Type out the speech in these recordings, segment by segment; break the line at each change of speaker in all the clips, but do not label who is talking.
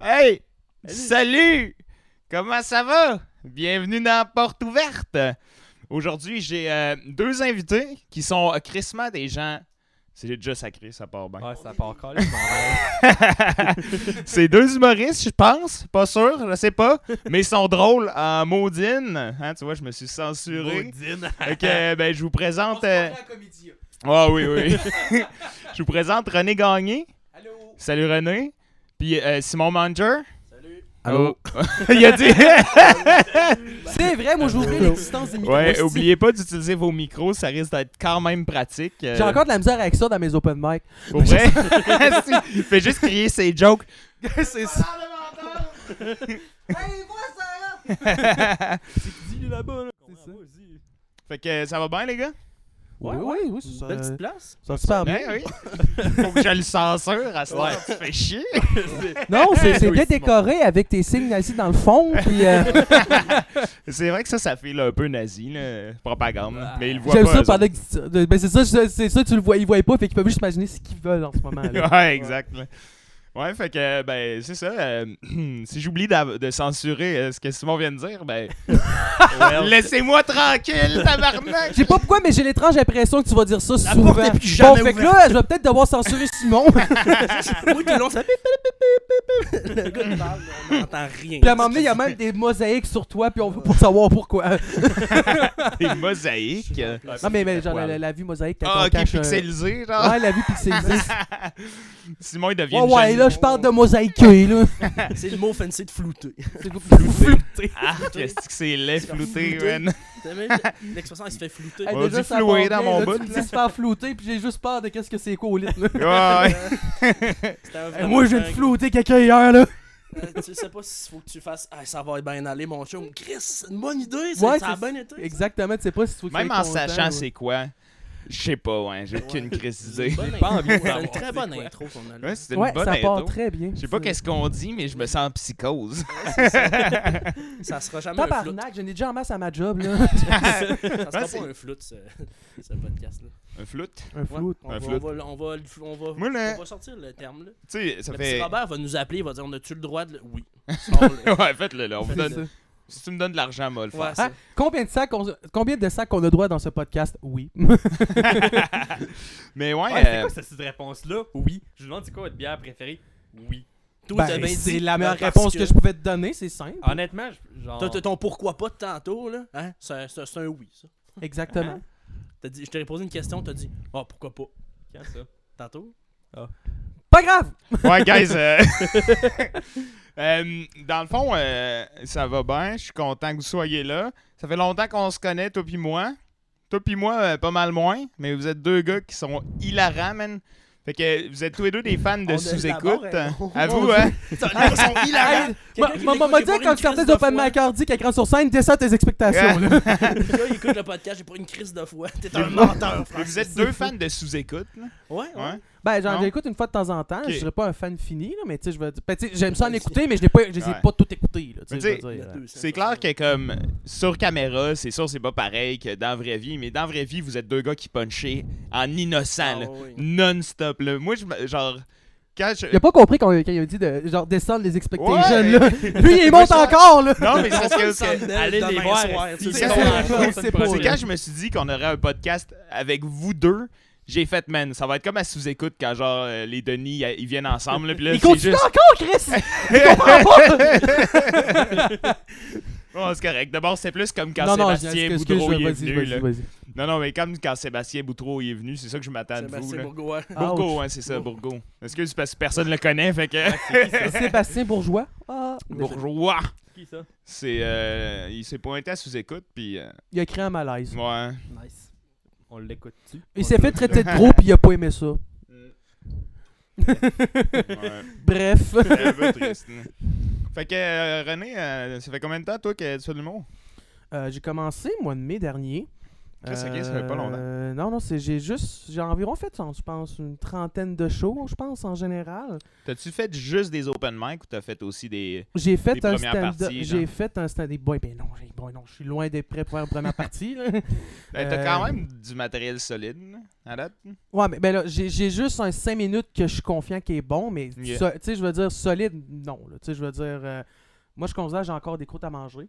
Hey! Salut! Comment ça va? Bienvenue dans Porte Ouverte! Aujourd'hui, j'ai euh, deux invités qui sont euh, crissement des gens. C'est déjà sacré, ça part bien.
Ouais, ça part encore. les bordels.
C'est deux humoristes, je pense. Pas sûr, je sais pas. Mais ils sont drôles en maudine. Hein, tu vois, je me suis censuré.
Maudine.
Fait que, ben, je vous
On se
présente. euh,
croirait à Comédia.
Ah oui, oui. je vous présente René Gagné.
Allô?
Salut René. Puis euh, Simon Manger.
Salut.
Allô. Il a dit.
Oh, C'est vrai, moi j'ouvrais l'existence des micros.
ouais,
hostie.
oubliez pas d'utiliser vos micros, ça risque d'être quand même pratique. Euh,
J'ai encore de la misère avec ça dans mes open mic.
Pour vrai. Il fait juste crier ses jokes. C'est ça.
Dis-le là-bas, là.
C'est ça.
Fait que ça va bien les gars.
Oui, oui, oui, c'est ça.
Belle petite place.
Ça va super bien.
Ben oui. Faut que je le censure à ce moment. Tu fais chier.
Non, c'est c'est
Oui,
bien
Simon.
décoré avec tes signes nazis dans le fond. Puis euh,
C'est vrai que ça, ça fait là, un peu nazi, là, propagande. Mais ils le voient
Ah. j'aime
pas.
ça
eux
pendant que. Ben, c'est ça, je- c'est ça, tu le vois, ils voient pas, fait qu'ils peuvent juste imaginer ce qu'ils veulent en ce moment. là.
ouais, exact. là. Ouais, fait que, euh, ben, c'est ça. euh, si j'oublie d'av- de censurer euh, ce que Simon vient de dire, ben, laissez-moi tranquille, tabarnak!
Je sais pas pourquoi, mais j'ai l'étrange impression que tu vas dire ça
La
souvent.
porte est plus jamais
bon, fait que
ouverte.
là, je vais peut-être devoir censurer Simon. Puis
Ah, Moi, tout le long, ça pip, pip, pip, pip, pip. Le gars, il parle, on n'entend rien.
à un moment donné, il y a même des mosaïques sur toi, puis on veut pas savoir pourquoi.
Des mosaïques.
Non, mais, mais genre la, la- la vue mosaïque quand
Ah,
on
ok,
cache, euh,
pixelisé, genre.
Ouais, la vue pixelisée.
Simon, il devient
Ouais,
une
ouais,
chaîne-
là, je parle de mosaïqué, là.
C'est le mot fancy de flouter.
C'est vous- Flou-
Ah, qu'est-ce que c'est laid,
C'est
flouté,
flouté.
man.
T'as même- L'expression, il se fait flouter. Euh,
Hey,
On
déjà,
dit
ça
flouer
part
dans
bien,
mon
là,
bout,
Tu
là.
dis se faire flouter, puis j'ai juste peur de qu'est-ce que c'est quoi au lit, là.
Ouais.
C'était un
Hey,
vrai
Ah moi, je viens
temps
de flouter quelqu'un hier, là.
que- Euh, Tu sais pas s'il faut que tu fasses. Ah, ça va bien aller, mon chum. Chris, c'est une bonne idée.
Ouais,
ça- Ça a
c'est-
bien été.
Exactement, tu sais pas si tu faut que
Même
tu
en
sois content,
sachant
ou-
c'est quoi, je sais pas, ouais, j'ai aucune crise d'idée.
Bonne
pas
intro,
envie de
C'est une
savoir
très
c'est
bonne
quoi.
intro qu'on a là.
Ouais, c'était une
Ouais,
bonne
ça
intro.
part très bien.
Je sais pas qu'est-ce qu'on dit, mais je me sens en psychose.
Ça sera jamais un flout.
Tabarnak, j'en ai déjà en masse à ma job, là.
Ça sera
Ouais, c'est-
pas un flout, ce ce podcast-là.
Un floute.
Un
Ouais,
floute.
on
Un
va-
flout.
On va, on va, on va,
Moi, le-
on va sortir le terme là.
Tu sais, ça
le
fait.
petit Robert va nous appeler, il va dire on a-tu le droit de le... Oui. Sors-le.
ouais, faites-le là. On vous
C'est
donne...
ça.
Si tu me donnes de l'argent, moi, le faire.
Ouais, ça.
Ah, Combien de sacs on- combien de sacs on a droit dans ce podcast? Oui.
Mais ouais,
Ouais, c'est
euh,
quoi cette, cette réponse-là? Ah, Oui. Je vous demande, c'est quoi votre bière préférée? Oui.
Tout
Ben,
t'as bien
c'est
dit,
la meilleure
parce
réponse que... je pouvais te donner, c'est simple.
Ah.
Honnêtement, je- genre.
T'as- t'as ton pourquoi pas de tantôt, là, hein? C'est c'est- c'est un oui, ça.
Exactement.
T'as dit, je t'ai posé une question, t'as dit, oh, pourquoi pas,
Quand ça?
tantôt.
Pas grave!
ouais, guys. euh, euh, dans le fond, euh, ça va bien. Je suis content que vous soyez là. Ça fait longtemps qu'on se connaît, toi puis moi. Toi puis moi, euh, pas mal moins. Mais vous êtes deux gars qui sont hilarants, man. Fait que vous êtes tous les deux des fans
On
de
a
sous-écoute.
d'abord, euh,
à
on-
vous, hein?
Ils sont hilarants! Quelqu'un qui
Maman
l'écoute,
m'a
j'ai
dit
pas une
quand
crise
certains
de
open
foi.
micers qui écran sur scène, descends tes expectations. là.
Le gars, il écoute le podcast, j'ai pas une crise de foi. T'es un menteur,
Mais
frère.
vous êtes deux fans de sous-écoute, là.
Ouais, ouais.
Ouais.
Ben, j'en
Non?
écoute une fois de temps en temps.
Ok.
Je serais pas un fan fini, là, mais tu sais, je veux dire- ben, tu sais, j'aime ça en écouter, mais je n'ai pas, je les ai
Ouais.
pas tout écouté. Là, tu
Mais
sais, je veux
tu
Il y a
dire, euh,
deux,
C'est clair que comme sur caméra, c'est sûr c'est pas pareil que dans la vraie vie, mais dans la vraie vie, vous êtes deux gars qui punchez en innocent,
Ah,
là.
oui.
non-stop. Là. Moi, je me- genre, quand je...
Il a pas compris quand, quand il a dit de genre descendre les expectations.
Ouais.
là. Lui, il monte encore. là.
Non, mais c'est parce que,
Centre
que-
Bell
Allez les
demain
voir,
soir, tu
si
c'est
sais, c'est
ça.
pas grand-chose.
c'est pas-
c'est quand je me suis dit qu'on aurait un podcast avec vous deux, j'ai fait, man, ça va être comme à sous-écoute quand genre euh, les Denis, y- ils viennent ensemble. Là, puis là,
Il
c'est
continue
juste...
encore, Chris! Je comprends pas!
Oh, c'est correct. D'abord, c'est plus comme quand
Non, non, je
Sébastien
excuse,
Boudreau
je-
il est
vas-y,
venu.
vas-y,
là.
vas-y.
Non, non, mais comme quand Sébastien Boudreau est venu, c'est ça que je m'attends de vous.
Sébastien
là.
Bourgois.
Bourgo, hein, c'est ça, Bourgo. Excuse, parce que personne le connaît, fait que...
Ouch. Ah, Sébastien Bourgeois. Ah.
Bourgeois!
Qui ça?
C'est... euh, il s'est pointé à sous-écoute, puis... euh,
Il a créé un malaise.
ouais.
Nice. On l'écoute-tu?
Il s'est fait traiter de gros, puis il a pas aimé ça.
Mm. ouais.
Bref.
C'est un peu triste. hein. Fait que, euh, René, euh, ça fait combien de temps, toi, que tu fais de l'humour?
Euh, J'ai commencé, mois de mai dernier.
Chris, ok, ça fait pas longtemps.
Euh, Non, non, c'est j'ai juste. J'ai environ fait, je pense, une trentaine de shows, je pense, en général.
T'as-tu fait juste des open mic ou t'as fait aussi des.
J'ai fait,
Des
un
premières
stand
parties, genre.
J'ai fait un stand-up. Boy, ben non, j'ai- boy, non, je suis loin d'être prêt pour faire une première partie. là.
Ben, T'as quand
Euh,
même du matériel solide là, à date.
Ouais, mais ben là, j'ai j'ai juste un 5 minutes que je suis confiant qui est bon, mais
Yeah.
so- tu sais, je veux dire solide, non. là. Tu sais, je veux dire, euh, moi, je considère que j'ai encore des côtes à manger.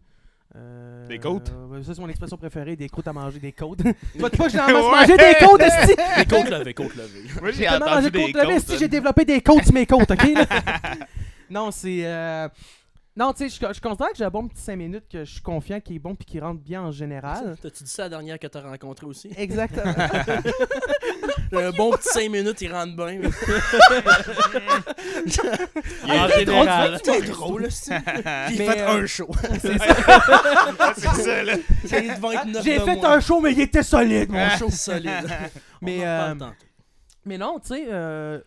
Euh,
Des côtes?
euh, ben, ça, c'est mon expression préférée, des côtes à manger, des côtes. Tu vas pas que j'ai en masse
Ouais.
manger des côtes, esti!
Les côtes levées, côtes levées.
Moi, j'ai
J'ai tellement mangé
entendu
de
des
côtes levées,
côtes, hein?
si
là.
j'ai développé des côtes sur mes côtes, ok? là? non, c'est. euh, Non, tu sais, je, je considère que j'ai un bon petit 5 minutes que je suis confiant qu'il est bon puis qu'il rentre bien en général.
T'as-tu dit ça la dernière que t'as rencontré aussi?
Exactement.
Un bon petit 5 minutes, il rentre bien.
Il est-
En général.
T'es drôle, là, c'est. J'ai
Mais,
fait
euh,
un show.
C'est ça.
hein. C'est ça, là.
J'ai devant être neuf
J'ai
de
fait
moins.
un show, mais il était solide, mon
Un show solide.
Mais,
On en reparle
euh,
tantôt.
Mais non, tu sais, euh,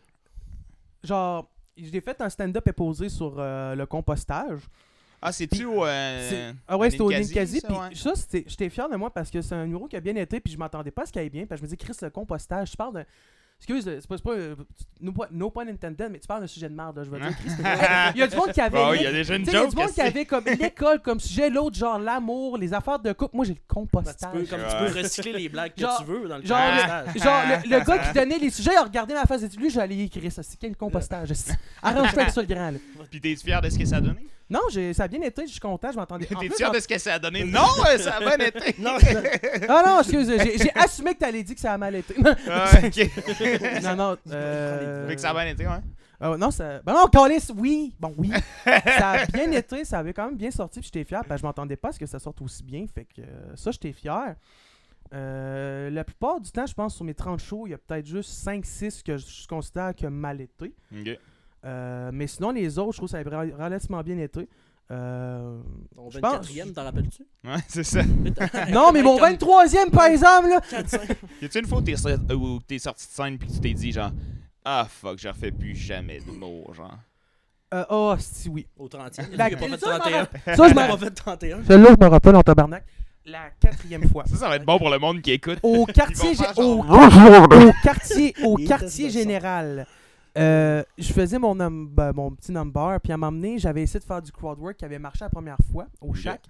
genre, j'ai fait un stand-up éposé sur euh, le compostage.
Ah, c'est-tu au.
C'est-
euh,
ah ouais,
au
c'était au
Ninkasi,
Ninkasi.
ça,
Puis
ouais?
ça, c'était- j'étais fier de moi parce que c'est un numéro qui a bien été. Puis je m'attendais pas à ce qu'il aille bien. Parce que je me dis, Chris, le compostage, tu parles de. Excuse, c'est pas. c'est pas, euh, no, point- no point intended, mais tu parles d'un sujet de merde, là, je veux dire. Chris, mais- il y a du monde qui avait.
Bah oui, il
l'é-
y a déjà une
tu sais, il y a du
joke,
monde
esti.
qui avait comme l'école comme sujet, l'autre, genre l'amour, les affaires de couple. Moi, j'ai le
Ben,
compostage.
tu
Bah,
peux, comme tu peux recycler les blagues que
Genre-
tu veux dans le
Genre,
compostage.
le, genre le, le gars qui donnait les sujets, il a regardé ma face et dit Lui, j'allais écrire ça. C'est quel compostage esti? Arrange-toi avec ça, le grand. là.
Puis t'es fier de ce que ça a donné?
Non, j'ai- ça a bien été, je suis content, je m'entendais. en
T'es
plus,
fier
j'en-
de ce que ça a donné? Non, euh, ça a bien été.
Non,
Ah non, excuse, j'ai j'ai assumé que t'allais dire que ça a mal été.
Ah, ok.
non, non.
Fait
Euh...
que ça a bien été, ouais.
Ah, non, ça. Ben non, Calis, oui. Bon, oui. ça a bien été, ça avait quand même bien sorti, puis j'étais fier. Parce que je m'entendais pas à ce que ça sorte aussi bien. Fait que euh, ça, j'étais fier. Euh, la plupart du temps, je pense, sur mes 30 shows, il y a peut-être juste 5-6 que je considère que mal été.
Ok.
Euh, mais sinon, les autres, je trouve que ça a rel- relativement bien été. Euh,
Ton
je pense-
24e, t'en rappelles-tu?
Ouais, c'est ça.
Euh,
Non, mais mon 23e, par exemple, là,
Y a-tu une fois où t'es sorti, euh, où t'es sorti de scène puis tu t'es dit, genre, ah fuck, je refais plus jamais d'humour, genre?
Euh, oh, si oui.
Au 30e.
La-
il a pas fait
ça, je m'en
31.
Ça, je
Il
m'en
a pas fait
Euh,
31.
Celle-là, je me rappelle en tabarnak. La quatrième fois.
Ça, ça va être bon pour le monde qui écoute.
Au quartier,
faire
gé- au, au quartier, au
Il est
quartier
très innocent.
général, euh, je faisais mon, num- ben, mon petit number, puis à un moment donné, j'avais essayé de faire du crowd work qui avait marché la première fois au shack,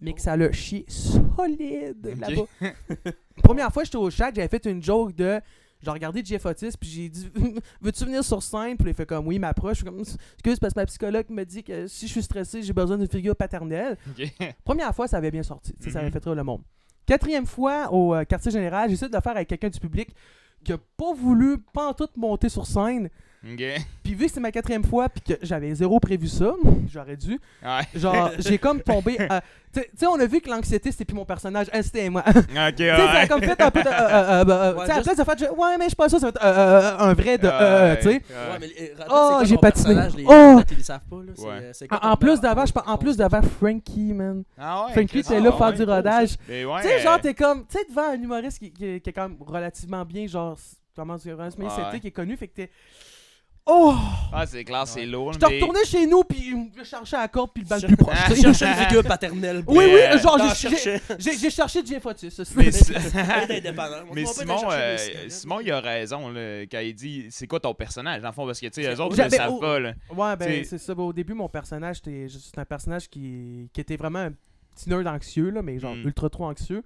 mais que ça l'a chié solide
Ok.
là-bas. première fois, j'étais au shack, j'avais fait une joke de. J'ai regardé Jeff Otis, puis j'ai dit Veux-tu venir sur scène Puis il fait comme Oui, il m'approche. Je suis comme Excuse, parce que ma psychologue me dit que si je suis stressé, j'ai besoin d'une figure paternelle.
Ok.
Première fois, ça avait bien sorti. Tu sais, Ça avait
Mhm.
fait trop le monde. Quatrième fois, au euh, quartier général, j'essaie de le faire avec quelqu'un du public qui a pas voulu pantoute monter sur scène.
Ok.
Puis vu que c'est ma quatrième fois, puis que j'avais zéro prévu ça, j'aurais dû.
Ouais.
Genre, j'ai comme tombé. euh, tu sais- tu sais, on a vu que l'anxiété, c'était plus mon personnage. Ah, c'était moi.
Ok,
Tu sais, ça a
ouais.
comme fait un peu de. euh, euh, euh, euh,
Ouais,
tu sais,
juste-
après, ça fait. de- Ouais, mais je suis pas sûr, ça va être, euh, euh, euh, un vrai de. euh, euh, tu sais.
Ouais, mais euh, rappelle,
Oh,
c'est quoi
j'ai
ton
patiné.
personnage, Les,
Oh!
les, ils le savent pas, là. c'est-
Ouais.
c'est quoi ton
En en plus
meilleur-
d'avant, je par- en plus d'avant Frankie, man.
Ah ouais.
Frankie,
Chris,
t'es
ah
là
ouais.
pour faire du rodage.
Mais ouais.
Tu sais, genre, t'es comme. Tu sais, devant un humoriste qui, qui- qui est quand même relativement bien, genre. s- Comment dire, un humoriste
Ouais.
CT qui est connu, fait que t'es. Oh!
Ah, c'est clair, c'est lourd.
Je te
mais-
retournais chez nous, puis je cherchais la corde, puis le bal
Je-
plus proche. tu
Je
sais.
cherchais une figure paternelle.
oui, oui,
Mais,
genre,
T'en
j'ai- j'ai-
cherchais.
j'ai j'ai cherché Jeff Otis. ça, c'est-
Mais c'est-
Elle est indépendante. On
Mais
peut aller
Simon,
chercher
euh,
des cigarettes.
Simon, il a raison là, quand il dit c'est quoi ton personnage, dans le fond, parce que tu sais, les
J'avais-
autres ne le savent
oh.
pas. Là.
Ouais, ben,
T'sais-
c'est ça. ben, au début, mon personnage, c'était juste un personnage qui, qui était vraiment un petit nerd anxieux, là, mais genre
Mm.
ultra trop anxieux.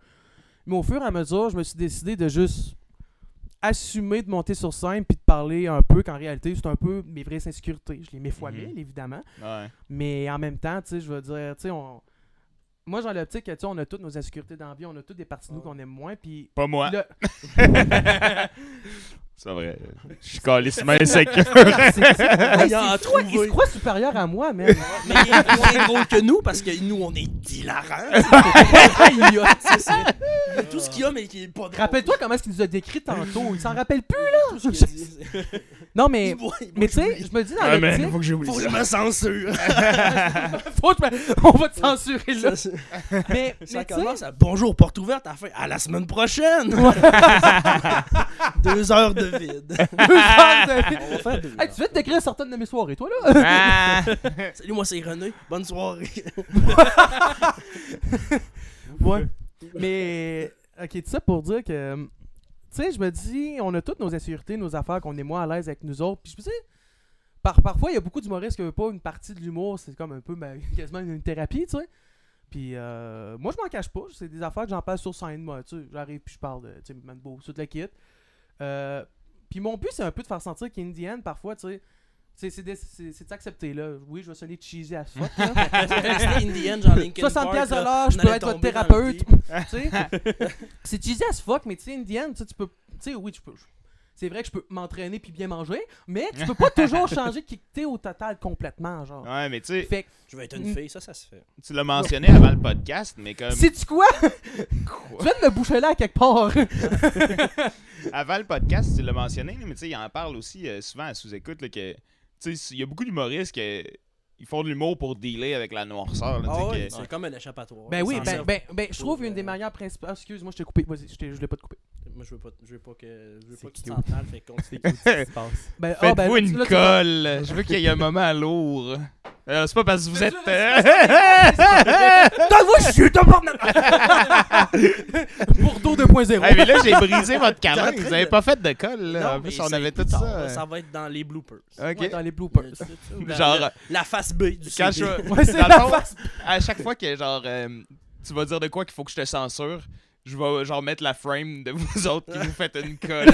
Mais au fur et à mesure, je me suis décidé de juste assumer de monter sur scène puis de parler un peu qu'en réalité, c'est un peu mes vraies insécurités. Je les mets fois
Mhm.
mille, évidemment.
Ouais.
Mais en même temps, tu sais, je veux dire, tu sais, on. Moi, j'ai l'optique que, tu sais, on a toutes nos insécurités dans la vie, on a toutes des parties de nous
Ouais.
qu'on aime moins, puis.
Pas moi.
là-
C'est vrai. Je suis calissement insécure.
Hey,
Ayant
c'est fou, il se
trouvé.
croit supérieur à moi, même.
Mais il est moins drôle que nous parce que nous, on est hilarants.
Aïe, aïe.
C'est ça. Il y a tout ce qu'il y a, mais qui est pas drôle.
Rappelle-toi comment est-ce qu'il nous a décrit tantôt. Il s'en rappelle plus.
tout ce qu'il dit.
Non, mais,
Il boit, il boit,
mais
il
tu sais,
oublie.
je me dis dans
Ah,
le
mais
titre,
faut que j'oublie
Faut que
ça.
je me censure.
faut que je me- on va te censurer là.
Ça, ça-
Mais,
ça
mais tu
commence
sais,
à bonjour, porte ouverte, à la fin, à la semaine prochaine. Deux heures de vide.
deux heures de-
On va faire deux
Hey, tu veux te décrire certaines de mes soirées, toi là?
Ah!
Salut, moi c'est René. Bonne soirée.
Ouais. Mais Ok, tout ça pour dire que. hum, Tu sais, je me dis, on a toutes nos insécurités, nos affaires, qu'on est moins à l'aise avec nous autres. Puis je me dis, par, parfois, il y a beaucoup d'humoristes qui veulent pas une partie de l'humour, c'est comme un peu ma- quasiment une thérapie, tu sais. Puis euh, moi, je m'en cache pas, c'est des affaires que j'en parle sur scène, moi, tu sais. J'arrive, puis je parle de, tu sais, man beau, tout le kit. Euh, puis mon but, c'est un peu de faire sentir qu'Indienne, parfois, tu sais. C'est c'est des- c'est- c'est accepté, là. Oui, je vais sonner cheesy as fuck, là.
Indian, genre Linkin
60
Park,
pièces de
là,
l'heure, je
on
peux
allait
être votre
tomber dans le
thérapeute.
deep.
Tu sais, c'est cheesy as fuck, mais tu sais, Indian, tu sais, tu peux. Tu sais, oui, tu peux. C'est vrai que je peux m'entraîner puis bien manger, mais tu peux pas toujours changer qui que t'es au total complètement, genre.
Ouais, mais tu sais,
Fait que,
Je vais être une fille, ça, ça se fait.
tu l'as mentionné avant le podcast, mais comme.
sais-tu quoi? tu viens de me boucher là à quelque part.
Avant le podcast, tu l'as mentionné, mais tu sais, il en parle aussi euh, souvent à sous-écoute là, que. Tu sais, il y a beaucoup d'humoristes qui ils font de l'humour pour dealer avec la noirceur. Là, tu sais,
Ah ouais,
que-
c'est comme un échappatoire.
ben
Ils
oui,
s'en
ben,
servent.
ben, ben, je trouve
Pour,
une des
euh,
manières principales. Ah, excuse-moi, je t'ai coupé. Vas-y, je, t'ai- je l'ai pas te couper.
Moi, je veux pas, je veux pas que, je veux
C'est
pas que tu
cute.
t'entales, fait qu'on
C'est qu'est-ce qui se passe?
Ben, ah, ben,
Faites-vous
là, tu-
une
là, tu-
colle. Je veux qu'il y ait un moment lourd. Euh, c'est pas parce que vous
C'est
êtes. euh,
sûr,
T'as vu, je suis ton
Bordeaux 2.0.
Hey, Ah, mais là, j'ai brisé votre canon.
T'es en train
Vous avez
de-
pas fait de colle, là.
Non,
en
mais
plus, on
c'est
avait tout
plus
ça. euh.
tard, là, Ça va être dans les bloopers.
Ok.
Ouais, dans les bloopers.
Euh, c'est ça, ou dans
Genre,
La, la face B du
quand
CD.
je-
Ouais, c'est
Dans le
la
fond,
face.
à chaque fois que, genre, euh, tu vas dire de quoi qu'il faut que je te censure, je vais, genre, mettre la frame de vous autres qui vous faites une colle.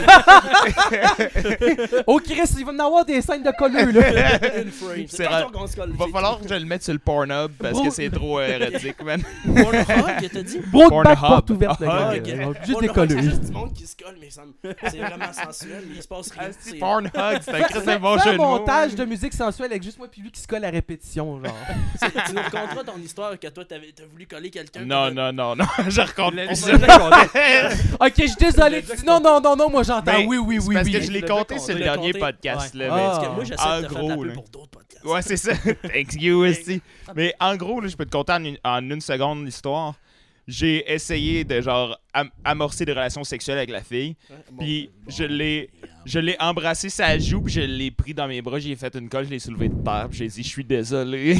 Oh, Chris, il va en avoir des scènes de colleux, là.
Une frame.
C'est
C'est
ra-
quand qu'on se colle.
Il va falloir que je le mette sur le Pornhub parce que c'est trop euh, érotique, man.
Pornhub, que t'as dit?
Pornhub.
Broadback porte ouverte, le
Ah,
gars.
ok.
là. Juste des
Pornhub,
colleux.
C'est juste du monde qui se colle, mais ça me- c'est vraiment sensuel, mais il se passe rien. C'est-
Pornhub, Ah, c'est un très
Fais
bon
fais
jeu
un
de mots.
montage de musique sensuelle avec juste moi puis lui qui se colle à répétition, genre.
c'est- Tu nous raconteras ton histoire que toi, t'avais- t'as voulu coller quelqu'un.
Non,
puis-
non, non, non, je raconte
Le-
plus
on
ça.
l'a raconté.
ok, je suis désolé. Tu dis non, non, non, non, moi j'entends.
Mais
Oui, oui,
Ben, c'est
oui,
parce
oui.
que je l'ai
Je l'ai
compté sur le
compté.
dernier podcast, là,
Ah.
mais-
Parce que moi,
En
j'essaie de te faire de la
gros,
pub
là.
pour d'autres podcasts.
Ouais, c'est ça. Thank you, aussi. Mais en gros, là, je peux te conter en une, en une seconde l'histoire. J'ai essayé de genre am- amorcer des relations sexuelles avec la fille,
Bon,
puis
bon.
je l'ai je l'ai embrassé sa joue, puis je l'ai pris dans mes bras, j'ai fait une colle, je l'ai soulevé de terre, puis j'ai dit je suis désolé.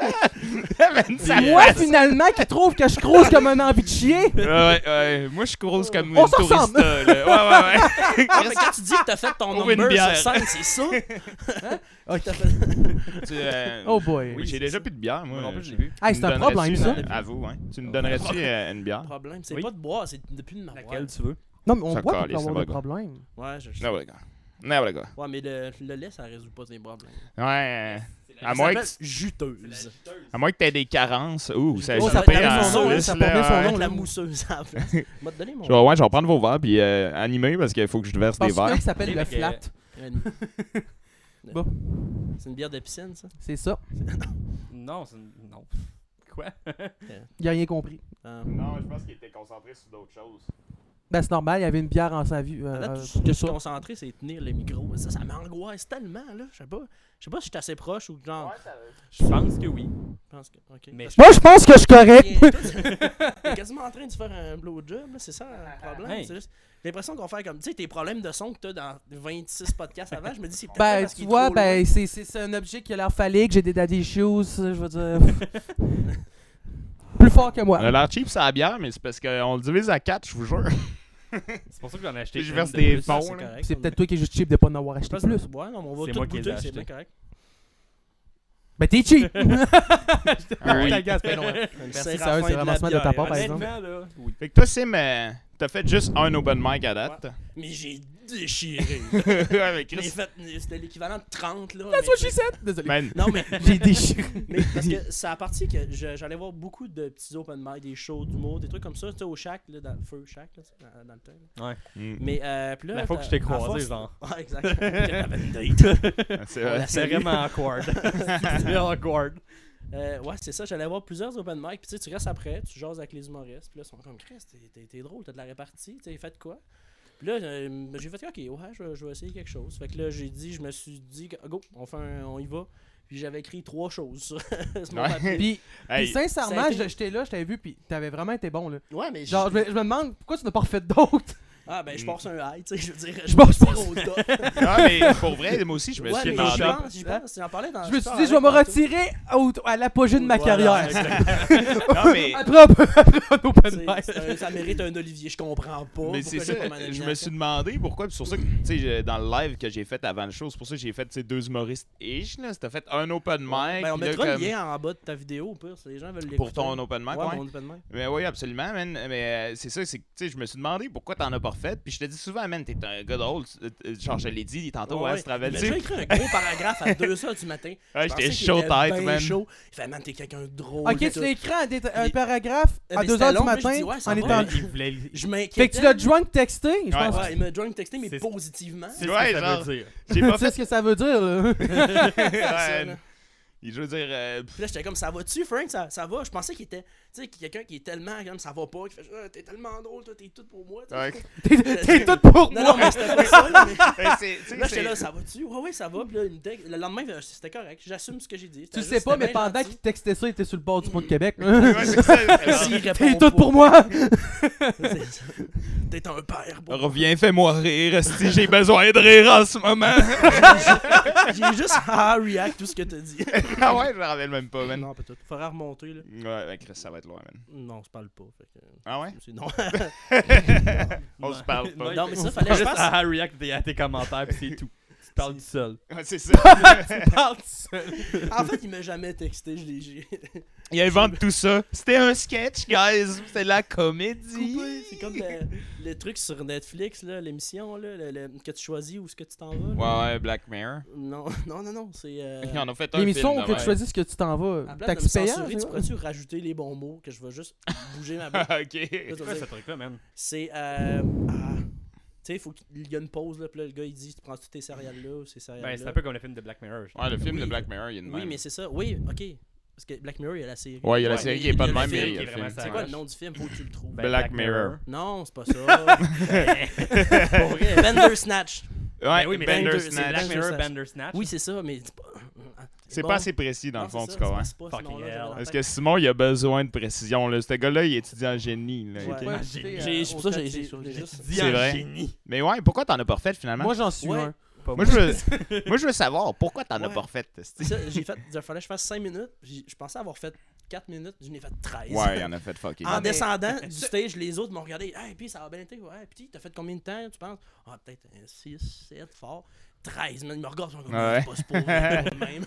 Man, ça-
C'est moi finalement qui trouve que je croise comme un envie de chier.
Ouais, ouais, ouais. moi je suis grosse comme
On
une
se ressemble.
tourista, là. Ouais, ouais, ouais.
Ah, mais quand tu dis que t'as fait ton
Trouve une
number
bière.
sur scène, c'est ça? Hein?
Ok.
T'as fait-
Tu, euh,
Oh boy.
oui, j'ai déjà plus de bière, moi.
Moi non plus, je l'ai
vu.
bu.
Hey, c'est un problème, ça.
À vous, hein. Tu nous
Oh.
donnerais-tu euh, une bière?
Le problème, c'est
Oui.
pas de boire, c'est de plus de m'avoir.
Laquelle tu veux?
Non, mais on
Ça
voit qu'on
calisse,
peut avoir
ça va,
des
gars.
problèmes.
Ouais, je, je-
Never go. Never go.
ouais, mais le, le lait, ça résout pas tes problèmes.
Ouais. euh, À
Ça
moins, que,
s'appelle juteuse.
à moins que t'aies des carences. Ouh, ça,
Oh,
ça
ça
paye
porte
en
bien son nom, hein,
Suisse,
ça
là,
porte bien son
ouais.
nom.
Avec la mousseuse à la place. M'a donné mon.
Je vais, ouais, je vais prendre vos verres puis euh, animer parce qu'il faut que je verse des
Parce qu'il
verres.
qui s'appelle le
Ok.
flat. Bon.
C'est une bière de piscine, ça?
C'est ça.
Non, c'est... Non. Quoi?
Il a rien compris.
Ah.
Non, je pense qu'il était concentré sur d'autres choses.
Ben, c'est normal, il y avait une bière en sa vie. euh,
Là,
euh,
tout ce que je
ça.
suis concentré, c'est tenir le micro. Ça, ça m'angoisse tellement, là. Je sais pas. Je sais pas si je suis assez proche ou genre.
Je pense que oui.
Je pense que. Ok.
Mais-
Parce
Moi, je pense que je suis correct.
que- T'es quasiment en train de faire un blowjob, là. C'est ça le problème.
Hey.
C'est juste. J'ai l'impression qu'on fait comme. Tu sais, tes problèmes de son que t'as dans 26 podcasts avant, je me dis, c'est peut-être. pas
Ben,
parce
tu
qu'il est
vois,
trop loin.
ben, c'est- c'est c'est un objet qui a l'air phallique, j'ai des daddy shoes, je veux dire. Plus fort que
On a
moi.
l'air cheap, ça la bière, mais c'est parce qu'on le divise à 4, je vous jure.
C'est pour ça que j'en ai acheté
Puis je
une
verse
de
des
plus.
fonds,
C'est
là.
correct.
Puis C'est peut-être toi qui es juste cheap de pas en avoir acheté
Pas
plus.
plus. Ouais, non, mais on va
C'est
tout
moi qui les ai
goûter, c'est bien
achetés.
correct.
Ben, t'es cheap!
Alright.
Ta gueule, c'est pas loin.
c'est sérieux, c'est vraiment smart de ta part, par exemple.
Honnêtement, là, oui.
Fait que toi, Sim, euh, t'as fait juste un open mic à date.
Mais j'ai déchiré.
Ouais, mais
J'ai
Chris,
fait- C'était l'équivalent de 30, là.
That's
mais
what
tu
she said! Désolé.
man,
Non, mais,
J'ai déchiré.
mais parce que c'est à partir que je- j'allais voir beaucoup de petits open mic, des shows d'humour, des trucs comme ça, tu sais, au shack, là, dans le feu, shack, là, dans, dans le temps. là.
mm,
Mais, euh, puis là.
La fois que
t'as-
je t'ai
à
croisé,
force-
genre.
Ouais, exact. T'avais une date.
c'est vrai.
C'est vraiment awkward. C'est awkward.
Euh, ouais, c'est ça, j'allais voir plusieurs open mic, puis tu sais, tu restes après, tu jases avec les humoristes, puis là, ils sont comme, Chris, t'es- t'es t'es drôle, t'as de la répartie, tu sais, fait quoi? Puis là, euh, j'ai fait, ok, ouais, je, vais- je vais essayer quelque chose. Fait que là, j'ai dit, je me suis dit, go, on, fait un- on y va. Puis j'avais écrit trois choses sur sur mon
Ouais.
papier.
Puis, puis
Hey,
sincèrement,
ça a été-
je- j'étais là, je t'avais vu, puis t'avais vraiment été bon, là.
Ouais, mais
Genre, je
j'ai-
me, je me demande pourquoi tu n'as pas refait d'autres.
Ah, ben, je
Mm.
passe un high, tu sais, je veux dire, je
Je pense
passe au top.
Non, mais pour vrai, moi aussi, je me
Ouais,
suis
mais
demandé.
Je pense, je pense, j'en parlais dans
Je
le
me suis
sport
dit, je vais
avec
me
tantôt.
retirer au- à l'apogée de ma
Voilà,
carrière.
exactement.
Non, mais,
Après, on peut- après un
Tu
open
sais,
mic.
c'est un- Ça mérite un Olivier, je comprends pas.
mais
pourquoi
c'est
j'ai
ça.
pas ma
Je me
nomination.
suis demandé pourquoi. puis C'est pour ça que, tu sais, je- dans le live que j'ai fait avant le show, c'est pour ça que j'ai fait tu sais, deux humoristes-ish. là. C'était fait un open mic.
Ben, on
puis là,
mettra le
comme-
lien en bas de ta vidéo, au pire, si les gens veulent l'écouter.
pour ton open mic,
mic,
ouais.
ouais. mon open mic.
Mais oui, absolument, man. Mais euh, c'est ça, c'est que, tu sais, je me suis demandé pourquoi t'en as pas refait. Puis je te dis souvent, man, t'es un gars drôle. tu- euh, euh, Genre, je l'ai dit tantôt hein,
Ouais,
à
ouais.
Stravel.
Il
tu
m'a
sais.
déjà écrit un gros paragraphe à 2h du matin.
Ouais,
Je
J'étais
pensais qu'il
chaud
était
tête,
ben
man.
chaud. Il fait, man, t'es quelqu'un de drôle.
Ok,
et
tu
tout.
l'écris en déta- un
Il-
paragraphe
Euh,
à
mais c'était
2h du
long, mais
matin
je dis, ouais, ça
en
va,
étant.
ouais.
Il voulait. le-
Je m'inquiétais.
Fait que tu l'as joint texté, je pense.
Ouais, il m'a joint texté, mais
C'est-
positivement.
C'est ce
Ouais,
que ça
genre-
veut dire.
J'ai pas
Tu sais
fait.
ce que ça veut dire, là.
ça,
Ouais,
là.
Je veux dire, euh, pff,
Puis là, j'étais comme, ça va-tu, Frank? Ça, ça va? Je pensais qu'il était, tu sais, qu'il y a quelqu'un qui est tellement, comme, ça va pas, qui fait, Ah, t'es tellement drôle, toi, t'es tout pour moi. tu sais.
ouais.
T'es t'es tout pour
Non,
moi.
non, mais c'était pas ça, là, mais-
Ouais, c'est- tu sais,
Là, j'étais
c'est-
là, ça va-tu? Ouais, ouais, ça va. Puis là, il me texte. Le lendemain, euh, c'était correct. J'assume ce que j'ai dit.
Tu
C'était
le
juste-
sais pas,
c'était
mais
bien
pendant
gentil.
qu'il textait ça, il était sur le bord du pont de Québec.
Ouais, c'est ça.
S'il
T'es
répond
tout
pas,
pour moi.
c'est ça. T'es un père.
Alors,
bon.
Reviens, fais-moi rire. Si j'ai besoin de rire en ce moment.
J'ai juste à react tout ce que t'as dit.
ah ouais, je me rappelle même pas, man.
non, peut-être. Faudra remonter, là.
Ouais, ben Chris, ça va être loin, man.
Non, on se parle pas. Fait que...
Ah ouais?
c'est- Non.
On se parle pas.
non, mais ça,
Fallait
fallait
juste
je pense.
à react à tes commentaires, puis c'est tout. Tu parles tout seul.
Ouais, c'est ça.
En fait, il m'a jamais texté. Je l'ai j'ai
Il invente tout ça. C'était un sketch, guys. C'était la comédie.
coupé. C'est comme le, le truc sur Netflix, là, l'émission là, le- le- que tu choisis ou ce que tu t'en vas. là.
Ouais, ouais, Black Mirror.
Non, non, non, non. C'est. euh,
Il en a fait un
L'émission
film,
où que tu
ouais.
choisis ce que tu t'en vas.
À place de me
Taxi payant.
censurer,
c'est
tu
quoi?
pourrais-tu rajouter les bons mots que je vais juste bouger ma bouche? Là,
ok.
tu
C'est
vas
quoi ce
dire,
truc-là, man?
C'est. euh, ah, Tu sais, faut qu'il y a une pause, là, puis là, le gars, il dit, tu prends toutes tes céréales-là ou ces
Ben, c'est un
céréales-là.
peu comme le film de Black Mirror. genre.
Ouais, le film
Oui.
de Black Mirror, il y a une
Oui, mais c'est ça. Oui, ok. Parce que Black Mirror, il y a la série.
Ouais, il y a la
Ouais,
série
mais
qui est
il
pas
y
de
a le
même,
film
mais il
qui
y a
est
le
vraiment
film.
ça.
C'est quoi le nom du film? Faut que tu le trouves.
Ben,
Black Mirror.
Non, c'est pas ça.
Pour vrai.
Bandersnatch.
Ouais,
Ben oui, mais c'est
Bandersnatch.
Black Mirror,
Bandersnatch.
Bandersnatch.
Oui, c'est ça, mais. c'est pas-
C'est
bon.
pas assez précis, dans
Non,
le fond,
c'est
tu
ça,
comprends?
c'est pas- c'est pas ce
Fucking
nom-là,
hell.
j'avais dans la
Parce que
tête.
Simon, il a besoin de précision. Là. Ce gars-là, il étudie en génie. Là,
Ouais.
ok?
Ouais,
J'ai-
j'étais,
j'ai-
euh,
c'est
au
pour ça que
taxi
j'ai-
sur
j'ai
le-
juste-
Dis
c'est
un
vrai.
génie.
Mais ouais, pourquoi t'en as pas refait finalement?
Moi, j'en suis
Ouais.
un.
Pas
Moi, je veux... Moi, je veux savoir pourquoi t'en as
Ouais.
pas refait.
C'est ça, j'ai fait. Il fallait que je fasse 5 minutes. j'ai- Je pensais avoir fait 4 minutes, j'en ai fait 13.
Ouais, il en a fait fucking.
En
Ah, mais-
descendant du stage, les autres m'ont regardé. Hey, puis ça va bien été. Ouais, puis t'as fait combien de temps, tu penses Ah, peut-être 6, 7, fort. 13, man. Ils me regardent, ils sont comme,
Ouais.
C'est pas ce pauvre, de même.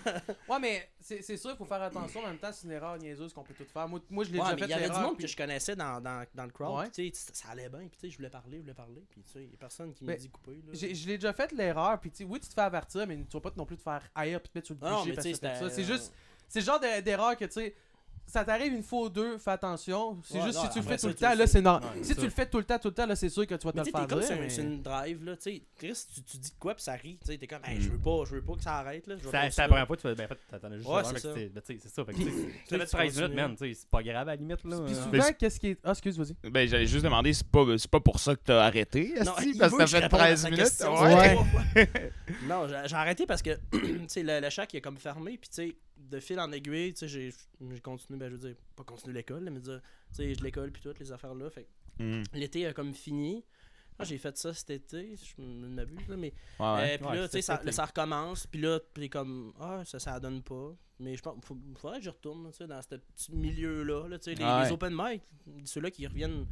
Ouais, mais c'est c'est sûr, il faut faire attention. En même temps, c'est une erreur niaiseuse qu'on peut tout faire. Moi, moi je l'ai
Ouais,
déjà
mais il y
fait
avait du
l'erreur.
monde
puis-
que je connaissais dans, dans, dans le crowd.
Ouais.
puis tu sais, ça allait bien. Puis, tu sais, je voulais parler, je voulais parler. Puis, tu sais, il y a personne qui me
Mais
dit couper. Là.
J'ai- Je l'ai déjà fait l'erreur, puis tu sais, oui, tu te fais avertir, mais tu vas pas non plus te faire haïr puis te mettre sur le
Ah non,
bûcher
mais
parce
tu
que
sais,
t'as fait
c'était- euh,
ça. C'est juste, c'est le genre de- d'erreur que tu sais, ça t'arrive une fois ou deux, fais attention. C'est
Ouais,
juste
non,
si tu le
après
fais tout
ça,
le
tu le
temps, là,
sais.
c'est normal.
Ouais,
si
ça.
tu le fais tout le temps, tout le temps, là, c'est sûr que tu vas te
Mais
le
tu sais,
faire
t'es comme
dire.
sur un-
mais-
sur une drive, là, tu sais, Chris, tu, tu dis de quoi, puis ça rit, tu sais, t'es comme, hey,
Mm.
je veux pas, je veux pas que ça arrête, là, je veux
C'est
pas
c'est
ça.
la première fois que tu fais. Ben, en fait, t'attendais juste
Ouais,
l'heure,
c'est
fait que
ça.
c'est- ben, tu sais, C'est ça. Fait que tu sais, tu
sais,
fais
tu
13 minutes,
continues.
man. tu sais, C'est pas grave à la limite, là.
Puis
euh,
souvent, qu'est-ce qui est. Ah, excuse, vas-y.
Ben, j'allais juste demander, c'est pas, c'est pas pour ça que t'as arrêté,
Non,
esti,
il
parce
veut
que t'as
je
fait
réponde à
13
sa
minutes.
question,
Ouais.
c'est trois fois. non, j'ai j'ai arrêté parce que tu sais, le, le shack il a comme fermé, puis tu sais, de fil en aiguille, tu sais, j'ai j'ai continué, ben je veux dire, pas continué l'école, là, mais dire, tu sais, je l'école puis toutes les affaires là, fait
Mm.
que l'été a comme fini. Ah, J'ai fait ça cet été, si je m- m'abuse, là, mais.
Ouais, ouais.
euh, puis
Ouais,
là, tu sais,
cet
ça,
été.
là, ça recommence, puis là, t'es comme, ah, ça, ça donne pas. Mais je pense, faut- faudrait que je retourne, tu sais, dans ce petit milieu-là, là, tu sais, les,
Ah ouais.
les open mic, ceux-là qui reviennent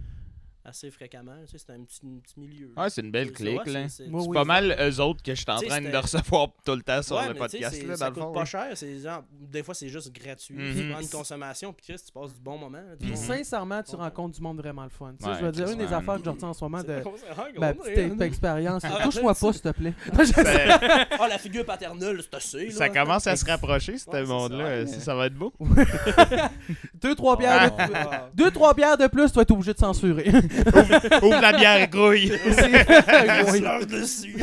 assez fréquemment, tu sais, c'est un petit, un petit milieu.
Ouais, c'est une belle clique, là.
C'est
Moi,
C'est
oui,
pas
ça.
mal eux autres que je suis en
Tu sais,
train de
c'était-
recevoir tout le temps sur le
ouais, mais tu sais,
podcast,
c'est-
là, dans
ça
le
coûte
fond.
pas
ouais.
cher, c'est genre, des fois c'est juste gratuit.
Mhm.
Tu prends une consommation, puis Chris, tu passes du bon moment. là, du
Mhm.
bon-
Sincèrement, tu
Ouais.
rencontres du monde vraiment le fun. Tu sais,
Ouais,
je veux dire, une des
Christmas.
affaires que je retiens en ce moment
C'est
de
pas con, c'est un
ma
gros,
petite
hein.
ép- expérience,
Ah,
touche-moi
rappelle-tu-
pas, s'il te plaît.
Ça,
Ah, la figure paternelle, c'est assez. Là.
Ben, ça commence à se rapprocher, ce
Ouais, c'est
monde-là.
ça, ouais.
euh, si Ça va être beau.
Deux, trois bières de.
Ah.
Deux, trois bières de plus, tu vas être obligé de censurer.
Ouvre la bière grouille.
Ah,
C'est-
slurge dessus.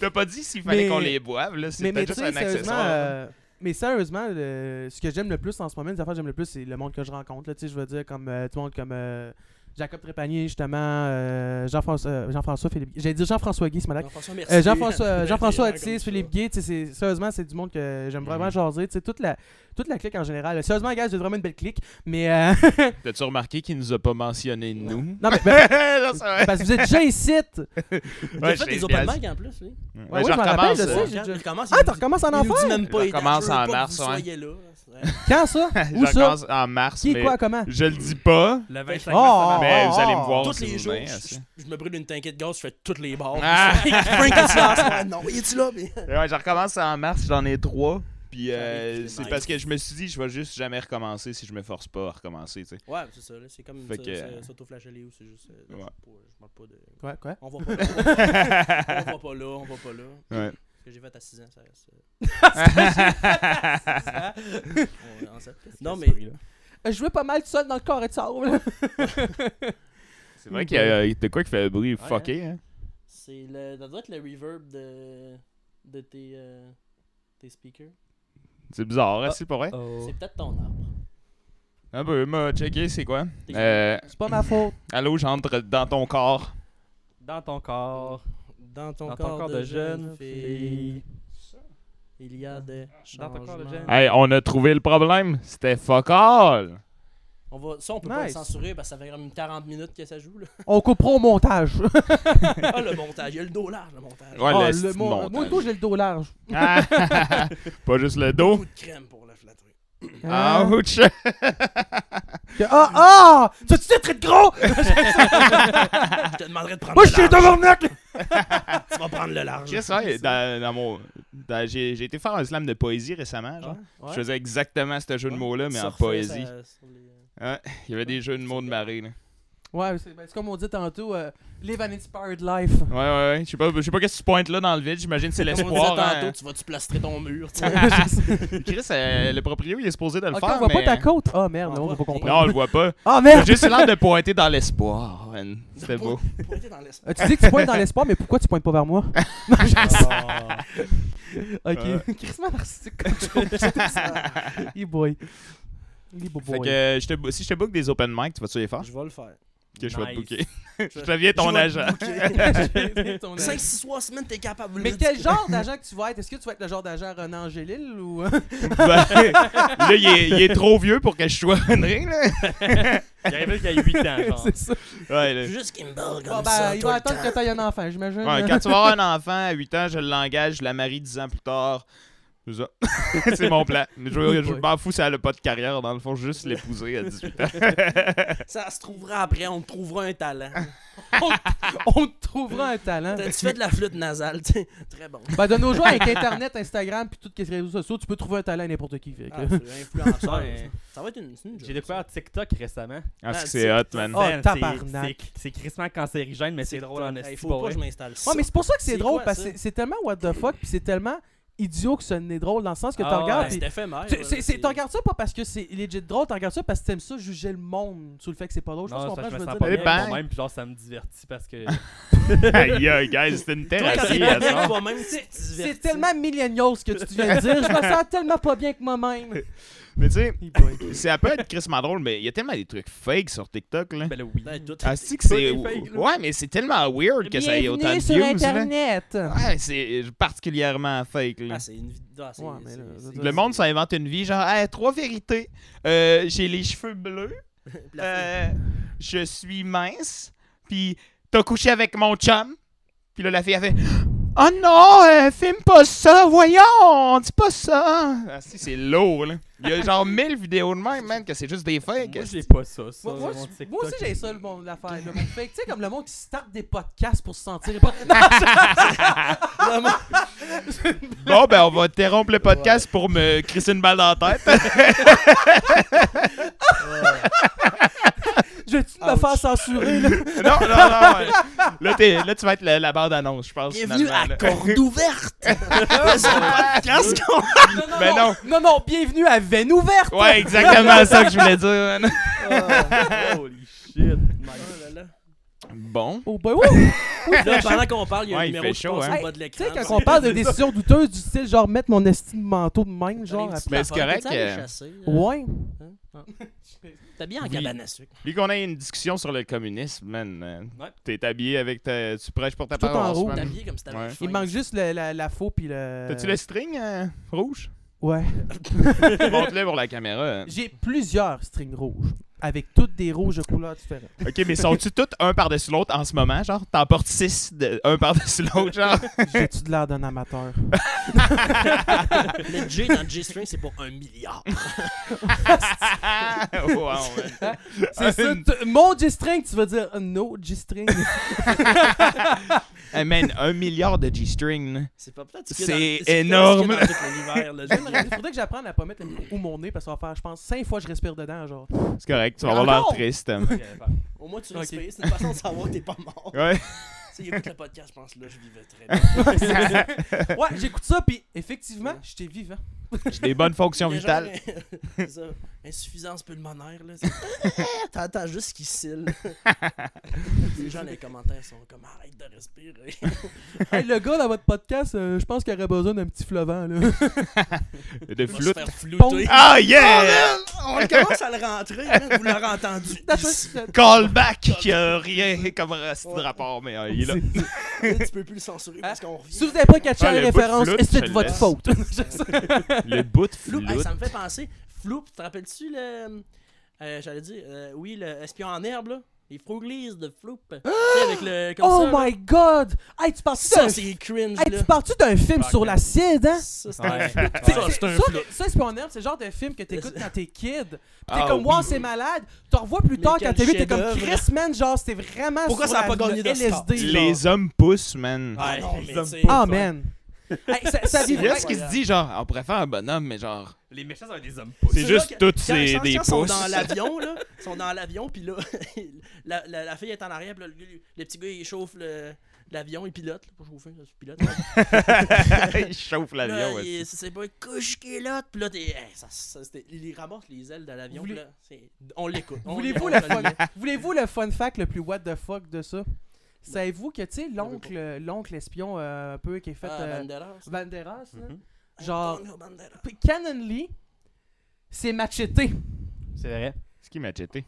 T'as pas dit s'il fallait
Mais-
qu'on les boive, là.
mais,
C'était
mais tu
juste
sais,
un
sérieusement,
accessoire.
euh, mais sérieusement, le- ce que j'aime le plus en ce moment, les affaires que j'aime le plus, c'est le monde que je rencontre. là, Tu sais, je veux dire, comme euh, tout le monde comme euh, Jacob Trépanier, justement, euh, Jean-François, euh, Jean-François Philippe. J'allais dire Jean-François Guy ce malade.
Jean-François, merci.
Euh, Jean-François, euh,
Merci,
Jean-François
des gens comme
Otis,
ça.
Philippe Guy, tu sais, c'est- sérieusement, c'est du monde que j'aime vraiment
Mhm.
jaser. tu sais, Toute la, toute la clique en général. Sérieusement, gars, j'ai vraiment une belle clique. Mais. euh,
T'as-tu remarqué qu'il nous a pas mentionné nous?
non, mais. ben,
Non, c'est vrai.
parce que vous êtes déjà ici.
Il
Ouais,
a fait
je sais,
des open
bien.
mic en plus,
Ouais,
lui.
Ouais,
je
ouais, je m'en rappelle,
recommence.
je
euh,
sais. j'ai
Quand-
déjà-
il commence,
Ah,
il
t'en
nous dit-
recommences en
il nous
affaires?
dit même pas
Je
les dates,
recommence
je veux
en
pas que
mars,
vous
ouais.
soyez là. Ouais.
Quand ça
Je
Où ça
recommence en mars,
Qui,
mais
quoi, comment
je le dis pas.
Le 25
Oh,
mars,
Mais
oh,
vous allez me
oh.
voir.
Tous
si
les
vous
jours,
venez, hein,
je,
aussi.
je me brûle une tanquette de gaz, je fais toutes les barres.
Ah!
Frank est silence. Non, il est-tu là? Mais...
Et ouais, je recommence en mars, j'en ai trois. Puis euh,
J'en ai
c'est
nice.
parce que je me suis dit, je vais juste jamais recommencer si je me force pas à recommencer. tu sais.
Ouais, c'est ça. là, C'est comme
Fait
ça,
que- euh,
ça- s'auto-flageller ou c'est juste. euh,
Ouais.
non, Je ne parle pas de.
Quoi, quoi
On va pas là. on va pas là, on va pas là.
Ouais.
Ce que j'ai fait à 6 ans, ça reste. euh, on- on sait. Non, mais.
Euh, Je jouais pas mal tout seul dans le corps et de sable. là.
C'est vrai qu'il y a euh, de quoi qui fait le bruit
hein.
fucké. Hein?
C'est le. Ça doit être le reverb de. de tes. euh, tes speakers.
C'est bizarre, hein, c'est pas
Ah.
vrai.
C'est peut-être ton arbre.
Un peu, m'a checké, c'est quoi
T'es-
Euh,
C'est pas ma faute.
Allô, j'entre dans ton corps.
Dans ton corps.
Dans ton,
Dans
corps, de, jeune fille.
fille.
Il y a des.
Dans ton corps de
changements.
jeune.
Hey, on a trouvé le problème. C'était fuck all.
On va... Ça, on peut pas le
Nice.
censurer parce que ça fait comme 40 minutes que ça joue. Là.
On coupera au montage.
ah, le montage. Il y a le dos large, le montage.
Ouais,
Ah,
le,
le
petit
mon-
montage.
Moi, le dos, j'ai le dos large.
Ah, pas juste le dos.
Beaucoup de crème pour le flatter.
Ah,
Hein?
ouch.
Que- Ah, ah! Tu tu t'es traité de gros?
Ah, je te demanderais de prendre
Moi,
le
je suis un
large.
tabarnak!
Tu vas prendre le large.
Chris, ouais, dans, dans mon. dans- J'ai j'ai été faire un slam de poésie récemment, genre.
Ah,
Je faisais exactement ce jeu de mots-là, mais en
Surfer,
poésie.
ça, sur les-
Il y avait des jeux de mots de marée, là.
Ouais, c'est ben, c'est comme on dit tantôt, euh, live an inspired life.
Ouais, ouais, ouais. Je sais pas, je sais pas qu'est-ce que tu pointes là dans le vide. J'imagine que c'est
Comme on disait
l'espoir.
tantôt,
hein.
tu vas-tu plastrer ton mur. tu sais.
Chris, euh, le proprio, il est supposé de le
Ok,
faire.
on voit
mais...
pas ta côte. Ah, merde,
On
non, on
voit
va pas
rien.
comprendre.
Non, on le voit pas.
Ah,
J'ai
merde!
juste l'air de pointer dans l'espoir, man. C'était
De
beau.
Pointer dans l'espace.
Euh, tu dis que tu pointes dans l'espoir, mais pourquoi tu pointes pas vers moi? Non, je-
Euh.
ok. Crissement narcissique comme chose. Hey boy. Hey boy.
Fait que euh, je te bou- si je te book des open mic, tu vas-tu les faire?
Je vais le faire.
Que je vais te booker. Je
Je-
deviens ton agent.
5, 6 soirs semaine, t'es capable. de le
Mais
dire.
quel genre d'agent que tu vas être? Est-ce que tu vas être le genre d'agent Renan Angélil ou. euh,
Ben, là, il est, il est trop vieux pour que je sois Henry, là.
Il arrive qu'il y a 8 ans, genre.
C'est ça.
Ouais, là.
Juste qu'il me parle comme
Bon,
Ah, ça.
ben, il va
tout le
attendre que
temps.
t'aies un enfant, j'imagine.
Ouais, quand tu vas avoir un enfant à 8 ans, je l'engage, je la marie 10 ans plus tard. C'est ça. c'est mon plan. Mais Je, je m'en fous si elle a pas de carrière. Dans le fond, juste l'épouser à 18 ans.
Ça se trouvera après, on te trouvera un talent.
On te trouvera un talent.
tu fais de la flûte nasale, tu sais. Très bon.
Ben, de nos jours, avec Internet, Instagram, puis toutes les réseaux sociaux, tu peux trouver un talent à n'importe qui. fait que-
Ah, c'est influenceur.
Ouais.
ça. Ça va être une. c'est une
J'ai
joke,
découvert TikTok récemment.
Ah, c'est que
c'est-
c'est hot, man.
Oh,
Man, c'est-
tabarnak.
c'est- C'est crissement cancérigène, mais c'est
TikTok.
drôle en
Hey,
esti.
Faut
pour
pas que
vrai.
je m'installe. ça.
Ouais, mais c'est pour ça que c'est
C'est
drôle,
quoi,
parce
ça?
que c'est- c'est tellement what the fuck, puis c'est tellement idiot que ce n'est drôle, dans le sens que tu
Ah
regardes.
Ouais,
puis
ouais.
C'est éphémère.
tu-
ouais,
c'est-
là,
c'est- t'en regardes ça pas parce que c'est legit drôle, t'en regardes ça parce que t'aimes ça juger le monde sur le fait que c'est pas drôle. Je pense
Non,
qu'on
ça,
prend,
je me
veux
sens
dire,
pas
de-
bien
Ben.
pour moi-même, puis genre, ça me divertit parce que.
Aïe, aïe, guys, c'est une
Toi, quand t'es
thérapie, à
avec
ça.
toi-même, hein. tu te divertis.
C'est tellement millennial ce que tu viens de dire, je me sens tellement pas bien que moi-même.
Mais tu sais,
Hey boy.
c'est un peu être crissement drôle, mais il y a tellement des trucs fake sur TikTok, là.
ben là, oui.
Ben, tout-
Ah, c'est que c'est.
tout est fake, là.
Ouais, mais c'est tellement weird que ça ait autant de
Bienvenue sur
views, là.
Internet.
Ouais, c'est euh, particulièrement fake, là.
Ah, c'est une vie. ah, c'est-
Ouais, mais
c'est-
là,
c'est-
ça-
Le monde s'invente une vie, genre, Hey, trois vérités. Euh, j'ai les cheveux bleus.
La-
Euh, je suis mince, puis t'as couché avec mon chum. Puis là, la fille, elle fait Oh non, euh, filme pas ça, voyons, dis pas ça. Ah, si, c'est lourd, là. Il y a genre 1000 vidéos de même, man, que c'est juste des fakes.
Moi, j'ai pas ça. ça
Moi, moi,
mon
je-
TikTok.
moi aussi j'ai ça le monde l'affaire le monde fake tu sais comme le monde qui starte des podcasts pour se sentir pas Ah,
Bon, ben, on va interrompre le podcast pour me crisser une balle dans la tête.
je vais me
Ouch.
faire censurer là?
non, non, non. ouais. Là, t'es- là, tu vas être la, la bande-annonce, je pense.
Bienvenue
finalement,
à
là.
Corde Ouverte! Le seul podcast qu'on-
non non,
Ben
non non non bienvenue à veine ouverte
Ouais, exactement ça que je voulais dire, man.
Holy shit.
Oh là là.
bon.
Oh, ben oui!
Là, pendant qu'on parle, il y a un
Ouais, il
numéro
fait
qui
chaud,
passe
hein.
en bas de
Tu
l'écran.
sais, quand on parle de décisions douteuses du style, genre mettre mon estime manteau de même, genre.
T'as
après-
Mais c'est correct, euh,
Ouais.
Hein? Ah. T'as bien en
Oui.
cabane à sucre.
Puis qu'on ait une discussion sur le communisme, man. euh,
Ouais.
T'es habillé avec ta. Tu prêches pour ta
Tout en
paroisse,
rouge.
man.
T'as bien comme si t'avais
Ouais.
faim.
Il manque juste le- la, la faux pis le.
T'as-tu le string euh, rouge?
Ouais.
Montre-le pour la caméra.
J'ai plusieurs strings rouges. Avec toutes des rouges de couleurs différentes.
Ok, mais sont-tu toutes un par-dessus l'autre en ce moment? Genre, t'en portes six de- un par-dessus l'autre, genre?
J'ai-tu de l'air d'un amateur?
Le J dans le J-string, c'est pour un milliard.
wow, man.
C'est ça, t- mon G-string, tu vas dire euh, no G-string.
Hey, man, un milliard de G-string. là.
C'est pas peut-être
C'est énorme.
Il faudrait que j'apprenne à pas mettre le micro où mon nez parce que ça va faire, je pense, 5 fois que je respire dedans, genre.
C'est correct, tu vas avoir l'air
Encore?
triste.
Au moins, tu
Ok.
respires. C'est une façon de savoir que t'es pas mort.
Ouais.
Si écoute le podcast, je pense là, je vivais très bien.
Ouais, j'écoute ça, puis effectivement, j'étais vivant.
J'ai des bonnes fonctions
Les gens,
vitales.
c'est ça. Insuffisance pulmonaire, là. C'est- T'entends juste qu'ils cille. Les gens dans les commentaires sont comme arrête de respirer.
Hey, le gars dans votre podcast, euh, je pense qu'il aurait besoin d'un petit flovent, là.
De
On va se
flûte.
faire flouter.
Ah, yeah!
On commence à le rentrer, man. vous l'aurez entendu. ici.
Callback qui a rien comme reste de
Ouais.
rapport, mais euh, il est là.
Là, tu peux plus le censurer
Hein?
parce qu'on revient.
Si vous n'avez pas catché
Ah,
la
le bout de
référence,
flûte,
c'est
je
de
le
votre
laisse.
faute.
Le bout de
Flou,
flûte.
hey, ça me fait penser. Flou, te rappelles-tu le. euh, J'allais dire, euh, oui, le espion en herbe, là. Les Froglies de Floop. Tu sais, avec le. Comme
oh
ça, là. Ah,
my god! Hey, tu parles-tu d'un,
Ça, c'est cringe,
Hey,
là.
tu parles-tu d'un film
Fuck,
sur
man.
l'acide, hein?
Ça, c'est
Ouais.
un flou.
Ouais.
T'sais,
Ça,
c'est-
c'est un
ça,
flou.
le- ça, c'est pas en herbe, c'est le genre de film que t'écoutes quand t'es kid. Pis t'es
Ah,
comme,
oui.
wow, c'est malade. T'en revois plus
Mais
tard
quel
quand t'es vu, t'es comme,
chef-d'œuvre.
Chris, man, genre, c'était vraiment.
Pourquoi
sur
ça a
la-
pas gagné
le
d'Oscar?
LSD, genre.
Les hommes poussent, man.
Ah, non, mais
Ils aiment
t'sais,
Ah,
pas ça.
man. Hey, ça, ça
Il
C'est
y a
vivrait-
ce qui se dit, genre, on préfère un bonhomme, mais genre.
Les méchants sont des hommes
C'est
poussés.
Ceux-là,
juste
que-
toutes
quand
ces-
les
des
chansons sont
pouces.
dans l'avion, là. Ils sont dans l'avion, puis là, la, la, la fille est en arrière, puis là, le, gars- le petit gars, il chauffe le- L'avion, il pilote, là, pas chauffer, là, il pilote.
il chauffe l'avion.
Là,
ouais.
il- c'est- c'est pas une couche qui est là, puis là, t'es. hey, ça, ça, c'était- il ramasse les ailes de l'avion,
Voulez-
puis là, c'est- on l'écoute. on
Voulez-vous
l'écoute,
le,
on
fun...
l'écoute.
Voulez-vous le fun fact le plus what the fuck de ça? Savez-vous que, tu sais, l'oncle, l'oncle espion euh, un peu qui est fait
Ah,
euh,
Banderas.
Banderas, là,
Mhm.
genre-
Antonio Banderas.
Puis Canon Lee, c'est macheté.
C'est vrai.
Ce qui m'a jeté.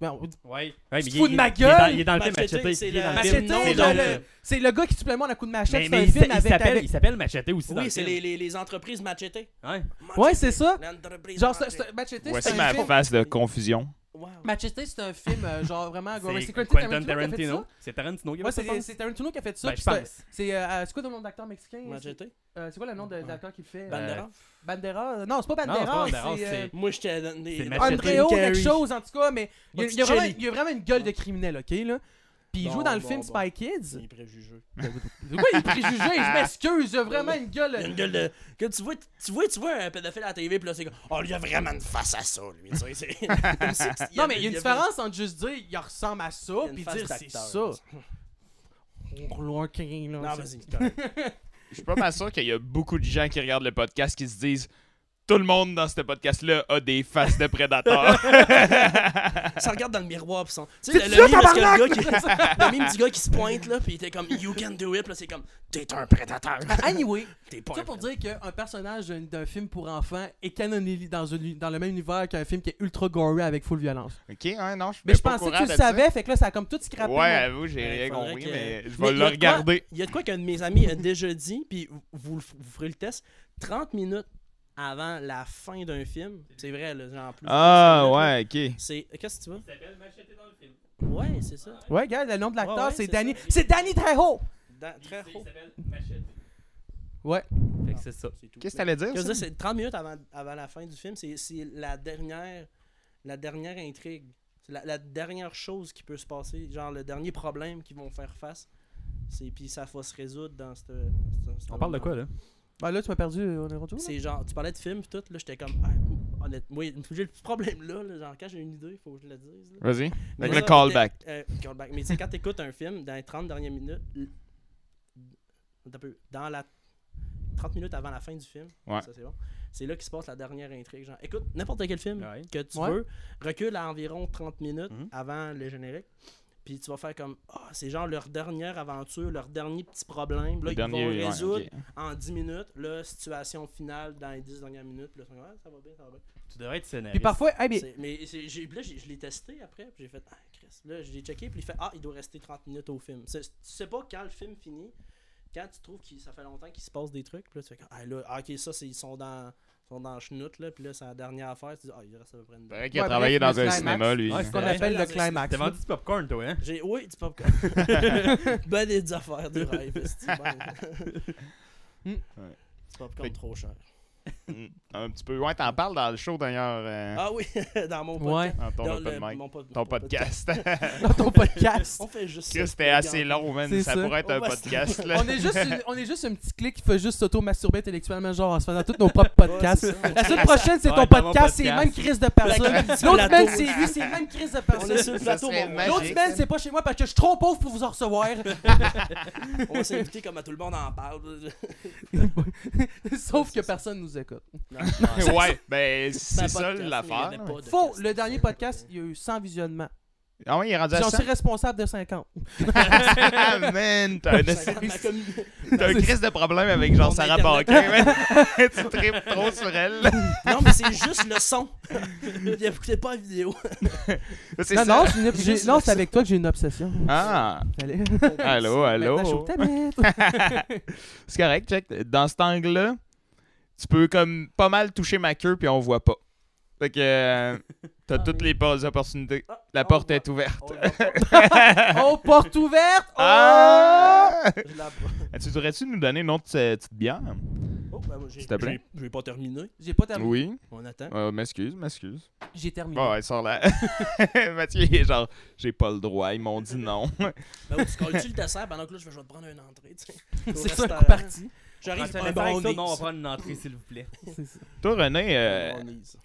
Ben, on-
Ouais. ouais
Tu te
il-
fous de
il-
ma
il est dans-
gueule?
Il est dans le film
Machete,
Machete.
c'est
il est
la-
dans le
Machete,
film.
Machete,
Ah, C'est
c'est
le-
l'oncle.
l'oncle.
le- c'est le gars qui supplée à coup de machette.
Mais,
c'est
mais
un
il
film
s'a- il
avec.
s'appelle,
avec-
il s'appelle Machete aussi dans
Oui,
le
c'est
film.
les, les, les entreprises machetées.
Ouais.
Ouais, c'est ça.
L'entreprise
Genre, c'est-
machetée.
c'est- Machete, c'est
Voici
un
ma
film.
face de confusion.
Wow.
Machete, c'est un film, euh, genre vraiment. gore.
C'est
Quentin
Quentin
qui a fait
Tarantino.
ça?
C'est Tarantino qui a
Ouais,
fait ça,
c'est-
je
c'est Tarantino qui a fait ça.
Ben,
puis
je
c'est-
pense.
C'est euh, euh, c'est quoi le nom d'acteur mexicain
Machetée?
Euh, C'est quoi le nom de- d'acteur qui le fait
Ben-
euh,
Banderas?
Bandera euh, Non, c'est pas
Non, c'est pas
Bandera.
Banderas,
C'est euh,
c'est-
Moi, j'étais dans des.
C'est
dans
Machete.
des-
Andreo,
Jim Carrey.
quelque chose, en tout cas. Mais il y a- il y a vraiment-
Botticelli.
il y a vraiment une gueule de criminel, ok, là. Puis il joue
Bon,
dans le
bon,
film
bon.
Spy Kids.
Mes préjugés.
Ben Oui, il est préjugé, je m'excuse, il a vraiment une
Il y a
gueule.
une gueule de. Que tu vois, tu vois, tu vois un pédophile à la TV, puis là, c'est comme. Oh, lui, il a vraiment une face à ça, lui. Tu sais, c'est. comme si que-
Non, mais il y a une
avait-
différence entre juste dire il ressemble à ça,
il y a une
puis
face
dire c'est
d'acteur.
ça. On roule un crin, là.
Non,
c'est-
vas-y. correct.
Je suis pas mal sûr qu'il y a beaucoup de gens qui regardent le podcast qui se disent Tout le monde dans ce podcast-là a des faces de prédateurs.
Ça regarde dans le miroir, pis son. Tu
C'est
sais, le,
ça,
le mime, parce que
tabarnak!
le gars qui. le mime du gars qui se pointe, là, puis il était comme. You can do it, puis là, c'est comme. T'es un prédateur.
Bah, Anyway,
T'es pas
ça
un
pour dire qu'un personnage d'un- d'un film pour enfants est canonisé dans, une- dans le même univers qu'un film qui est ultra gory avec full violence.
ok, hein, non, je suis
Mais je
pas au
pensais que
courant
tu
de
le
ça.
savais, fait que là, ça a comme tout scrappé.
Ouais,
mon-
avoue, j'ai
Ouais,
rien
faudrait
compris,
que-
mais je vais
Mais il y
le
a de quoi-
regarder.
Il y a de quoi qu'un de mes amis a déjà dit, puis vous- vous, le f- vous ferez le test, 30 minutes avant la fin d'un film. C'est vrai, là, genre en plus. de 30
Ah,
minutes, là,
ouais, ok.
C'est. Qu'est-ce que tu veux?
s'appelle Machete dans le film.
Ouais, c'est ça.
Ouais, regarde, le nom de l'acteur,
Ouais, ouais,
c'est
c'est
Danny.
ça.
C'est Danny Trejo!
Dans- très haut.
s'appelle Machete.
Ouais.
Fait que c'est ça.
C'est tout.
Qu'est-ce que t'allais dire?
Je veux
ça?
dire, c'est 30 minutes avant, avant la fin du film, c'est c'est la dernière, la dernière intrigue. C'est la, la dernière chose qui peut se passer, genre le dernier problème qu'ils vont faire face. C'est puis ça va se résoudre dans cette. cette-
On parle de quoi, là?
Ben là, tu m'as perdu, euh, on est rendu où, là?
C'est genre, tu parlais de film pis tout, là, j'étais comme, ah, honnêtement, oui, j'ai le petit problème là, là, genre quand j'ai une idée, faut que je le dise. là.
Vas-y.
Mais
Avec le
ça,
callback.
t'es- euh, callback. Mais tu sais, quand t'écoutes un film, dans les 30 dernières minutes, l- attends un peu, dans la 30 minutes avant la fin du film,
Ouais.
ça c'est bon, c'est là qu'il se passe la dernière intrigue. Genre, écoute n'importe quel film
Ouais.
que tu
Ouais.
veux, recule à environ 30 minutes
Mhm.
avant le générique, Puis tu vas faire comme, ah, c'est genre leur dernière aventure, leur dernier petit problème. Là,
Le
ils
dernier, ouais,
vont résoudre
ok.
en 10 minutes, la situation finale dans les 10 dernières minutes. Puis là, ils sont comme, Ah, ça va bien, ça va bien.
Tu devrais être scénariste.
Puis parfois, hey, mais
C'est- Mais c'est- j'ai- là, j'ai- je l'ai testé après, puis j'ai fait Ah, Chris. Là, je l'ai checké, puis il fait Ah, il doit rester 30 minutes au film. C'est- Tu sais pas quand le film finit, quand tu trouves que ça fait longtemps qu'il se passe des trucs, puis là, tu fais comme, Ah, là, ah, ok, ça, c'est- ils sont dans, ils sont dans chenoute, là, puis là, c'est la dernière affaire, tu dis Ah, il reste à peu près une
Il paraît qu'il a
Ouais,
travaillé
bref,
dans
le
un
climax.
cinéma, lui.
Ouais,
ce qu'on appelle le climax.
T'as vendu du popcorn, toi, hein?
J'ai, oui, du popcorn. ben des affaires de rêve, c'est
Hmm.
Du popcorn
Fait-
trop cher.
Mm. Un petit peu. Ouais, t'en parles dans le show, d'ailleurs. euh,
Ah oui, dans mon
Ouais.
podcast.
dans ton
Dans
open
le-
mic.
mon pod-
Ton
mon
podcast.
dans ton podcast.
On fait juste
Chris,
ça.
c'était assez long, man.
C'est
Ça
ça.
pourrait être
On
un
va se-
podcast, là.
on, est juste une- on est juste un petit clic qui fait juste s'auto-masturber intellectuellement, genre en se faisant tous nos propres podcasts.
Ouais, c'est ça.
La semaine prochaine, c'est
Ouais,
ton
dans mon
podcast, c'est les
podcast.
mêmes crises de personnes.
La
L'autre
crise du
semaine,
plateau.
c'est lui, c'est les mêmes crises de
On est sur
personnes.
le
Ça
plateau,
serait
mon-
magique.
L'autre semaine, c'est pas chez moi parce que je suis trop pauvre pour vous en recevoir.
On va s'inviter comme à tout le monde en parle.
Sauf que personne nous écoute.
ouais, ben, c'est
un
ça
podcast, mais il y
l'affaire.
avait pas de
Faux,
cast.
le dernier podcast, il y a eu 100 visionnements.
Ah ouais, il est rendu à
J'en
100.
suis responsable de 50.
Ah, man, t'as un,
Ça rentre dans la commu-
t'as un crise de problème avec genre
Mon
Sarah
Internet.
Paquin, man. tu tripes trop sur elle.
Non, mais c'est juste le son. N'écoutez pas la vidéo.
C'est
Non,
ça.
non, c'est une- j'ai-
Juste
non,
le
c'est avec toi que j'ai une obsession.
Ah,
Fallait-
allô,
Maintenant, je suis
allô.
aux tablettes.
C'est correct, check. Dans cet angle-là, tu peux comme pas mal toucher ma queue puis on voit pas. Fait que euh, t'as toutes les pas- les opportunités.
Ah,
La
on
porte
va-
est ouverte.
on va pas.
Oh, porte ouverte! Oh!
Ah!
Je la-
Tu voudrais-tu nous donner une autre euh, petite bière?
Oh, ben, moi, j'ai-
S'il te plaît.
j'ai- Je vais pas terminer.
J'ai pas terminé.
Oui.
On attend.
Euh, m'excuse, m'excuse.
J'ai terminé.
Bon, ouais, sort la... Mathieu, il est genre, j'ai pas le droit. Ils m'ont dit non.
Ben, oui, tu colles-tu le dessert? Ben, donc là, je vais je vais te prendre une entrée. tu sais. Au
C'est ça, Ah,
restaurant.
coup parti.
J'arrive
Prends-tu un
pas
dessert avec ça? Non, on va
bon
prendre une entrée, s'il vous plaît.
C'est ça.
Toi, René, euh,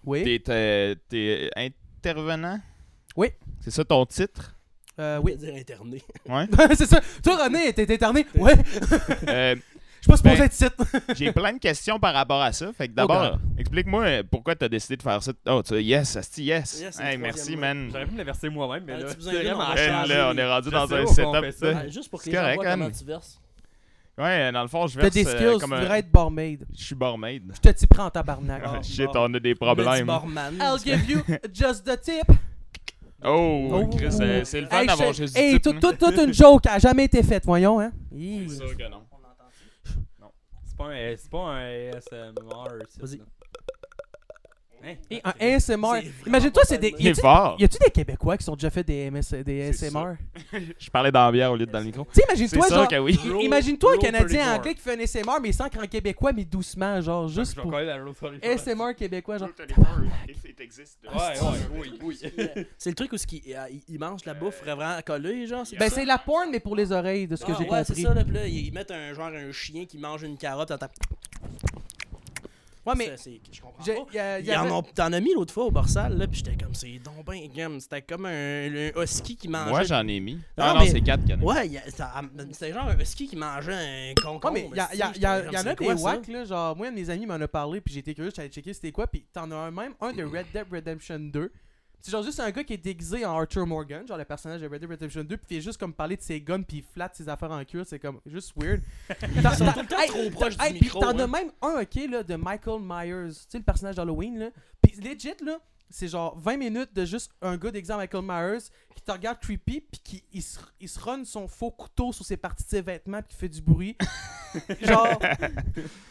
Oui.
t'es, euh, t'es intervenant?
Oui.
C'est ça ton titre?
Euh,
Oui,
oui.
dire interné.
Ouais.
c'est ça. Toi, René, t'es interné. Ouais.
Euh,
Je suis pas supposé
Ben-
être site.
J'ai plein de questions par rapport à ça. Fait que d'abord, explique-moi euh, pourquoi t'as décidé de faire ça. Oh, tu yes, asti, yes.
Yes, c'est
hey,
le
merci,
troisième
man.
J'aurais pu me la verser moi-même, mais
Ah,
là,
tu besoin
c'est
d'une, on
vraiment
va
Hey,
changer.
là, on est rendu
Je
dans
sais
un
pas pourquoi on
setup.
fait ça.
là.
Ah, juste pour que
C'est
les gens
correct, hein,
voient
Anne.
comment tu verses.
Ouais, dans le fond, je
T'as
verse
des
euh,
skills, tu
comme un-
devrais être barmaid.
Je suis barmaid. Oh,
Je te t'y prends en tabarnak.
Ah,
Shit,
bon.
on a des
Le
problèmes.
barman.
I'll give you just the tip.
Oh,
Oh.
Chris, euh, c'est le fun
Hey,
d'avoir
je-
juste hein.
hey,
dit
tout- tout- toute une joke a jamais été faite, voyons, hein. Hi.
C'est sûr que non.
C'est pas un, c'est pas un ASMR, ça,
Vas-y.
là. Hein?
Et un ASMR.
C'est
Imagine-toi, c'est des.
vraiment
Il est
y a-tu-
fort.
Y a-tu des Québécois qui sont déjà fait des, MS, des
C'est
ASMR?
Je parlais dans la bière au lieu de dans le micro.
Tu sais,
C'est
imagine-toi,
sûr
genre.
que oui.
Roll-
Imagine-toi un
roll
Canadien
34.
anglais qui fait un ASMR, mais sans qu'en Québécois, mais doucement, genre,
Je
juste
vais
pour.
coller la roll 34.
ASMR québécois, genre.
Ouais, ouais, oui, oui.
C'est le truc où ce qui- euh, il, il mange la bouffe vraiment collée, genre. c'est
Ben,
ça?
c'est la porn, mais pour les oreilles, de ce que
Ah,
j'ai
ouais, c'est
compris.
ça, là. Puis là, ils ils mettent un genre un chien qui mange une carotte. T'entends.
Ouais, Ah, mais.
Ça, c'est- je comprends
j'ai-
pas.
y a- y
Ils en
avait-
ont- T'en as mis l'autre fois au Borsal, là, puis j'étais comme, c'est donc ben gum. C'était comme un, un husky qui mangeait.
Moi, j'en ai mis. Ah non,
mais-
c'est 4 canards.
Ouais, il y a- ça- ah, c'était genre un husky qui mangeait un concombre.
Ouais, mais y, a- y, a- y, a- y en a des wack, là. Genre, moi, un de mes amis m'en a parlé, puis j'étais curieux, j'allais checker c'était quoi, puis t'en as un même, un de Red Dead Redemption 2. C'est genre juste un gars qui est déguisé en Arthur Morgan, genre le personnage de Red Dead Redemption 2, puis il fait juste comme parler de ses guns, puis il flatte ses affaires en cuir, c'est comme juste weird. T'en-
sont
t'en-
tout le temps
hey,
trop proches du
hey, puis
micro,
T'en as
hein.
même un, ok, là, de Michael Myers, tu sais, le personnage d'Halloween, là. Puis legit, là, c'est genre 20 minutes de juste un gars déguisé en Michael Myers qui te regarde creepy, puis qui il se, il se run son faux couteau sur ses parties de ses vêtements, puis qui fait du bruit. genre,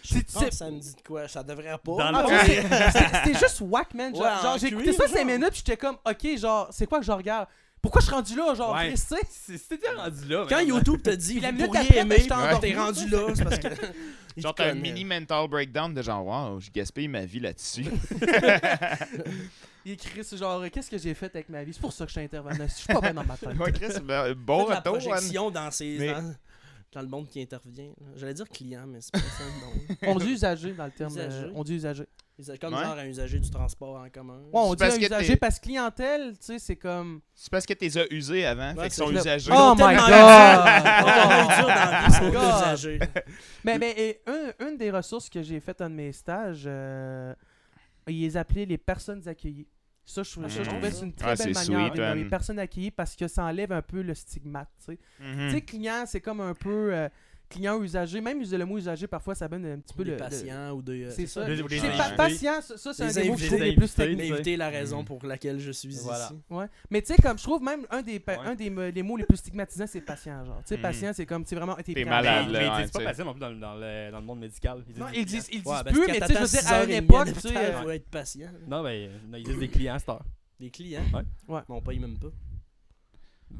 c'est-
Tu sais,
c'est-
ça me dit de quoi Ça devrait pas.
Dans
ah,
le-
mais c'est- c'est- c'était juste whack, man. Genre,
Ouais,
genre,
en
j'ai
cuir,
écouté ça 5
genre.
minutes, puis j'étais comme, ok, genre, c'est quoi que je regarde Pourquoi je suis rendu là, genre,
Ouais.
Chris, tu sais?
C'est- C'était rendu là,
Quand
vraiment.
YouTube te dit,
Puis la
vous
minute
pourriez
d'après, ben,
aimer,
j'étais
encore-
t'es rendu là, c'est euh, parce que. Il
Genre,
te
t'as un
euh,
connaît.
mini mental breakdown de genre, wow, je gaspille ma vie là-dessus.
Il écrit ce genre, euh, qu'est-ce que j'ai fait avec ma vie? C'est pour ça que je suis intervenant. Je suis pas bien dans ma tête.
Ouais, Chris, ben, bon
Faites la
retour, Anne.
projection dans ces.
Mais-
Dans, dans le monde qui intervient. là. J'allais dire client, mais c'est pas ça le nom.
On dit usagé dans le terme. euh,
Usagé.
on dit usagé.
C'est comme
Ouais.
genre un usager du transport en commun.
Ouais,
C'est
on dit
parce
un
que
usagé
t'es-
parce que clientèle, tu sais, c'est comme.
C'est parce que t'es as usés avant,
Ouais,
fait qu'ils
c'est
sont
ça.
usagés.
Oh
Ils ont
my
tellement-
God! Oh
Quand on a eu dur dans la vie, c'est
God!
usager.
Mais, mais et un- une des ressources que j'ai faites dans mes stages, euh, ils les appelaient les personnes accueillies. Ça, je, ça, je
Mhm.
trouvais que c'est une très
Ah,
belle
c'est
manière
sweet,
de- de les
man.
personnes accueillies parce que ça enlève un peu le stigmate. Tu sais,
Mhm.
Tu sais, client, c'est comme un peu euh, client usager. Même user- le mot usager, parfois, ça donne un petit peu
Des
le. le-
patients ou des. euh,
C'est ça.
Des- des
C'est pa-
invités.
patient, ça, ça, c'est
Des
un des mots que je trouve
invités.
les plus
Des
ça.
invités.
techniques.
M'inviter la raison pour laquelle je suis
Voilà.
ici.
Ouais. Mais tu sais, comme je trouve même un des, pa-
Ouais.
un des me- les mots les plus stigmatisants, c'est patient. Genre, tu sais,
Mhm.
patient, c'est comme, tu sais, vraiment, t'es
T'es
prêt à-
malade,
Mais,
là,
mais
ouais,
ils disent
tu
pas
sais.
patient non plus dans, le- dans le, dans le monde médical. ben, Ils disent
Non,
des
ils
clients.
disent, ils disent
Ouais, parce
plus,
que
mais tu sais,
t'attends
je veux dire,
six
à
heures
une
et demie
époque, tu sais.
l'hôpital,
euh,
faut être patient.
Non, mais euh, non, ils disent des clients, Star.
Des clients.
Ouais.
Ouais.
Mais on paye même pas.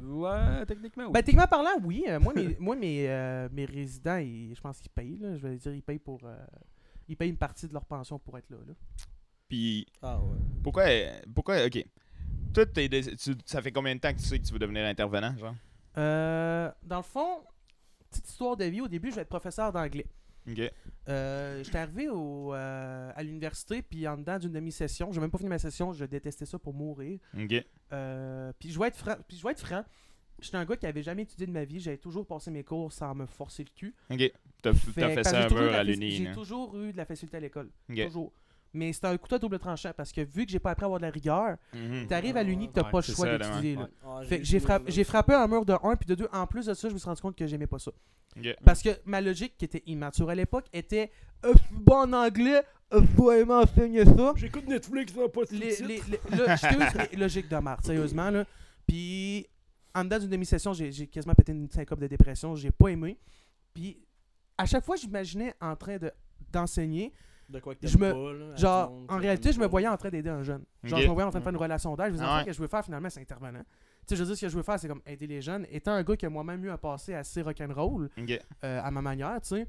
Ouais, techniquement, oui.
Ben, techniquement parlant, oui. Euh, moi, mes, moi, mes, euh, mes résidents, ils- je pense qu'ils payent. Là. Je vais dire, ils payent pour. euh, ils payent une partie de leur pension pour être là. là.
Puis
Ah ouais.
pourquoi, pourquoi, ok. Toi, t'es dé- tu- ça fait combien de temps que tu sais que tu veux devenir intervenant, genre?
Euh, dans le fond, petite histoire de vie. Au début, je vais être professeur d'anglais.
Ok.
Euh, J'étais arrivé au, euh, à l'université, puis en dedans d'une demi-session, j'ai même pas fini ma session, je détestais ça pour mourir.
Ok.
Euh, puis je vais être franc. Puis je vais être franc. J'étais un gars qui avait jamais étudié de ma vie, j'avais toujours passé mes cours sans me forcer le cul.
Ok. T'as f- t'as
Fait-
fait
parce que
ça
j'ai
un
toujours eu
mur
de la
à
faci-
l'uni,
J'ai
là.
toujours eu de la
hein.
facilité à l'école.
Ok.
Toujours. Mais c'est un couteau à double tranchant parce que vu que j'ai pas appris à avoir de la rigueur,
Mhm.
t'arrives à l'uni, t'as
Ouais,
pas le
c'est
choix
ça, là,
d'étudier.
ouais.
là.
Ouais.
Ah,
Fait que j'ai
joué
frappé,
au-
j'ai frappé un mur de 1 puis de 2. En plus de ça, je me suis rendu compte que j'aimais pas ça.
Mhm. Ok.
Parce que ma logique, qui était immature à l'époque, était Euh, bon en anglais, euh, faut aimer enseigner ça.
J'écoute Netflix, là, pas de
Les,
sous-titres.
les- les- là, je t'ai eu une logique de marde, sérieusement. Là. Puis, en dedans d'une demi-session, j'ai j'ai quasiment pété une syncope de dépression. J'ai pas aimé. Puis, à chaque fois, j'imaginais en train de- d'enseigner.
De quoi que
Je
t'aimes
me-
pas, là, à
Genre,
tout le monde,
en
ça
réalité,
t'aime
je me
pas.
voyais en train d'aider un jeune. Genre,
Ok.
je me voyais en train de faire une relation d'aide. Je me disais,
Ah
en
ouais.
fait, que je veux faire finalement, c'est intervenant. Tu sais, je veux dire, ce que je veux faire, c'est comme aider les jeunes. Étant un gars qui a moi-même eu un passé assez rock'n'roll,
Ok.
euh, à ma manière, tu sais,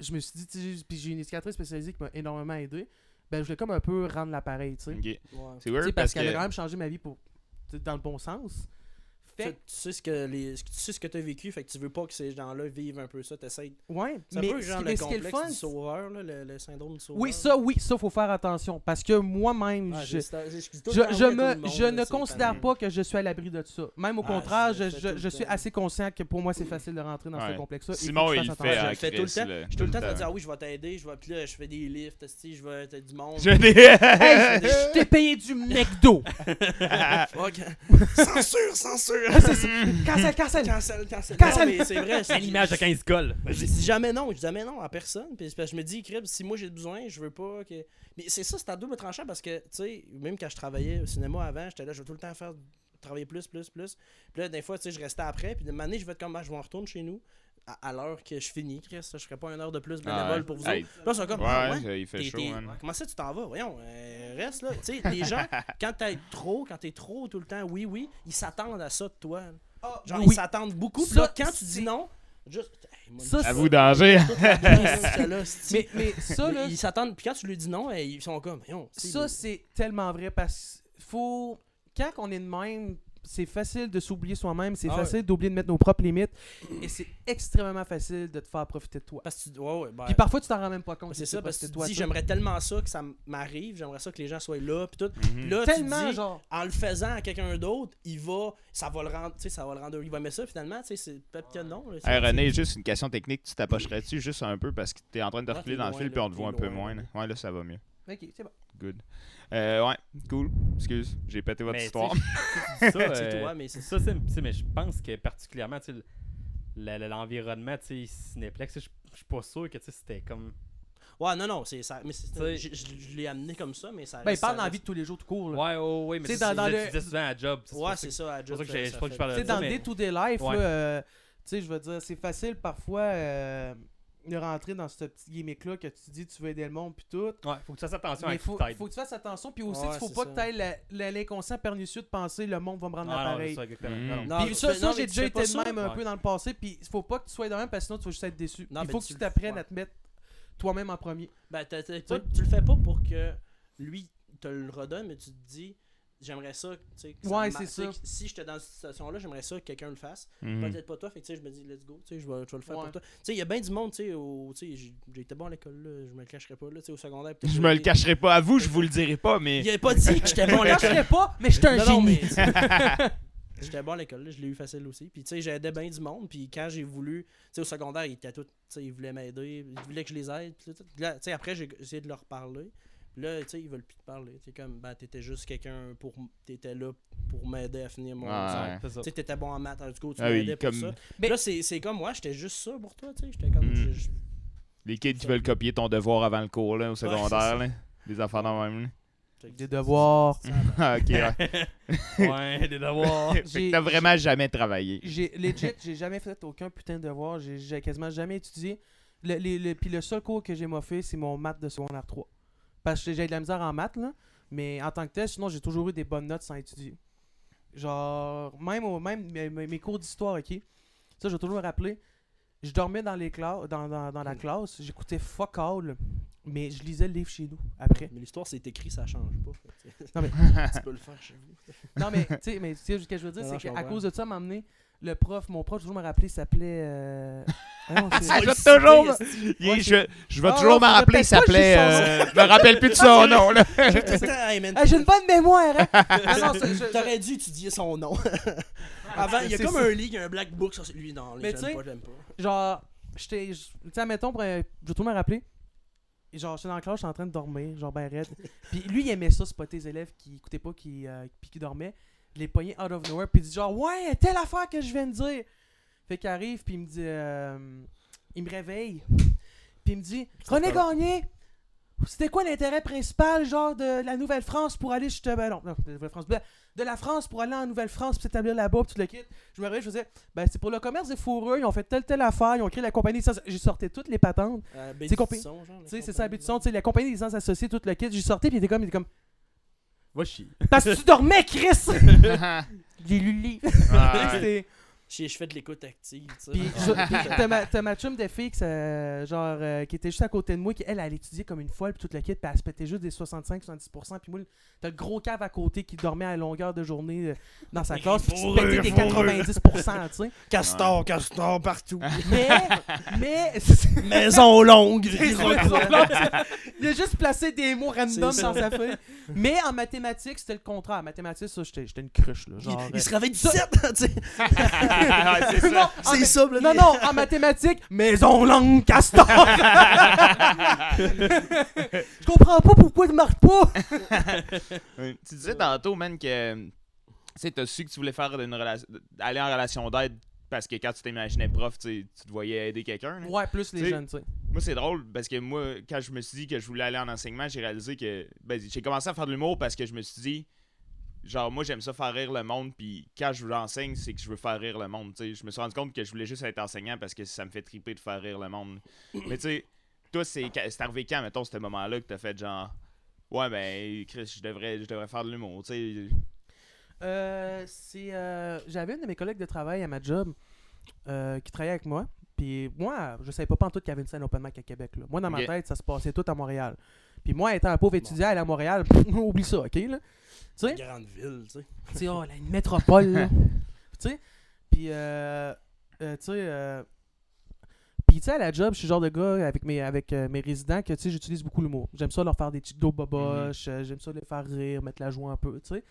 je me suis dit, tu sais, puis j'ai une éducatrice spécialisée qui m'a énormément aidé. Ben, je voulais comme un peu rendre l'appareil, tu sais.
Ok.
Ouais.
C'est
Tu
weird parce
sais, parce qu'elle a
que.
quand même changé ma vie pour, tu sais, dans le bon sens.
Fait
Fait
que tu sais ce que les tu sais ce que t'as vécu fait que tu veux pas que ces gens-là vivent un peu ça t'essayes
ouais,
ça
mais
peut
ce
genre
qui-
le
mais ce qui est
complexe
le fun,
du
c'est-
sauveur là, le, le syndrome du sauveur
oui, ça, oui, ça, faut faire attention. Parce que moi-même,
Ah,
je,
j'ai- c'est- j'ai- excuse tout
je,
le temps,
je
ouais, tout
me,
le monde,
je
là,
ne
c'est pas
considère
mal.
pas que je suis à l'abri de ça. Même au
Ah,
contraire,
je
je,
le fais tout
je,
le
je suis
temps. Mm.
assez conscient que pour moi, c'est facile de rentrer dans
Ouais.
ce complexe-là. et
Simon,
faut que je
il
fasse
le fait
attention.
je
à
le fais tout le
Chris,
temps.
là,
Je tout le temps te
temps.
dire ah oui je vais t'aider je vais puis là je fais des lifts esti, je vais t'as du monde
Je dis.
Hey, je je t'ai payé du McDo.
Ah, Fuck. censure censure
Ah, c'est ça. Cancel, cancel.
cancel cancel
Cancel.
Non, mais c'est vrai c'est
C'est l'image de quand ils se collent.
Ben, Je dis jamais non, je dis jamais non à personne. Puis c'est parce que je me dis, Crib, si moi j'ai besoin, je veux pas que. Mais c'est ça, c'est à double tranchant parce que, tu sais, même quand je travaillais au cinéma avant, j'étais là, je veux tout le temps faire travailler plus, plus, plus. Puis là, des fois, tu sais, je restais après. Puis de manière, je vais être comme, Ah, je vais en retourner chez nous à, à l'heure que je finis, Chris. Je ferai pas une heure de plus bénévole
Ah ouais.
pour vous
Hey.
autres. Puis là, ils sont comme, Ah ouais?
Ouais, ouais, il fait
T'es-
chaud,
t'es-
man.
Comment ça, tu t'en vas? Voyons, euh, reste là. Tu sais, les gens, quand t'es trop, quand t'es trop tout le temps, oui, oui, ils s'attendent à ça de toi. Genre,
Ah, Oui.
ils s'attendent beaucoup. Puis
Ça,
là, quand tu
c'est-
dis non, juste. Hey, moi,
Ça,
je-
À vous danger.
toute la journée, ça, là, c'est-
Mais, mais ça, là,
Ils s'attendent, puis quand tu lui dis non, eh, ils sont comme, voyons, tu sais,
ça, c'est tellement vrai parce que faut. Quand on est de même, c'est facile de s'oublier soi-même, c'est
Ah ouais.
facile d'oublier de mettre nos propres limites et c'est extrêmement facile de te faire profiter de toi.
parce que tu- ouais, ouais, ben,
Puis parfois, tu t'en rends même pas compte.
c'est
que
ça,
c'est
parce que
profiter
tu te
de toi,
dis,
ça.
j'aimerais tellement ça que ça m'arrive, j'aimerais ça que les gens soient là, puis tout.
Mhm.
Puis là, tu
Tellement,
te dis,
genre.
en le faisant à quelqu'un d'autre, il va, ça va le rendre, tu sais, ça va le rendre, il va aimer ça finalement, tu sais, c'est peut-être que non. là,
Hey,
c'est-
René, juste une question technique, tu t'approcherais-tu juste un peu parce que t'es en train de
Ah,
reculer
t'es
dans le
loin,
fil
là,
puis on te voit un
t'es
peu
loin,
moins.
là.
là. Ouais, là ça va mieux.
Ok, c'est bon.
Ben,
Good. Euh, ouais, cool. Excuse, j'ai pété votre
Mais,
histoire.
tu sais, ça,
C'est
euh,
toi, mais c'est-
ça. c'est- tu sais, mais je pense que particulièrement, tu sais, le- le- le- l'environnement, tu sais, Cinéplex, tu sais, je je suis pas sûr que tu sais, c'était comme.
Ouais, non, non, c'est ça. Mais c'est-
Tu sais-
je, je- je l'ai amené comme ça, mais ça.
Ben, il
reste-
parle
ça
dans la vie
reste-
de tous les jours, tout court. là.
Ouais, ouais, ouais, mais
Tu sais,
ça,
dans-
tu
dans
disais-
le-
tu disais souvent à job. pour
Ouais,
ça
c'est
que-
ça, à
c'est pour ça
job,
que
ça-
j'ai- je
ça
crois que
fait-
je parle
Tu
de
sais,
ça.
dans le
mais-
day-to-day life,
Ouais.
là, euh, tu sais, je veux dire, c'est facile parfois euh, de rentrer dans ce petit gimmick-là que tu dis tu veux aider le monde, puis tout.
Ouais, faut que tu fasses attention
Mais
à qui
faut,
tu t'aides.
faut que tu fasses attention, puis aussi,
Ouais,
il faut
c'est
pas
ça.
que tu aies l'inconscient pernicieux de penser le monde va me rendre
Ah, non,
l'appareil.
c'est ça, exactement.
Mhm.
Non, non.
Non,
Puis
mais
ça,
tu fais-
ça
non,
j'ai
mais tu
déjà
fais
été
pas
de
ça.
même un
Ouais.
peu dans le passé, puis il faut pas que tu sois de même parce que sinon tu vas juste être déçu.
Non,
il
mais
faut que
tu
tu
le-
t'apprennes
ouais.
à te mettre toi-même en premier.
Ben, t'as- t'as pas- tu le fais pas pour que lui te le redonne, mais tu te dis, j'aimerais ça. tu sais, que
Ouais,
me
c'est
marque. Tu sais,
ça.
que Si j'étais dans cette situation-là, j'aimerais ça que quelqu'un le fasse.
Hmm.
Mhm.
Peut-être pas toi, fait que tu sais, je me dis, let's go, tu sais, je vais, je vais le faire
Ouais.
pour toi. Tu sais, il y a bien du monde, tu sais, au- tu sais, j'ai j'ai été bon à l'école, là, je me le cacherai pas, là, tu sais, au secondaire. peut-être
Je
que-
me le cacherai pas à vous, je vous le dirai pas, mais.
Il a pas dit que j'étais bon
On
à
ne
l'école.
serais pas, mais je suis un
Non, non,
génie.
mais- J'étais bon à l'école, là, je l'ai eu facile aussi. Puis tu sais, j'aidais bien du monde. Puis quand j'ai voulu, tu sais, au secondaire, ils étaient tous, tu sais, ils voulaient m'aider, ils voulaient que je les aide. puis là, tout. Puis là, tu sais, après, j'ai essayé de leur parler. Là, tu sais, ils veulent plus te parler. C'est comme, ben, t'étais juste quelqu'un pour. m- T'étais là pour m'aider à finir mon.
Ouais.
examen.
Ouais, c'est ça.
Tu sais, t'étais bon en maths, en tout cas, tu
Ah oui,
m'aidais pour
comme-
ça.
Mais-
Là, c'est c'est comme, moi, j'étais juste ça pour toi, tu sais. J'étais comme.
Mm.
je- je-
Les kids qui veulent copier ton devoir avant le cours là, au
c'est ça.
secondaire. là. Les enfants dans même.
j'étais-
Des devoirs.
là. ok, ouais.
Ouais, des devoirs.
Fait que t'as vraiment jamais travaillé.
J'ai legit, j'ai jamais fait aucun putain de devoir, j'ai- j'ai quasiment jamais étudié. Le, les- le- puis le seul cours que j'ai moffé, c'est mon maths de secondaire 3. Parce que j'ai de la misère en maths, là. Mais en tant que tel, sinon, j'ai toujours eu des bonnes notes sans étudier. Genre, même, au- même mes, mes- mes cours d'histoire, ok? Ça, j'ai toujours rappelé. Je dormais dans, les cla- dans, dans, dans la classe, j'écoutais fuck all, mais je lisais le livre chez nous après.
Mais l'histoire, c'est écrit, ça change pas. fait que, tu sais,
Non, mais-
tu peux le faire chez vous.
Non, mais tu sais, mais, tu sais, ce que je veux dire,
Non, non,
c'est
je
qu'à
comprends.
cause de ça, m'a amené le prof, mon prof, toujours me rappeler, s'appelait. euh, ah non, c'est-
Ah, je
Tu vas
vais
le citer,
toujours-
esti.
Il-
Ouais,
je, je vais
Ah,
toujours
non,
m'en
je me
rappeler, il
rappelle pas
s'appelait.
juste
euh, je me rappelle
Ah,
plus de son nom, là.
J'ai tout le temps, hey, man,
Ah, j'ai une bonne mémoire, hein! Ah non, c'est- je- je-
T'aurais dû étudier son nom. Avant, il y a
Ah, ben, c'est
comme
ça.
un lit, il y a un black book sur lui. Non,
Mais
les
tu sais-
j'aime pas, j'aime pas.
genre, j'étais. je- Tu sais, mettons, je vais tout me rappeler. Et Genre, j'étais dans la classe, j'étais en train de dormir, genre ben raide. Puis lui, il aimait ça, spotter les élèves qui écoutaient pas, qui, euh, puis qui dormaient. Je les pognais out of nowhere, puis il dit genre, ouais, telle affaire que je viens de dire. Fait qu'il arrive, puis il me dit, euh, il me réveille. Puis il me dit, René Gagné, c'était quoi l'intérêt principal, genre, de la Nouvelle-France pour aller, je te. Ben non, non, de la Nouvelle-France. De, de la France pour aller en Nouvelle-France, puis s'établir là-bas, puis tout le kit. Je me réveille, je faisais, ben c'est pour le commerce des fourrures, ils ont fait telle, telle affaire, ils ont créé la compagnie. des sens- J'ai sorti toutes les patentes.
Euh, Baie
C'est
du
compé-
Tisson, genre,
Tu sais,
la
c'est ça,
compagnie,
Butisson, tu sais, la compagnie des sens associés, tout le kit. J'ai sorti, puis il était comme, il était comme,
Va chier.
parce que tu dormais, Chris! J'ai lu le livre.
Ouais.
C'était-
Je, je fais de l'écoute active, tu sais.
Puis, je- puis t'as ma, t'as ma chum de fille que ça- genre, euh, qui était juste à côté de moi, qui elle, elle étudiait comme une folle, puis toute la kit, puis elle se pétait juste des 65-70%. Puis moi, le- t'as le gros cave à côté qui dormait à longueur de journée euh, dans sa
Les
classe, puis qui se
fourrures,
pétait des
fourrures.
90%, tu sais.
Castor, castor partout.
Mais, mais,
Maison longue.
C'est
gros
ça,
gros.
c'est- Il a juste placé des mots random dans
C'est ça.
sa feuille. Mais en mathématiques, c'était le contraire. En mathématiques, ça, j'étais j'étais une cruche, là.
Il-
Genre,
Il
euh,
se réveille 17, tu sais.
Ouais, c'est ça.
en
C'est
ma-
ça, le-
Non, non, en mathématiques, maison longue, castor! Je comprends pas pourquoi tu marches pas!
Ouais. Tu disais tantôt, man, que tu sais, t'as su que tu voulais faire une relation, aller en relation d'aide parce que quand tu t'imaginais prof, tu sais, tu te voyais aider quelqu'un. là.
Ouais, plus les
T'sais,
jeunes, tu sais.
Moi, c'est drôle parce que moi, quand je me suis dit que je voulais aller en enseignement, j'ai réalisé que ben, j'ai commencé à faire de l'humour parce que je me suis dit, genre, moi, j'aime ça faire rire le monde, puis quand je vous enseigne, c'est que je veux faire rire le monde. tu sais. Je me suis rendu compte que je voulais juste être enseignant parce que ça me fait triper de faire rire le monde. Mais tu sais, toi, c'est ca- c'est arrivé quand, mettons, ce moment-là que t'as fait genre, ouais, ben, Chris, je devrais, je devrais faire de l'humour, tu sais.
Euh, c'est euh, j'avais une de mes collègues de travail à ma job euh, qui travaillait avec moi. Puis moi, je savais pas pantoute qu'il y avait une scène open mic à Québec. là. Moi, dans ma
Ok.
tête, ça se passait tout à Montréal. Puis moi, étant un pauvre étudiant, aller à Montréal, oublie ça, OK? Là? Tu sais,
Grande ville, tu sais.
tu sais, oh, la métropole, là. tu sais, puis, euh, euh, tu sais, euh, puis, tu sais, à la job, je suis le genre de gars avec mes, avec, euh, mes résidents que, tu sais, j'utilise beaucoup l'humour. J'aime ça leur faire des petites dos boboches, euh, j'aime ça les faire rire, mettre la joie un peu, tu sais.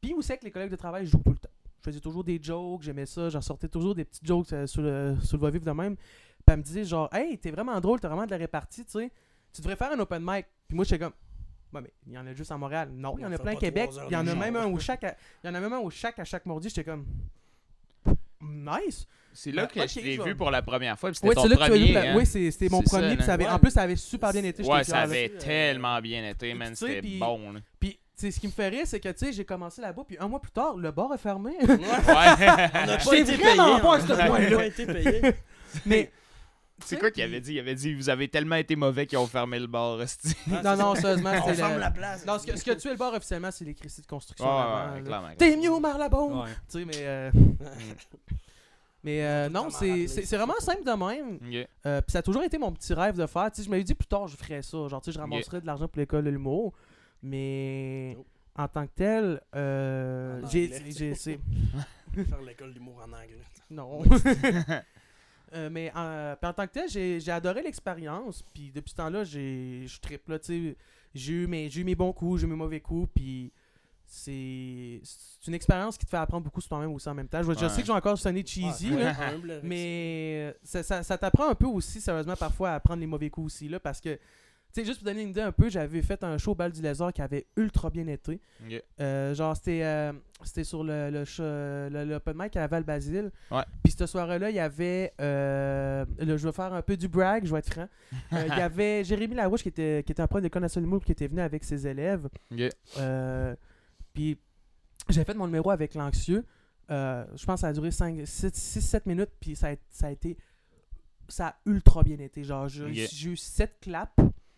Puis aussi avec les collègues de travail, je joue tout le temps. Je faisais toujours des jokes, j'aimais ça, j'en sortais toujours des petites jokes euh, sur le, sur le va-vivre de même. Puis elle me disait genre, hey, t'es vraiment drôle, t'as vraiment de la répartie, tu sais. Tu devrais faire un open mic. Puis moi, j'étais comme, ouais, mais il y en a juste à Montréal. Non, il y
On
en a
fait
plein au
pas
Québec.
trois heures
Il y en
de
a
genre.
même un au chaque, à- il y en a même un au chaque à chaque mardi. J'étais comme, nice.
C'est là
Ah,
que
ok,
je l'ai
je vais-
vu pour la première fois, puis c'était
Ouais,
ton
c'est là que tu as vu
premier.
la-
hein.
Oui, c'est- c'était mon
C'est ça,
premier.
là.
puis ça avait-
Ouais.
En plus, ça avait super bien été. j'étais
Ouais,
fier
ça
avec-
avait
là.
tellement bien été,
Puis
man.
tu sais,
C'était
puis-
bon, là.
Puis, tu sais, ce qui me fait rire, c'est que, tu sais, j'ai commencé là-bas, puis un mois plus tard, le bar est fermé.
Ouais.
On n'a
J'étais vraiment
hein.
pas à ce
On a
point-là.
pas été payé.
Mais.
C'est quoi qu'il avait dit? Il avait dit vous avez tellement été mauvais qu'ils ont fermé le bar, esti.
Non, non, sérieusement,
On
c'était
ferme
le-
la place.
Non, ce que, ce que tu es le bar officiellement, c'est les crédits de
Ouais,
construction. avant,
ouais, ouais,
là.
clairement.
T'es mieux au marlabon!
Ouais.
Tu sais, mais. euh, mais euh, non,
Tout le temps
c'est-
marlabon.
c'est c'est vraiment simple de même.
Ok.
Euh, puis ça a toujours été mon petit rêve de faire. Tu sais, je m'avais dit plus tard, je ferais ça. Genre, tu sais, je ramasserais de l'argent pour l'école de l'humour. Mais
Oh.
en tant que tel, euh,
En
j'ai.
anglais.
j'ai- c'est-
Faire l'école d'humour en anglais.
Non. Euh, mais en, puis en tant que tel, j'ai j'ai adoré l'expérience. Puis depuis ce temps-là, j'ai- je trippe. là, tu sais. J'ai eu, mes- j'ai eu mes bons coups, j'ai eu mes mauvais coups. Puis c'est c'est une expérience qui te fait apprendre beaucoup sur toi-même aussi en même temps. Je, je
Ouais.
sais que j'ai encore sonné cheesy,
Ouais,
là,
humble avec
mais ça, ça- ça t'apprend un peu aussi, sérieusement, parfois à prendre les mauvais coups aussi. Là, parce que, tu Tu sais, juste pour donner une idée un peu, j'avais fait un show au Bal du Lézard qui avait ultra bien été.
Ok.
Euh, genre, c'était euh, c'était sur le, le, ch- le, le open mic à Val-Basile.
Ouais.
Puis ce soir-là, il y avait. euh, là, je vais faire un peu du brag, je vais être franc. Euh, Il y avait Jérémy Larouche qui était, qui était un prof d'école nationale d'humour qui était venu avec ses élèves.
Ok.
Euh, puis j'ai fait mon numéro avec l'anxieux. Euh, je pense que ça a duré 6-7 minutes, puis ça a, ça a été. Ça a ultra bien été. Genre, j'ai
Ok.
j'ai eu 7 claps.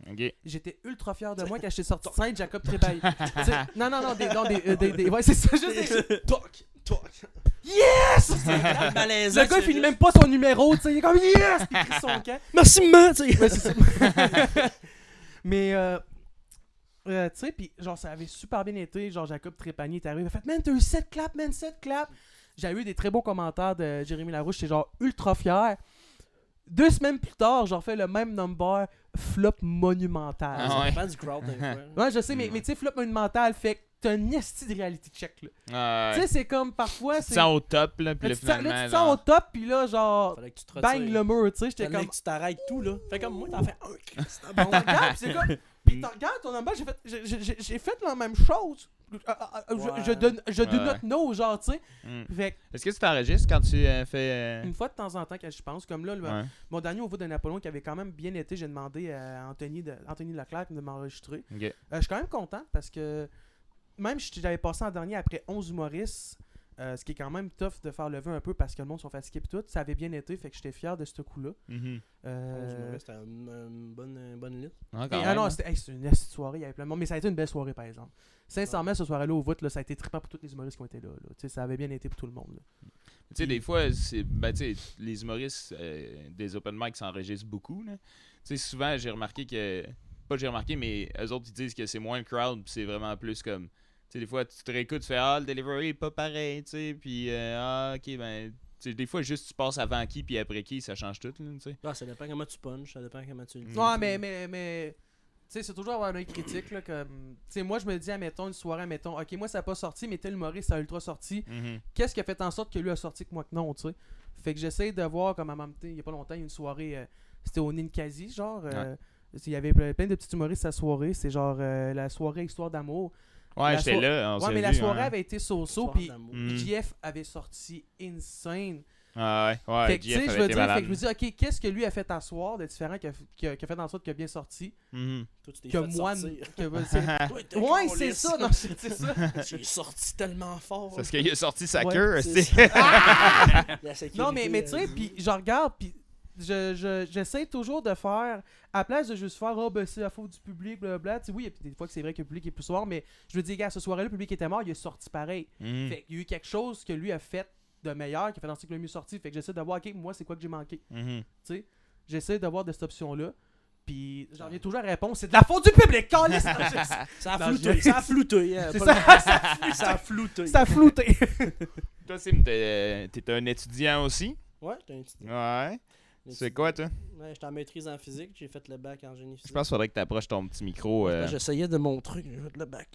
Ok.
J'étais ultra fier de moi quand j'étais sorti de scène, Jacob Trébail. Tu sais, non, non, non, des. Non, des, euh, des- des- ouais, c'est ça, juste des-
Toc, toc.
Yes!
Malaisant,
Le gars, il
c'est
finit
juste-
même pas son numéro, tu sais. Il est comme Yes! Puis il crie son camp.
Merci, man, tu sais.
Ouais, c'est ça. Mais, euh, euh, tu sais, puis genre, ça avait super bien été. Genre, Jacob Trépanier est arrivé. Il a fait, man, t'as eu 7 claps, man, 7 claps. J'ai eu des très beaux commentaires de Jérémy Larouche. J'étais genre ultra fier. Deux semaines plus tard, j'en fais le même number flop monumental.
Ah Mm. ouais.
Ça dépend du crowd, des fois.
Ouais, je sais, mais, mais tu sais, flop monumental fait que t'as une esti de reality check, là.
Ah,
Tu
ouais.
sais, c'est comme parfois,
Tu te
c'est...
sens au top, là, puis là,
Là, tu te sens- là,
finalement,
tu te sens au
genre,
top, puis là, genre,
Fallait que tu te
bang
retires.
le mur, tu sais, j'étais
Fallait
comme...
que tu t'arrêtes tout, là. Fait comme moi, t'en fais un, Christ.
Bon, on regarde, pis c'est comme... Pis t'en regardes ton number, j'ai fait, j'ai- j'ai- j'ai- j'ai fait la même chose. Euh, euh, euh, Je, je
Ouais.
donne, je do
Ouais.
not know, genre, tu sais.
hmm.
Fait que,
Est-ce que tu t'enregistres quand tu euh, fais. euh,
une fois de temps en temps, quand je pense, comme là, le-
ouais.
mon dernier au vote de Napoléon qui avait quand même bien été, j'ai demandé à Anthony, de, Anthony Leclerc de m'enregistrer.
Ok.
Euh, je suis quand même content parce que même si j'avais passé en dernier après 11 humoristes, euh, ce qui est quand même tough de faire lever un peu parce que le monde sont fatigués et tout, ça avait bien été, fait que j'étais fier de ce coup-là.
Mhm.
Euh,
C'était une une bonne, une bonne liste.
Ouais, quand
et- ah
même,
non,
hein.
c'était hey, c'était une esti de soirée, il y avait plein de monde, mais ça a été une belle soirée par exemple. Sincèrement, ce soir-là au vote, là, ça a été trippant pour tous les humoristes qui ont été là. là. Tu sais, Ça avait bien été pour tout le monde. là.
Tu sais, des fois, c'est, ben, tu sais, les humoristes euh, des open mic s'enregistrent beaucoup. Là. Tu sais, souvent, j'ai remarqué que. Pas j'ai remarqué, mais eux autres, ils disent que c'est moins le crowd, puis c'est vraiment plus comme. Tu sais, des fois, tu te réécoutes, tu fais Ah, le delivery est pas pareil, tu sais, puis euh, Ah, ok, ben. Tu sais, des fois, juste tu passes avant qui, puis après qui, ça change tout, là, tu sais.
Ah, ça dépend comment tu punches, ça dépend comment tu le
Mm.
dis.
Ouais, mais, mais, mais tu sais, c'est toujours avoir un œil critique. Là, comme, tu sais, moi, je me dis, admettons, une soirée, admettons, ok, moi, ça n'a pas sorti, mais tel humoriste, ça a ultra sorti.
Mhm.
Qu'est-ce qui a fait en sorte que lui a sorti que moi que non, tu sais? Fait que j'essaie de voir, comme à Mamté, il n'y a pas longtemps, il y a une soirée, euh, c'était au Ninkasi, genre. euh, Il y avait ple- plein de petits humoristes à la soirée, c'est genre euh, la soirée Histoire d'amour.
Ouais,
La
j'étais
so-
là. On
ouais,
s'est
mais la
vu,
soirée
hein.
avait été so-so,
Soir
puis
d'amour.
Mm.
JF avait sorti Insane.
Ah, ouais, ouais.
fait que tu
Jeff
sais, je
avait
veux
été
dire, fait
malade.
que je me dis, ok, qu'est-ce que lui a fait à soir de différent qui a, qui a- qui a fait en sorte qu'il a bien sorti?
Mhm.
Toi, tu t'es
que
fait
moi.
sortir.
que- c'est-
Toi, t'es
ouais,
con,
c'est
lisse.
ça, non, c'est c'est ça.
J'ai sorti tellement fort.
C'est parce qu'il a sorti sa
Ouais,
queue,
C'est
c'est.
ça. La
Non,
sécurité,
mais, mais tu sais,
euh,
puis je regarde, puis je, je- j'essaie toujours de faire, à place de juste faire, oh ben c'est la faute du public, blablabla. Tu sais, oui, il y a des fois que c'est vrai que le public est plus soir, mais je veux dire, gars, ce soir-là, le public était mort, il est sorti pareil.
Mhm.
Fait qu'il y a eu quelque chose que lui a fait de meilleur, qui a fait en sorte que le mieux sorti. Fait que j'essaie de voir, ok, moi, c'est quoi que j'ai manqué.
Mhm.
J'essaie de voir de cette option-là. Puis j'en viens toujours à la réponse, c'est de la faute du public, câlisse!
Ça
Non,
a flouté,
je-
ça a flouté. hein,
C'est
pas
ça,
le- Ça a flouté.
ça a flouté.
Toi, Sim, t'es, t'es un étudiant aussi.
Ouais, j'étais un petit.
Ouais. C'est quoi, toi?
Ouais, j'étais en maîtrise en physique, j'ai fait le bac en génie
Je
physique.
pense qu'il faudrait que tu approches ton petit micro. euh,
Ouais, J'essayais de mon truc, j'ai fait le bac.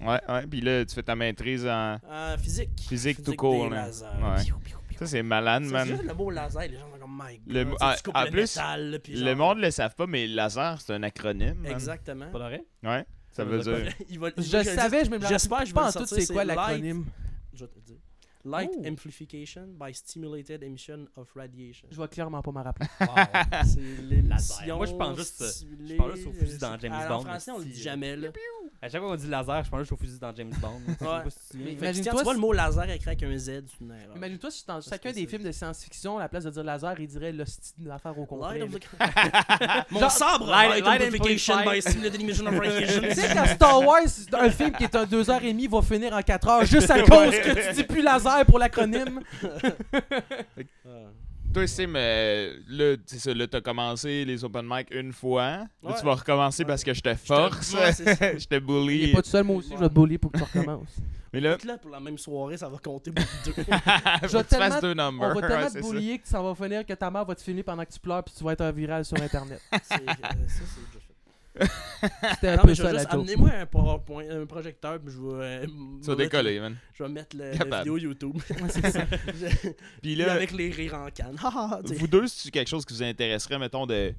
Ouais, ouais. Puis là, tu fais ta maîtrise en.
En Euh, physique.
Physique tout court,
des
là.
lasers.
Ouais.
Piou, piou, piou.
Ça, c'est malade,
C'est
man.
juste le mot laser, les gens sont comme my god.
Le-
tu sais,
ah,
tu coupes
en
le
plus,
métal, là, puis
Le
genre-
monde le savent pas, mais laser, c'est un acronyme. man.
Exactement.
Pas d'oreille?
Ouais, ça
Ça
veut
veut
dire.
Il va- il
Je
veut que le dise.
savais, je me
J'espère que je vais
pas en
le
tout
sortir,
c'est quoi
c'est light.
l'acronyme.
Je vais te le dire. Light
Oh.
amplification by stimulated emission of radiation.
Je vais clairement pas m'en rappeler.
C'est l'émission.
Moi, je pense juste, euh,
stimulée-
je pense juste au fusil dans James
Ah,
Bond,
En français, on le dit
si, euh,
jamais, là.
À chaque fois qu'on dit laser, je pense juste au fusil dans James Bond. Je sais pas si tu te souviens.
Fait que si tu
Imagine-toi
vois
si-
le mot laser écrit avec un Z, c'est une erreur.
Imagine-toi si dans
Parce
chacun
que
des
c'est-
films de science-fiction, à la place de dire laser, il dirait l'hostie de l'affaire au complet.
Light
là.
of the- Mon sabre!
light-
Light
light
amplification by
amplified.
stimulated emission of radiation.
Tu sais, quand Star Wars, un film qui est un 2h30 va finir en 4h juste à cause que tu dis plus laser pour l'acronyme.
Ah.
Toi, Sim, euh, là, c'est ça, là, t'as commencé les open mic une fois. Là,
Ouais.
tu vas recommencer
Ouais.
parce que je te force.
Ouais, c'est ça.
Je te
Il
bully.
est pas tout seul, moi aussi, je vais te bully pour que tu recommences.
Mais là,
Faites-le pour la même soirée, ça va compter beaucoup de deux. euh,
faut que tu
tellement-
fasses deux
On
numbers.
va
Ouais,
tellement te
c'est ça.
bullier que ça va finir que ta mère va te filmer pendant que tu pleures puis tu vas être un viral sur internet.
C'est- euh, ça, c'est déjà fait.
C'était un
Non,
peu
mais je
ça
vais
la
juste
joke.
amenez-moi un PowerPoint, un projecteur, puis je vais. euh,
Tu vas
me mettre-
décoller, man.
Je vais mettre le- la
Capable.
vidéo YouTube.
Ouais, c'est ça.
Je-
Puis
Puis
là,
avec les rires en canne. Ha, ha, ha, Ah, tu sais.
vous deux, c'est quelque chose qui vous intéresserait, mettons, de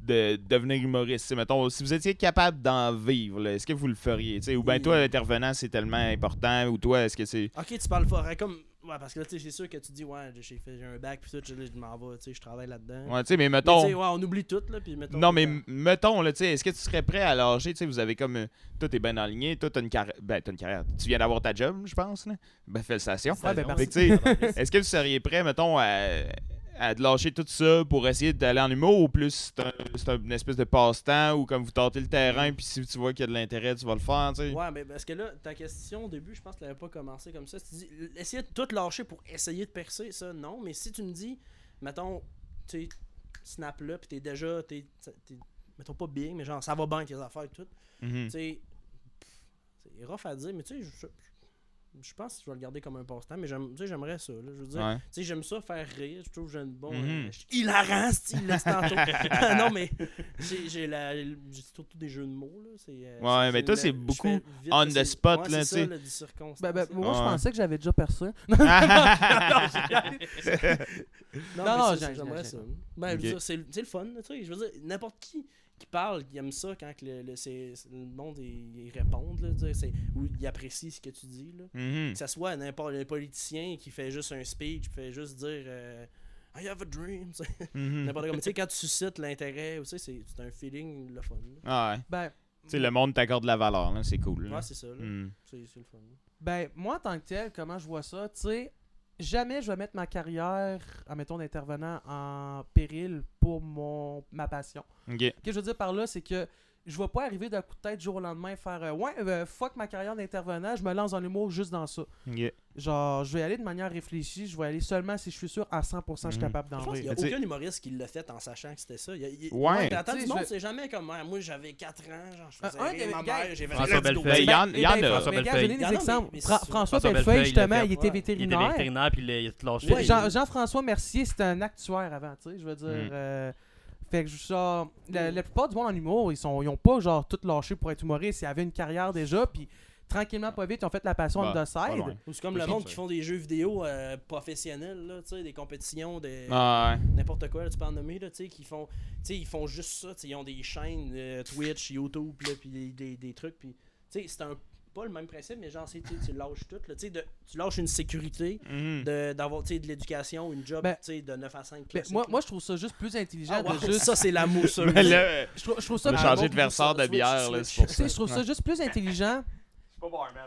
de devenir humoriste? T'sais, mettons, si vous étiez capable d'en vivre, là, est-ce que vous le feriez? T'sais, Ou bien toi, l'intervenant, c'est tellement important, ou toi, est-ce que c'est.
Ok, tu parles fort. hein, comme... Ouais, parce que là, tu sais, c'est sûr que tu dis, ouais, j'ai fait j'ai un bac, puis tout, je, je m'en vais, tu sais, je travaille là-dedans.
Ouais, tu sais, mais
Mais tu
mettons.
sais, ouais, on oublie tout, là, puis mettons.
Non, mais
euh,
m- mettons, là, tu sais, est-ce que tu serais prêt à lâcher? Tu sais, vous avez comme. euh, Toi, t'es bien aligné, toi, t'as une, carrière ben, t'as une carrière. Tu viens d'avoir ta job, je pense, là. Ben, félicitations.
Ouais, ben,
Fait
merci.
que, tu sais, est-ce que vous seriez prêt, mettons, à, à te lâcher tout ça pour essayer d'aller en humour ou plus c'est un- c'est un- une espèce de passe-temps ou comme vous tentez le terrain puis si tu vois qu'il y a de l'intérêt, tu vas le faire, tu sais?
Ouais, mais parce que là, ta question au début, je pense que tu pas commencé comme ça. Tu dis, l- essayer de tout lâcher pour essayer de percer, ça, non. Mais si tu me dis, mettons, tu sais, snap là, puis t'es déjà, t'es, t'es- mettons pas bien, mais genre, ça va bien avec tes affaires et tout.
Mhm.
Tu sais, pff, c'est rough à dire, mais tu sais, je, je- je pense que je vais le garder comme un passe-temps, mais j'aime, tu sais, j'aimerais ça, là, je veux dire.
Ouais.
Tu sais, j'aime ça faire rire. Je trouve que j'ai une bonne.
Mhm.
euh, je suis hilarant, style, là, c'est tantôt. non, mais j'ai j'ai la- j'ai surtout des jeux de mots. Là. c'est, euh,
Ouais, mais
une-
toi, c'est
je
beaucoup
fais vite,
on
là,
the
c'est-
spot,
ouais,
là, tu
c'est
sais.
ça, là, des circonstances.
Ben, ben, moi, je
Ouais.
pensais que j'avais déjà percé. Non,
Ben,
non,
ben, non,
mais
non,
c'est-
j'ai-
j'aimerais
j'ai-
ça. Ben, je veux
Ok.
dire, c'est le- c'est le fun, là, tu sais. Je veux dire, n'importe qui qui parle, il aime ça quand que le, le, c'est- le monde il, il répond, là, tu sais, c'est- ou il apprécie ce que tu dis. Là.
Mhm.
Que ça soit n'importe le politicien qui fait juste un speech, qui fait juste dire euh, I have a dream. tu sais.
Mhm.
N'importe comment. Tu sais, quand tu suscites l'intérêt, tu sais, c'est c'est un feeling le fun. là.
Ah ouais.
ben,
Tu sais, le monde t'accorde de la valeur, là, c'est cool. là.
Ouais, c'est ça. là.
Mhm.
C'est c'est le fun. là.
ben, moi, en tant que tel, comment je vois ça, tu sais, jamais je vais mettre ma carrière, admettons, d'intervenant en péril pour mon ma passion.
Ok.
Ce que je veux dire par là, c'est que je vais pas arriver d'un coup de tête du jour au lendemain et faire euh, Ouais, euh, fuck ma carrière d'intervenant, je me lance dans l'humour juste dans ça.
Ok.
Genre, je vais y aller de manière réfléchie, je vais y aller seulement si je suis sûr à 100% je suis
Mhm.
capable
Je
d'en
pense qu'il n'y
rire.
a
Tu sais-
aucun humoriste qui l'a fait en sachant que c'était ça. Il y a- il-
Ouais.
ouais,
Tu
t'entends
sais,
du
je
monde,
vais-
c'est jamais comme Ouais, moi j'avais 4 ans, genre je
Un-
faisais
un
rire
des
ma
gars-
mère, j'ai fait
François
Let's go.
Bellefeuille.
Ben, il y en- il y en
ben,
a.
François mais gars, je vais donner
Bellefeuille.
des
Non, non,
exemples.
mais- mais
Fra-
c'est-
François
François
Bellefeuille,
Bellefeuille, il a
justement,
fait-
il était
ouais.
Il était
vétérinaire.
vétérinaire, puis il a- il a tout lâché.
Ouais,
Jean- Jean-François Mercier, c'était un actuaire avant, tu sais, je veux dire.
Mm.
euh, fait que je- genre, la, la plupart du monde en humour, ils sont, ils ont pas genre tout lâché pour être humoriste. Ils avaient une carrière déjà, puis tranquillement, pas vite, ils ont fait la passion
Bah,
de
pas
side.
loin.
Ou c'est comme
Oui,
le
c'est
monde
ça.
qui font des jeux vidéo euh, professionnels, là, tu sais, des compétitions, des
Ah ouais.
n'importe quoi, là, tu peux en nommer, là, tu sais, qui font, tu sais, ils font juste ça, tu sais, ils ont des chaînes euh, Twitch, YouTube, là, puis des, des- des trucs, puis, tu sais, c'est un pas le même principe, mais genre, c'est, tu sais, tu lâches tout, là, tu sais, de- tu lâches une sécurité,
Mhm.
de- d'avoir, tu sais, de l'éducation, une job,
Ben,
tu sais, de 9 à 5.
Mais
classique,
moi,
là.
moi, je trouve ça juste plus intelligent
Ah, wow,
de juste.
ça, c'est l'amour, ça.
Mais là,
Je trouve, je trouve ça.
on a changé de
bon,
verseur de
switch,
bière, là,
switch.
c'est pour
tu
ça.
sais, je trouve ça juste plus intelligent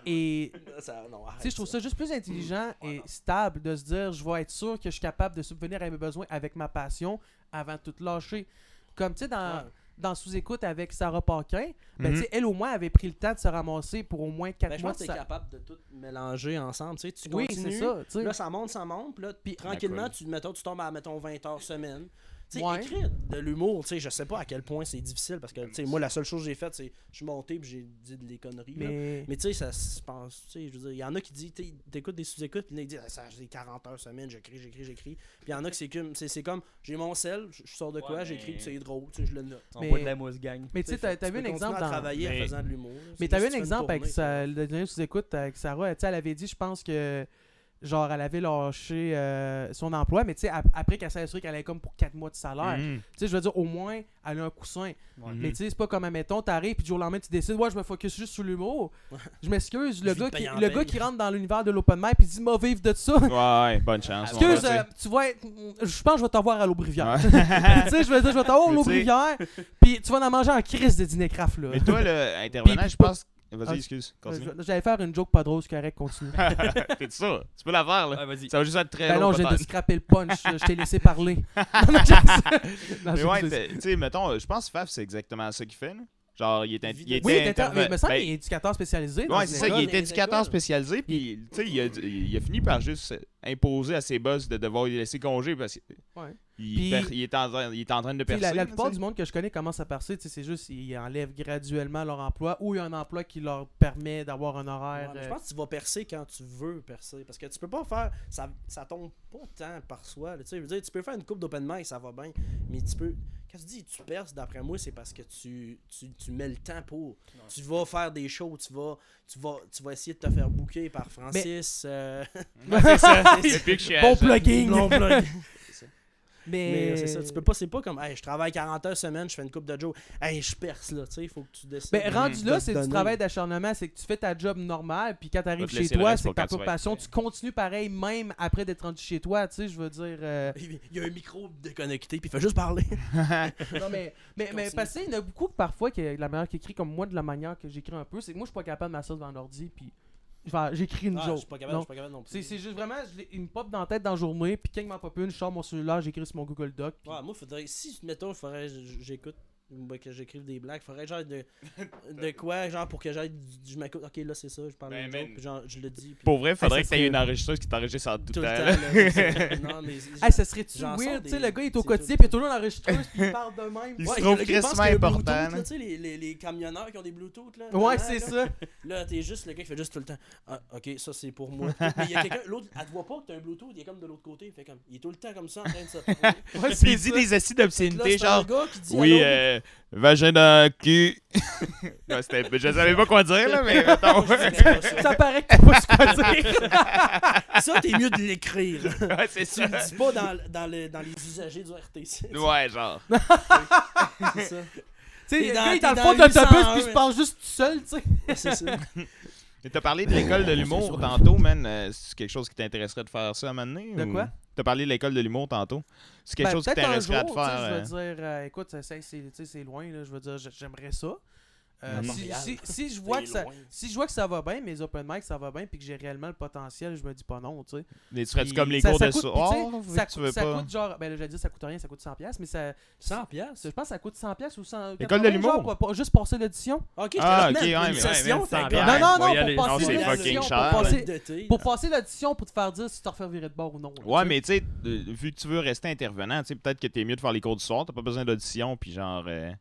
et
Ça, Hmm. non, arrête
Tu sais, je trouve ça juste plus intelligent et stable de se dire je vais être sûr que je suis capable de subvenir à mes besoins avec ma passion avant de tout lâcher. Comme tu sais, dans,
Ouais.
dans Sous-écoute avec Sarah Paquin, ben,
Mhm.
tu sais, elle au moins avait pris le temps de se ramasser pour au moins 4
Ben, je
mois
pense
de
que t'es
sa-
capable de tout mélanger ensemble, tu sais, tu
Oui,
continues,
c'est ça. tu sais.
Là, ça monte, ça monte. Puis là,
Puis-
tranquillement,
D'accord.
tu, mettons, tu tombes à, mettons, 20 heures semaine. Tu sais,
Ouais.
écrire de l'humour, tu sais, je sais pas à quel point c'est difficile parce que, tu sais, moi, la seule chose que j'ai faite, c'est je suis monté puis j'ai dit des conneries. là. Mais,
Mais,
tu sais, ça se passe, tu sais, je veux dire, il y en a qui disent, tu sais, t'écoutes des sous-écoutes, puis là, ils disent, Ah, ça, j'ai 40 heures semaine, j'écris, j'écris, j'écris. Puis il y en a qui c'est comme, c'est c'est comme, j'ai mon sel, je je sors de quoi,
Ouais,
j'écris,
mais-
puis c'est drôle, tu sais, je le note.
On
Mais-
boit de la mousse gang.
mais tu sais, t'as
fait que
t'as vu
peux
un
continuer
exemple
à
dans.
travailler
Mais-
en faisant de l'humour. là.
Mais
C'est
t'as vu
juste
un
une
exemple avec
tournée,
sa, le dernier sous-écoute avec Sarah. Tu sais, elle avait dit, je pense que genre, elle avait lâché euh, son emploi, mais tu sais, ap- après qu'elle s'est assurée qu'elle avait comme pour 4 mois de salaire.
Mhm.
Tu sais, je veux dire, au moins, elle a un coussin.
Mhm.
Mais tu sais, c'est pas comme, admettons, t'arrives, puis du jour au lendemain, tu décides, ouais, je me focus juste sur l'humour. Je m'excuse, le,
Je vis
gars
de
qui,
paye en
le gars
paye.
qui rentre dans l'univers de l'open mic, puis dit, m'a vivre de ça.
Ouais, ouais, bonne chance. mon
Excuse,
gars,
euh, tu vas être. Je pense que je vais t'avoir à l'aubrivière.
tu sais. Ouais.
tu sais, je veux dire, je vais t'avoir à
Mais tu sais-
l'aubrivière, puis tu vas en manger en crise des dîners craft, là.
Mais toi, là, intervenant, je pense.
Ah,
Vas-y, excuse.
Euh,
Continue.
J'allais faire une joke pas drôle, c'est correct, continue.
T'es sûr? Tu peux la faire, là.
Ouais, vas-y.
Ça va juste être très
ben
long.
non, j'ai de
peut-être.
scraper le punch, je t'ai laissé parler. Non, non, je- non,
Mais
je-
ouais,
je-
t'es- tu sais, mettons, euh, je pense que Faf, c'est exactement ça qu'il fait, là. Genre, il est, int- il
Oui,
était
Oui, t'es-
interve-
mais il me semble
Ben,
qu'il est éducateur spécialisé. dans
Ouais,
une
c'est ça,
écoles,
il
école.
était
les
éducateur
écoles.
spécialisé, puis tu sais, il a, il a fini par juste imposer à ses boss de devoir lui laisser congé parce qu'il
Ouais. Puis-
il per- il est, en train- il est en train de
Puis
percer.
la, la
là,
plupart
tu
du
sais.
monde que je connais commence à percer, tu sais, c'est juste ils enlèvent graduellement leur emploi ou il y a un emploi qui leur permet d'avoir un
Ouais,
horaire.
mais
euh,
je pense que tu vas percer quand tu veux percer. Parce que tu peux pas faire. Ça, ça tombe pas tant par soi. là, tu sais, je veux dire, tu peux faire une coupe d'open mic, ça va bien. Mais tu peux. Quand tu dis tu perces, d'après moi, c'est parce que tu, tu, tu mets le temps pour. Tu vas faire des shows, tu vas, tu vas, tu vas essayer de te faire booker par Francis. euh,
Ouais, c'est ça. Depuis que je suis
Bon
agent.
plugging!
Blond Blog.
Mais,
Mais euh, c'est ça, tu peux pas, c'est pas comme, hey, je travaille 40 heures semaine, je fais une coupe de Joe, hey, je perce là, tu sais, il faut que tu décides.
Ben, rendu
de
là,
te
c'est du
donner.
travail d'acharnement, c'est que tu fais ta job normale, puis quand
Va
t'arrives
te
chez
laisser le
toi,
reste
c'est que
pour
ta
quand tu vas être
passion,
prêt.
tu continues pareil, même après d'être rendu chez toi, tu sais, je veux dire. euh,
Il y a un micro déconnecté, puis il fait juste parler.
non, mais, mais, mais
Continue.
parce qu'il y en a beaucoup que parfois, que la manière qu'ils écrivent, comme moi, de la manière que j'écris un peu, c'est que moi, je suis pas capable de m'asseoir devant l'ordi, puis je vais- j'écris une
Ah,
joke.
je suis pas capable,
non?
je suis pas capable non
C'est
plus.
c'est juste vraiment, je l'ai- il me pop dans la tête dans la journée, puis quand il m'en pop une, je sors mon cellulaire, j'écris sur mon Google Doc. puis-
Ouais, moi, faudrait, si, mettons, faudrait, j- j'écoute, ben, que j'écrive des blagues, faudrait genre de, de quoi, genre pour que j'aille, du- je m'écoute, ok, là, c'est ça, je parle
Ben,
d'une
man.
joke, puis genre, je le dis, puis
Pour vrai, faudrait
Ah, ça
que t'aies
serait-
une enregistreuse qui t'enregistre en tout,
tout le
temps.
temps,
là.
là, c'est- non, mais...
Hey, ça serait-tu
J'en sors
weird,
des-
tu sais, le gars, il est au
c'est
quotidien,
tout.
puis il est toujours dans l'enregistreuse, puis il parle de même.
Il
Ouais,
se
il y en a
trouve
qui pensent
crissement
que le
important,
Bluetooth, là,
là.
Tu sais, les, les, les camionneurs qui ont des Bluetooth, là.
Ouais,
là,
c'est
là.
ça.
Là, t'es juste le gars qui fait juste tout le temps. Ah, ok, ça c'est pour moi. Mais il y a quelqu'un, l'autre, elle te voit pas que t'as un Bluetooth, il est comme de l'autre côté. Il fait comme, il est tout le temps comme ça en train de se parler.
Ouais,
Puis
c'est
il dit
ça.
des assis
Puis là,
d'obscénité,
c'est un
genre.
gars qui dit à
Oui,
l'autre,
euh, vagin dans le cul. Ouais, c'était- je savais pas quoi dire, là, mais mettons.
Moi, je dirais pas
euh,
ça.
Ça paraît que t'as pas su quoi dire.
Ça, t'es mieux de l'écrire. là.
Ouais, c'est
tu
ça.
le dis pas dans, dans, le- dans les usagers du RTC.
Ouais, genre.
C'est
Tu
ça.
sais,
T'es
le
dans-
gars, il est
t'es
dans le
dans
fond de l'autobus,
801,
puis il se parle juste tout seul, tu sais.
Ouais, c'est ça.
Mais t'as parlé de l'école de l'humour tantôt, man. Euh, c'est quelque chose qui t'intéresserait de faire ça à un moment donné?
De
ou-
quoi?
T'as parlé de l'école de l'humour tantôt. C'est quelque
Ben,
chose qui
peut-être un
t'intéresserait de
jour,
faire.
tu sais, Je veux dire, euh, écoute, ça, ça, c'est, tu sais, c'est loin, là, je veux dire, j- j'aimerais ça. Euh,
Mm.
si,
Montréal.
si- si je vois
T'es
que ça,
loin.
si je vois que ça va bien, mes open mic ça va bien, puis que j'ai réellement le potentiel, je me dis pas non, tu sais.
euh, les- Tu ferais-tu
Puis
comme les
ça-
cours
ça
de
coûte- puis,
soir?
tu sais, ça
tu veux
coûte- ça
pas?
coûte genre ben là j'ai dit ça coûte rien, ça coûte 100 piastres, mais ça
100 piastres.
je pense que ça coûte 100 pièces ou 100
École de
80, genre,
l'humour.
pour- pour- juste passer l'audition.
Ok, je
Ah,
te
ok, ouais,
l'amène, une
mais-
session,
Ah, ouais, mais
t'as
cent piastres.
gagné.
non non non,
on va y aller.
pour
Non,
passer
c'est
l'audition,
fucking
pour
cher,
passer
de thé,
pour
là.
passer l'audition pour te faire dire si tu te refais virer de bord ou non. là, tu
Ouais,
sais.
mais tu sais, euh, vu que tu veux rester intervenant, tu sais, peut-être que t'es mieux de faire les cours du soir. T'as pas besoin d'audition, puis genre. euh,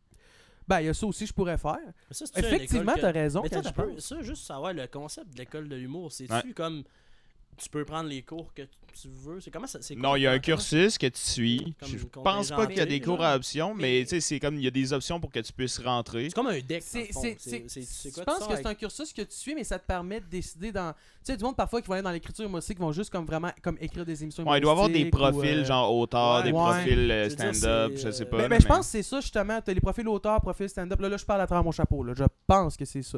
ben il y a ça aussi que je pourrais faire.
Mais ça, c'est-tu à l'école
Effectivement,
que-
t'as raison
Mais
quand
toi,
je
tu peux,
pense.
ça, juste savoir le concept de l'école de l'humour, c'est-tu
Ouais.
comme tu peux prendre les cours que tu veux C'est comment ça c'est
Non, il y a un cursus que tu suis.
Comme
Je
une
pense pas qu'il y a des
contingentée,
cours à options, mais
Mais-
tu sais, c'est comme il y a des options pour que tu puisses rentrer.
C'est comme un deck. dans le
C'est,
fond.
c'est,
C'est- c'est- c'est
je
quoi, tu
pense
sors
que c'est
avec-
un cursus que tu suis, mais ça te permet de décider dans. Tu sais, du monde parfois qui vont aller dans l'écriture, moi aussi, qui vont juste comme vraiment comme écrire des émissions.
Ouais, il doit y avoir des
humoristiques ou,
profils
euh,
genre auteur,
ouais.
des
Ouais.
profils euh,
Je veux dire,
stand-up,
c'est,
je
euh,
sais pas.
Mais, mais Ben, je pense que c'est ça justement. T'as les profils auteur, profil stand-up. Là, là, je parle à travers mon chapeau. Là. Je pense que c'est ça.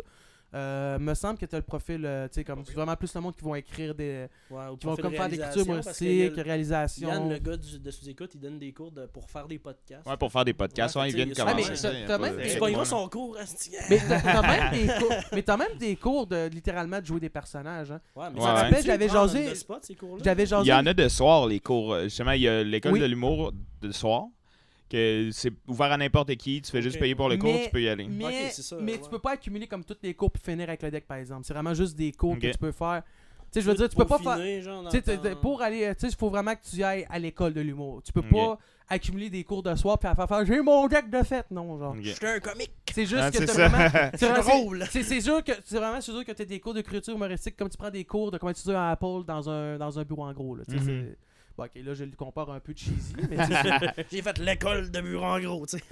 Euh, me semble que t'as le profil, euh, tu sais, comme vraiment plus le monde qui vont écrire des.
Ouais, au
qui vont
profil
comme faire des écritures
réalisation, parce qu'il y a
humoristiques,
le-
réalisation.
Yann, le gars du- de sous-écoute, il donne des cours de- pour faire des podcasts.
Ouais, ben, pour faire des podcasts,
Ouais,
ouais,
tu
ils
sais,
viennent
il y a-
commencer.
Ah, mais
ça,
tu sais,
t'as
y a pas
même-
de-
Tu
Ouais.
pogneras son cours, asti.
Mais t'as t'as même, des cours- mais t'as même des cours de littéralement de jouer des personnages. Hein.
Ouais, mais
Ouais.
ça, tu
Rappelle,
peux-tu
j'avais
prendre
jasé-
on the spot, ces cours-là?
J'avais genre.
Il y en a de soir, les cours. euh, Justement, il y a l'école
Oui.
de l'humour de soir, que c'est ouvert à n'importe qui, tu fais juste
Ok.
payer pour le cours,
Mais-
tu peux y aller.
Mais,
Ok, c'est ça,
mais
ouais.
tu peux pas accumuler comme tous les cours pour finir avec le deck, par exemple. C'est vraiment juste des cours
Ok.
que tu peux faire. Tu sais, je veux dire, tu peux pas faire.
Peaufiner, genre, dans
Tu sais, t'es-
ton-
t'es- pour aller, euh, tu sais, il faut vraiment que tu y ailles à l'école de l'humour. Tu peux
Ok.
pas accumuler des cours de soir puis à faire, faire j'ai mon deck de fête, non, genre.
Ok.
Je suis un comique.
C'est juste
Ah,
que
c'est
t'as
ça.
vraiment. c'est vraiment- c'est-
drôle.
C'est c'est sûr que c'est vraiment sûr que t'as des cours de d'écriture humoristique comme tu prends des cours de comment étudier un Apple dans un dans un bureau en gros là. tu sais,
Mhm. Ah.
c'est- Bon, ok, là je le compare un peu cheesy, mais tu sais,
J'ai fait l'école de bureau en gros, tu sais.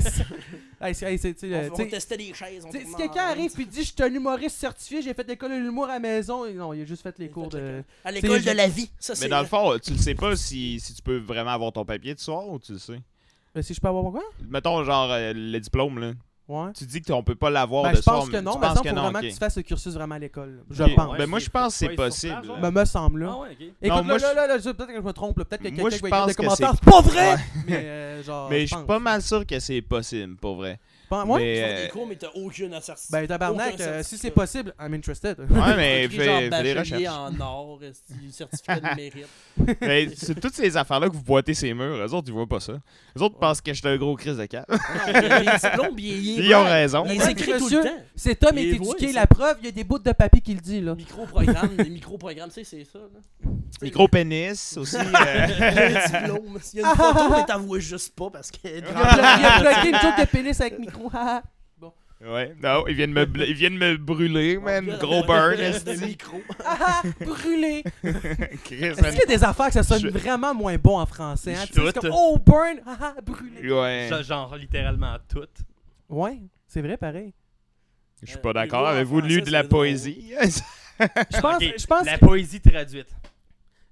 c'est- hey, c'est- hey, c'est- tu sais,
On-
le-
On
tu sais,
testait des chaises. on
tu sais, Euh, si
tournait en
quelqu'un
rond,
arrive puis dit je suis un humoriste certifié, j'ai fait l'école de l'humour à la maison, non, il a juste fait les
Il a
cours
fait
de.
À
C'est
l'école
ju-
de la vie. Ça,
Mais
c'est
dans le fond, tu le sais pas si, si tu peux vraiment avoir ton papier de soir ou tu le sais.
Mais Euh, si je peux avoir mon quoi?
Mettons, genre, euh, le diplôme, là.
Ouais.
Tu dis qu'on peut pas l'avoir
Ben,
de
je pense
soir,
que
mais
non,
tu
mais
penses
il
que
faut
non,
vraiment
ok.
que tu fasses le cursus vraiment à l'école. Je
Ok.
pense.
Ben, moi, je pense que c'est
Ouais, c'est
possible.
sur
Ben, me semble, là.
Ah ouais, ok.
Écoute,
Non,
là,
moi,
là,
je-
là, là, je- peut-être que je me trompe, là, peut-être que
Moi,
quelqu'un
je
va écrire des
pense que
commentaires.
c'est-
C'est pas vrai! mais euh, genre.
Mais je suis
pense.
pas mal sûr que c'est possible, pour vrai.
Je pense- ouais?
mais,
Tu fais
euh,
des cours, mais t'as aucune assertion.
Ben, tabarnak,
Aucun
euh, si c'est
certificat.
possible, I'm interested.
Ouais, mais
Écrit genre
fais, fais des
bachelier
recherches.
en or, esti, certificat de mérite.
Mais c'est toutes ces affaires-là que vous boitez ces murs. Eux autres, ils voient pas ça. Eux autres pensent que j'étais un gros crise de cap.
Non, il y a des diplômes, il est- il est
Ils ont
vrai.
raison.
Il les
Ouais,
écrit tout
monsieur.
le temps.
Cet homme
Il
est
est vrai,
éduqué,
ça.
la preuve, il y a des bouts de papier qui le dit, là.
Micro-programme, des micro-programmes, tu sais, c'est ça. Là.
Micro-pénis aussi. euh,
Le diplôme. Il y a une photo, mais t'en vois juste pas parce que.
Il a pla- il a plaqué une joke de pénis avec micro. Ah, haha.
Ouais, non, ils viennent me, bl- ils viennent me brûler, man. Gros burn,
de
esti.
micro.
Haha, ah, Brûlé!
Chris,
Est-ce qu'il y a des affaires que ça sonne
Je-
vraiment moins bon en français? hein?
Je
Tu sais, c'est
doute.
comme Oh, burn! haha, Brûlé!
Ouais.
Genre- Genre littéralement tout.
Ouais, c'est vrai, pareil.
Je suis
Euh,
pas
les
d'accord.
mots en
Avez-vous lu
français,
de la
c'est drôle.
poésie?
Je pense,
Ok,
je pense
La
que-
poésie traduite.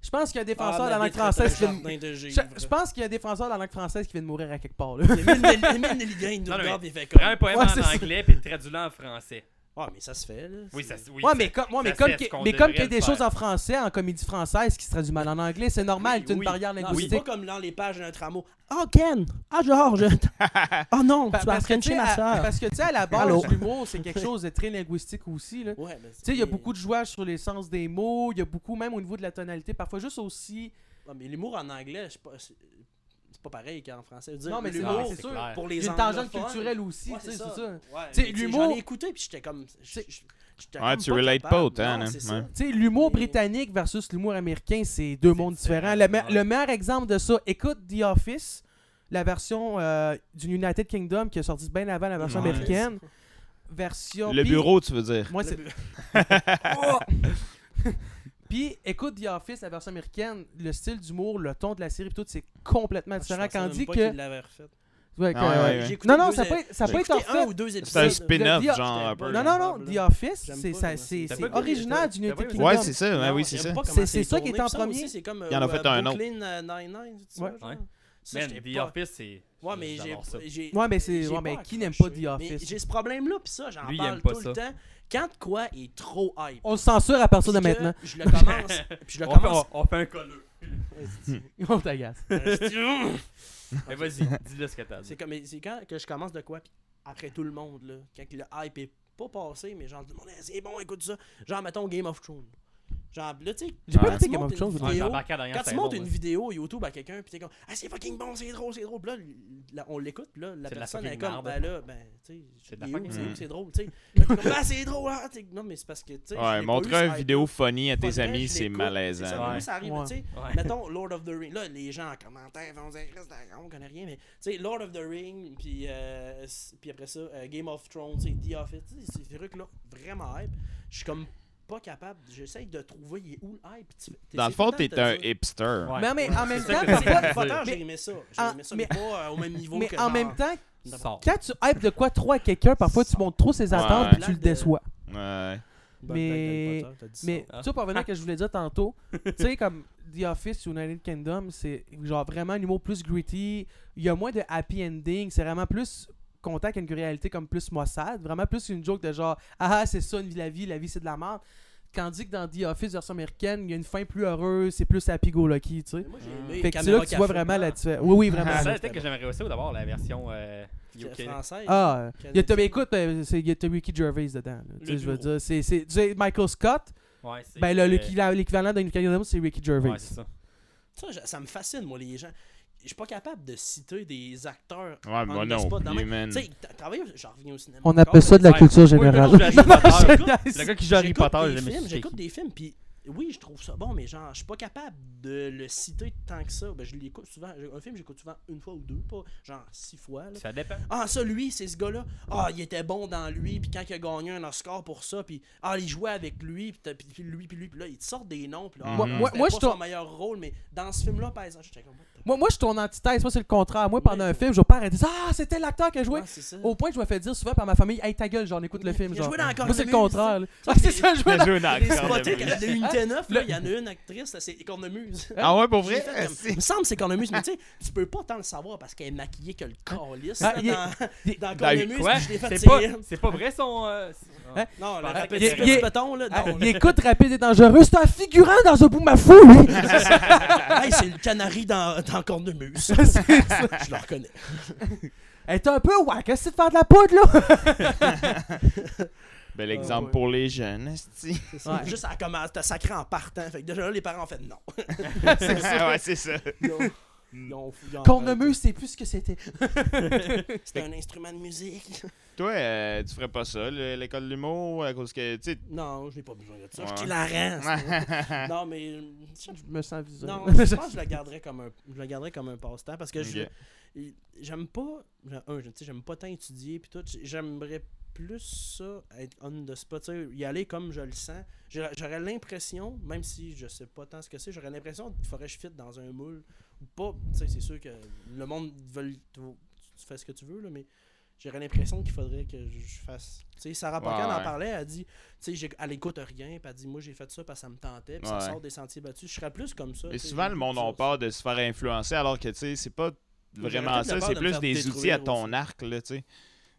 Je pense qu'il y a un défenseur
Ah,
de la
ma
langue
vie est
française qui
très
vient de...
jardin de
Je,
givre.
je pense qu'il y a un défenseur de la langue française qui vient de mourir à quelque part. Là.
Émile Nel- Émile Nelligan, il nous
Non, non,
regarde et fait
Prends un
comme.
poème
Ouais, c'est
en
ça.
anglais puis traduis-le en français.
Ah, mais ça se fait, là.
Oui,
c'est-
ça oui,
ouais,
ça-
mais comme, ouais, mais
ça
comme,
fait ce
qu'il-
qu'on
mais comme
devrait
qu'il y a des
le
choses
faire.
en français, en comédie française qui se traduit mal en anglais, c'est normal,
Oui,
c'est une
oui.
barrière
Non, c'est
linguistique.
pas comme dans les pages d'un tramway. Oh, Ken! Ah, Georges! oh non,
Pa-
tu vas
que, tu
chez
sais,
ma
à-
soeur.
parce que tu sais, à la base,
Allô?
l'humour, c'est quelque chose de très linguistique aussi. Là.
Ouais, mais
Tu sais, il y a beaucoup de jouages sur les sens des mots, il y a beaucoup, même au niveau de la tonalité, parfois juste aussi.
Non, Ah, mais l'humour en anglais, je sais pas, c'est c'est pas pareil qu'en français. Je veux dire,
Non, mais
c'est
l'humour,
clair,
c'est
c'est
sûr.
clair.
pour
Il
les
y a une tangente
anglophones-
culturelle aussi,
Ouais,
tu sais, c'est ça.
Ouais,
Tu sais,
mais tu sais,
l'humour-
J'en ai écouté, puis j'étais comme. je-
Tu-
je- j'étais
Ouais,
comme
tu relates
capable.
pas autant,
Non,
hein,
c'est ça.
ouais.
Tu sais, l'humour
Mais-
britannique versus l'humour américain, c'est deux mondes différents. Le, me-
différent, ouais.
le meilleur exemple de ça, écoute The Office, la version euh, du United Kingdom qui est sortie bien avant la version
Ouais.
américaine. Version.
Le
puis-
bureau, tu veux dire.
Moi,
Le
c'est.
bu-
Oh! Puis écoute The Office, la version américaine, le style d'humour, le ton de la série, pis tout, c'est complètement
Ah, Je
différent.
pensais
Quand
même
on dit
pas
que.
qu'il l'avait refait.
Ouais,
Ah,
que-
ouais, ouais.
J'ai écouté
Non, non,
deux
ça peut
é-
être, ça
J'ai
peut être en
écouté un
fait.
ou deux épisodes.
C'est un
Le-
spin-off,
le-
genre un peu.
Non, non, non, The Office,
J'aime
c'est
pas,
ça- c'est-
moi, ça.
c'est
T'as pas-
original
t'as-
du
t'as
United
pas-
Kingdom.
Ouais, c'est ça, ouais, oui, c'est
j'aime
ça.
pas comment
C'est-
c'est
c'est ça qui est
tourné,
en
puis ça aussi,
premier.
c'est comme,
Il y en a
euh,
fait un autre.
Brooklyn, euh, Nine-Nine, tu sais,
Ouais.
genre.
Ouais.
Ça,
Man,
j'étais
The
pas-
Office, c'est.
Ouais, mais j'ai.
j'adore ça.
j'ai-
Ouais, mais c'est-
j'ai
ouais, mais qui n'aime
accroché.
pas The
Mais
Office?
J'ai ce problème-là, puis ça, j'en
Lui, il
parle
aime pas
tout le
ça.
temps. Quand de quoi est trop hype.
On se censure à partir de
Parce que
maintenant.
Je le commence. Puis je le
On fait,
commence.
on, on fait un colleux.
On t'agace.
Mais vas-y, dis-le ce que t'as
Ah, C'est
dit.
comme mais c'est quand que je commence de quoi puis après tout le monde là, quand le hype est pas passé mais genre tout le monde Eh, c'est bon écoute ça. Genre mettons Game of Thrones. Genre là tu sais
J'ai pas
Ouais.
écouté
Tu
Game of
montes
Thrones.
une
là.
Ouais,
vidéo.
j'embarque à la dernière
quand tu
saison,
montes une
moi.
vidéo YouTube à quelqu'un puis t'es comme ah c'est fucking bon, c'est drôle, c'est drôle. Puis Là, l- là, on l'écoute puis là la
C'est de la
personne elle est
fucking
comme ben
merde.
là ben tu sais
C'est de
il
la
est où,
fucking
c'est où,
merde.
c'est drôle, tu sais. Là, t'es comme, ah c'est drôle hein, t'es- non mais c'est parce que tu sais je l'ai
Ouais,
pas
montrer
eu,
une
ce
vidéo
hype-là.
funny à
Pas
tes
vrai,
amis,
je
c'est
l'écoute, c'est ça,
malaisant.
mais
Ouais.
Ça arrive,
Ouais.
tu sais.
Ouais.
Mettons Lord of the Ring. Là, les gens en commentaire vont dire Christ, on connaît rien, mais tu sais, Lord of the Ring, puis, euh, s- puis après ça, euh, Game of Thrones, tu sais, The Office, tu sais, ces trucs-là, vraiment hype. Je suis comme pas capable, j'essaye de trouver il est où le hype. Tu- t'essaies
Dans le fond,
tout
t'es
temps
un
de te dire-
hipster.
Ouais.
Mais, mais en même
C'est
temps,
ça que
C'est
parfois-
pas le photeur,
Mais-
j'ai aimé ça. J'ai
Ah,
aimé ça,
mais-
mais pas euh, au même niveau que
mais en
genre-
même temps,
Sors.
quand tu hype de quoi trop à quelqu'un, parfois tu montres trop ses attentes
Ouais.
et tu le déçois.
Ouais.
mais-
Bonne blague d'Harry Potter, t'as dit ça.
Mais
Ah.
tu sais, pour revenir à ce que je voulais dire tantôt, tu sais, comme The Office United Kingdom, c'est genre vraiment un humour plus gritty. Il y a moins de happy ending. C'est vraiment plus contact avec une réalité comme plus Mossad. Vraiment plus une joke de genre, ah, ah, c'est ça, une vie, la vie, la vie, c'est de la merde. Tandis que dans The Office version américaine, il y a une fin plus heureuse, c'est plus happy go lucky, tu sais.
Mais moi, j'ai aimé
Fait que c'est
Caméra
là que tu vois
Café.
vraiment la différence. Oui, oui, vraiment. là,
Ah, ça, peut-être que j'aimerais aussi d'avoir la version euh,
La
UK.
française.
Ah, euh, il y a,
Canadien.
mais écoute, ben, c'est- il y a Ricky Gervais dedans. là, tu sais,
Le
je veux
duo.
dire, c'est, c'est, tu sais, Michael Scott,
Ouais, c'est.
ben, le-
euh,
l'équivalent l'équivalent d'un Canadien, c'est Ricky Gervais.
Ouais, c'est ça.
Ça, je- ça me fascine, moi, les gens. Je suis pas capable de citer des acteurs.
Ouais, moi non
pas
plus, man.
Tu sais, t- travailler, au- j'en reviens au cinéma.
On
encore,
appelle ça de la
Ouais.
culture
Oui, le gars
générale.
qui joue Harry Potter.
C'est
écoute,
nice.
Le gars qui joue Harry
j'écoute
Potter,
des
je me
films,
suis
J'écoute des films, puis oui, je trouve ça bon, mais genre, je suis pas capable de le citer tant que ça. Ben, je l'écoute souvent. Un film, j'écoute souvent une fois ou deux, pas genre six fois. là.
Ça dépend.
Ah, ça, lui, c'est ce gars-là. Ah, il était bon dans lui, puis quand il a gagné un Oscar pour ça, puis ah, il jouait avec lui, puis t'as- puis puis lui, puis lui, puis là, il te sort des noms, puis là, ah,
Moi-
c'était
moi- moi, je
pas son
trouve-
meilleur rôle, mais dans ce film-là, par exemple, j'étais comme, what the
Moi, moi, je suis ton antithèse. Moi, c'est le contraire. Moi, pendant
Oui.
un film, je vais pas arrêter. de dire, Ah, c'était l'acteur qui a joué.
fuck, c'est ça.
Au point que je me fais dire souvent par ma famille, hey, ta gueule, j'en écoute le film.
Il a
Genre.
joué dans
Moi,
Cornemuse,
c'est le contraire. là.
ça.
Ah, c'est ça, je joue
Mais
dans-
je veux une
Les
action
spotés, quand
de-
il y en a une T9,
le-
là, il y en a une actrice, là, c'est Cornemuse.
Ah ouais, pour
J'ai
vrai?
fait comme-
Si.
Il me semble que c'est Cornemuse, mais tu sais, tu peux pas tant le savoir parce qu'elle est maquillée que le calice
Ah,
là,
il est- il-
dans, dans
Dans-
Cornemuse,
Quoi?
puis je l'ai fait
C'est pas,
tirer.
c'est pas vrai son. euh, c'est- ah.
Hein?
Non,
Je
la
pensais
rapide
qu'il-
du
il-
béton, là,
Ah,
non,
il
là.
écoute rapide et dangereux. C'est un figurant dans un bout ma fou, lui.
Hey, c'est le canari dans, dans Cornemuse.
C'est ça.
je le reconnais.
Elle est un peu wack. Qu'est-ce que c'est de faire de la poudre, là?
Bel
ouais.
Ah
exemple pour les jeunes, esti.
Ouais.
Juste, elle commence, t'as sacré en partant. Fait que déjà là, les parents ont fait non.
C'est ça, ouais, c'est ça.
Ils ont- ils ont- ils ont-
Cornemuse, c'est plus ce que c'était.
C'est un instrument de musique.
Toi, euh, tu ferais pas ça, le- l'école de l'humour, à cause que, tu sais,
Non, je n'ai pas besoin de ça. Je
Ouais.
suis hilarant. ça. non, mais. euh, je-
Je me sens visé.
Non, je pense que je le garderais comme un, je le garderais comme un passe-temps parce que je-
Ok.
il- j'aime pas. j'ai- Un, je- tu sais, j'aime pas tant étudier puis tout. J'aimerais plus ça, être on the spot, tu sais, y aller comme je le sens. J'aurais j'aurais l'impression, même si je sais pas tant ce que c'est, j'aurais l'impression qu'il faudrait que je fitte dans un moule ou pas. Tu sais, c'est sûr que le monde veut. le- Tu tu fais ce que tu veux, là, mais. J'aurais l'impression qu'il faudrait que je- je fasse. Tu sais, Sarah
Ouais,
Paquin en
ouais.
parlait, elle dit, tu sais, j'ai- elle écoute rien, puis elle dit, moi j'ai fait ça parce que ça me tentait, puis
Ouais.
ça sort des sentiers battus. Je serais plus comme ça.
Et
tu sais,
souvent, le monde a
ça.
peur de se faire influencer, alors que, tu sais, c'est pas
J'aurais
vraiment
peut-être
ça,
peur
c'est
de me
plus
faire
des
détruire
outils à ton arc, là, tu sais.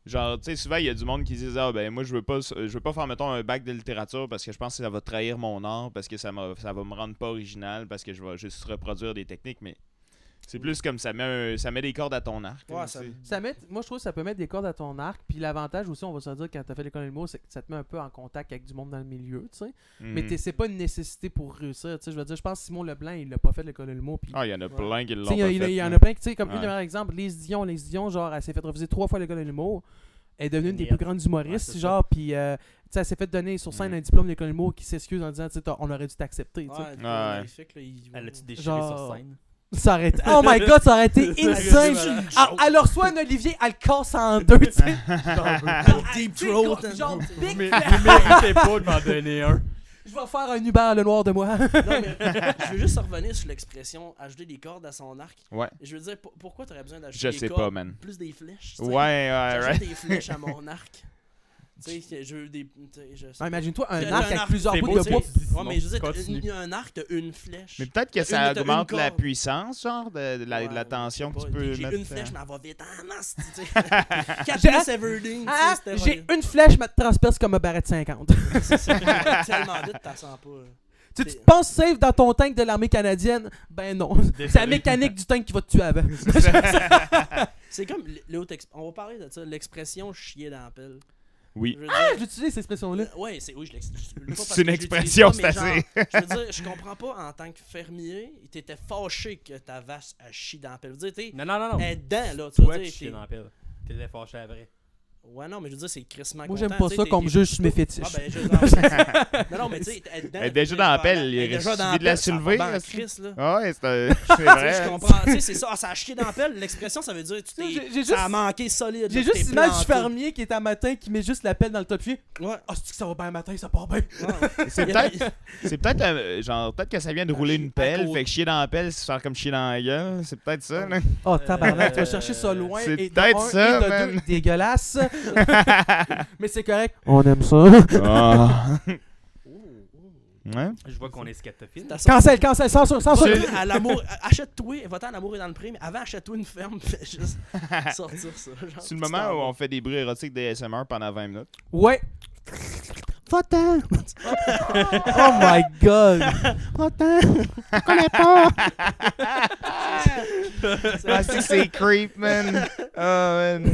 Genre, tu sais, souvent, il y a du monde qui disent Ah, ben, moi, je veux pas je veux pas faire, mettons, un bac de littérature parce que je pense que ça va trahir mon art, parce que ça, m'a- ça va me rendre pas original, parce que je vais juste reproduire des techniques, mais c'est plus comme ça met, un- ça met des cordes à ton arc.
Ouais,
là,
ça
tu
me-
sais.
Ça met, moi, je trouve que ça peut mettre des cordes à ton arc. Puis l'avantage aussi, on va se le dire, quand t'as fait l'école de l'humour, c'est que ça te met un peu en contact avec du monde dans le milieu, tu sais. Mais
Mhm.
t'es- c'est pas une nécessité pour réussir, tu sais. Je veux dire, je pense que Simon Leblanc, il l'a pas fait l'école de l'humour. Puis
Ah, il y en a
Ouais.
plein qui l'ont
Tu sais,
pas
il y, a-
fait,
il y en
là.
a plein qui, tu sais, comme
Ouais.
une meilleure exemple, Lise Dion, Lise Dion, genre, elle s'est fait refuser trois fois l'école de l'humour. Elle est devenue une des
Yep.
plus grandes humoristes,
Ouais, c'est
genre, puis euh, tu sais, elle s'est fait donner sur scène
Mm.
un diplôme d'école de l'humour qui s'excuse en disant, tu sais, t'as- on aurait dû t'accepter, tu sais.
Ouais,
Ouais.
magnifique, là, il-
Ah, Elle l'a-tu déchiré
Genre-
sur scène?
Ça aurait été- Oh my god, ça aurait été insane!
Voilà.
Alors, elle reçoit un Olivier, elle le casse en deux, tu sais.
Ah,
Ah, Deep
ah, Tu sais,
throat.
comme- Genre,
Vous
big,
mé- vous méritez pas de m'en donner un.
je vais faire un Uber le noir de moi.
Non, mais je veux juste revenir sur l'expression ajouter des cordes à son arc.
Ouais,
Je veux dire, pour- pourquoi t'aurais besoin d'ajouter
je
des
sais
cordes
pas, man.
Plus des flèches. tu sais.
Ouais, ouais,
J'ajoute
right.
des flèches à mon arc. tu sais, je veux des. tu sais, je-
Non, Imagine-toi
T'as
un arc avec plusieurs
C'est
bouts
beau,
de
tu
c'est
sais.
bois.
Ouais, mais je veux dire, t'as
Continue.
une- un arc, t'as une flèche.
Mais peut-être que
Une-
ça
t'as une
augmente la
corde.
puissance, genre, de, de la, de la
Ouais,
tension
je
que
sais
tu
pas,
peux mettre.
J'ai une
euh,
flèche, mais elle va vite en masse. tu sais.
J'ai-
Captain Severding.
Ah, j'ai une flèche, ma transperce comme un barret de 50.
Tellement vite, t'en sens pas. hein. là.
Tu, tu te penses safe dans ton tank de l'armée canadienne? Ben non. C'est la
Désolé.
mécanique du tank qui va te tuer avant.
C'est comme l- l'autre exp- on va parler de ça, l'expression chier dans la pelle.
Oui.
Je veux
Ah,
dire-
J'utilise cette expression-là.
Euh, ouais, c'est oui, je l'ex- je- pas parce
C'est une
que je l'utilise
expression,
pas,
c'est
mais genre,
assez.
Je veux dire, je comprends pas en tant que fermier, t'étais fâché que ta vache a chié dans la pelle. Je veux dire, t'es
Non, non, non, non.
Euh,
elle est dedans, là, tu
Toi,
veux
tu
dire.
chies
t'es-
dans la pelle. T'étais fâché après.
Ouais, non, mais je veux dire, c'est crissement
Moi,
Ah, content,
j'aime pas
tu sais,
ça
t'es-
qu'on me
t'es-
juge sur mes
Ah,
fétiches.
ben, je veux dire, Non, non, mais tu sais, elle est dedans,
Elle est déjà
t'es-
dans la pelle, il
elle est
reste
déjà dans
celui de la
pelle, ça va
soulever,
bien,
là.
Chris, là.
Ah ouais, c'est euh, c'est
Tu sais,
vrai.
je comprends. tu sais, c'est ça. Ah, ça a chié dans la pelle. L'expression, ça veut dire tu
J'ai-
t'es.
j'ai juste-
Ça a manqué solide.
J'ai
là, t'es
juste l'image du
planté.
fermier qui est un matin qui met juste la pelle dans le top pied.
Ouais.
Ah, c'est que ça va bien le matin, ça part bien.
C'est peut-être c'est peut-être euh, genre peut-être que ça vient de
Ah,
rouler
chi-
une
à
pelle,
côté. Ah.
fait que chier dans la pelle, c'est faire comme chier dans la gueule, c'est peut-être ça. Là.
Oh, tabarnak, tu vas
Euh,
chercher ça loin.
c'est
et de
peut-être
un,
ça,
et de
man.
deux, Dégueulasse. Mais c'est correct. On aime ça.
Ah.
Ah,
Ouais.
Je vois qu'on est scatophile.
Cancel, cancel, censure, censure.
Va-t'en à l'amour, achète-toi, va-t'en à l'amour et dans le prix, mais avant achète-toi une ferme, fais juste sortir ça. genre,
C'est le
tu t'en
moment où
vas.
on fait des bruits érotiques des SMR pendant 20 minutes.
Ouais. Va-t'en. oh my god. Va-t'en. Je connais pas.
Ah, c'est que c'est creep, man. Ah, man.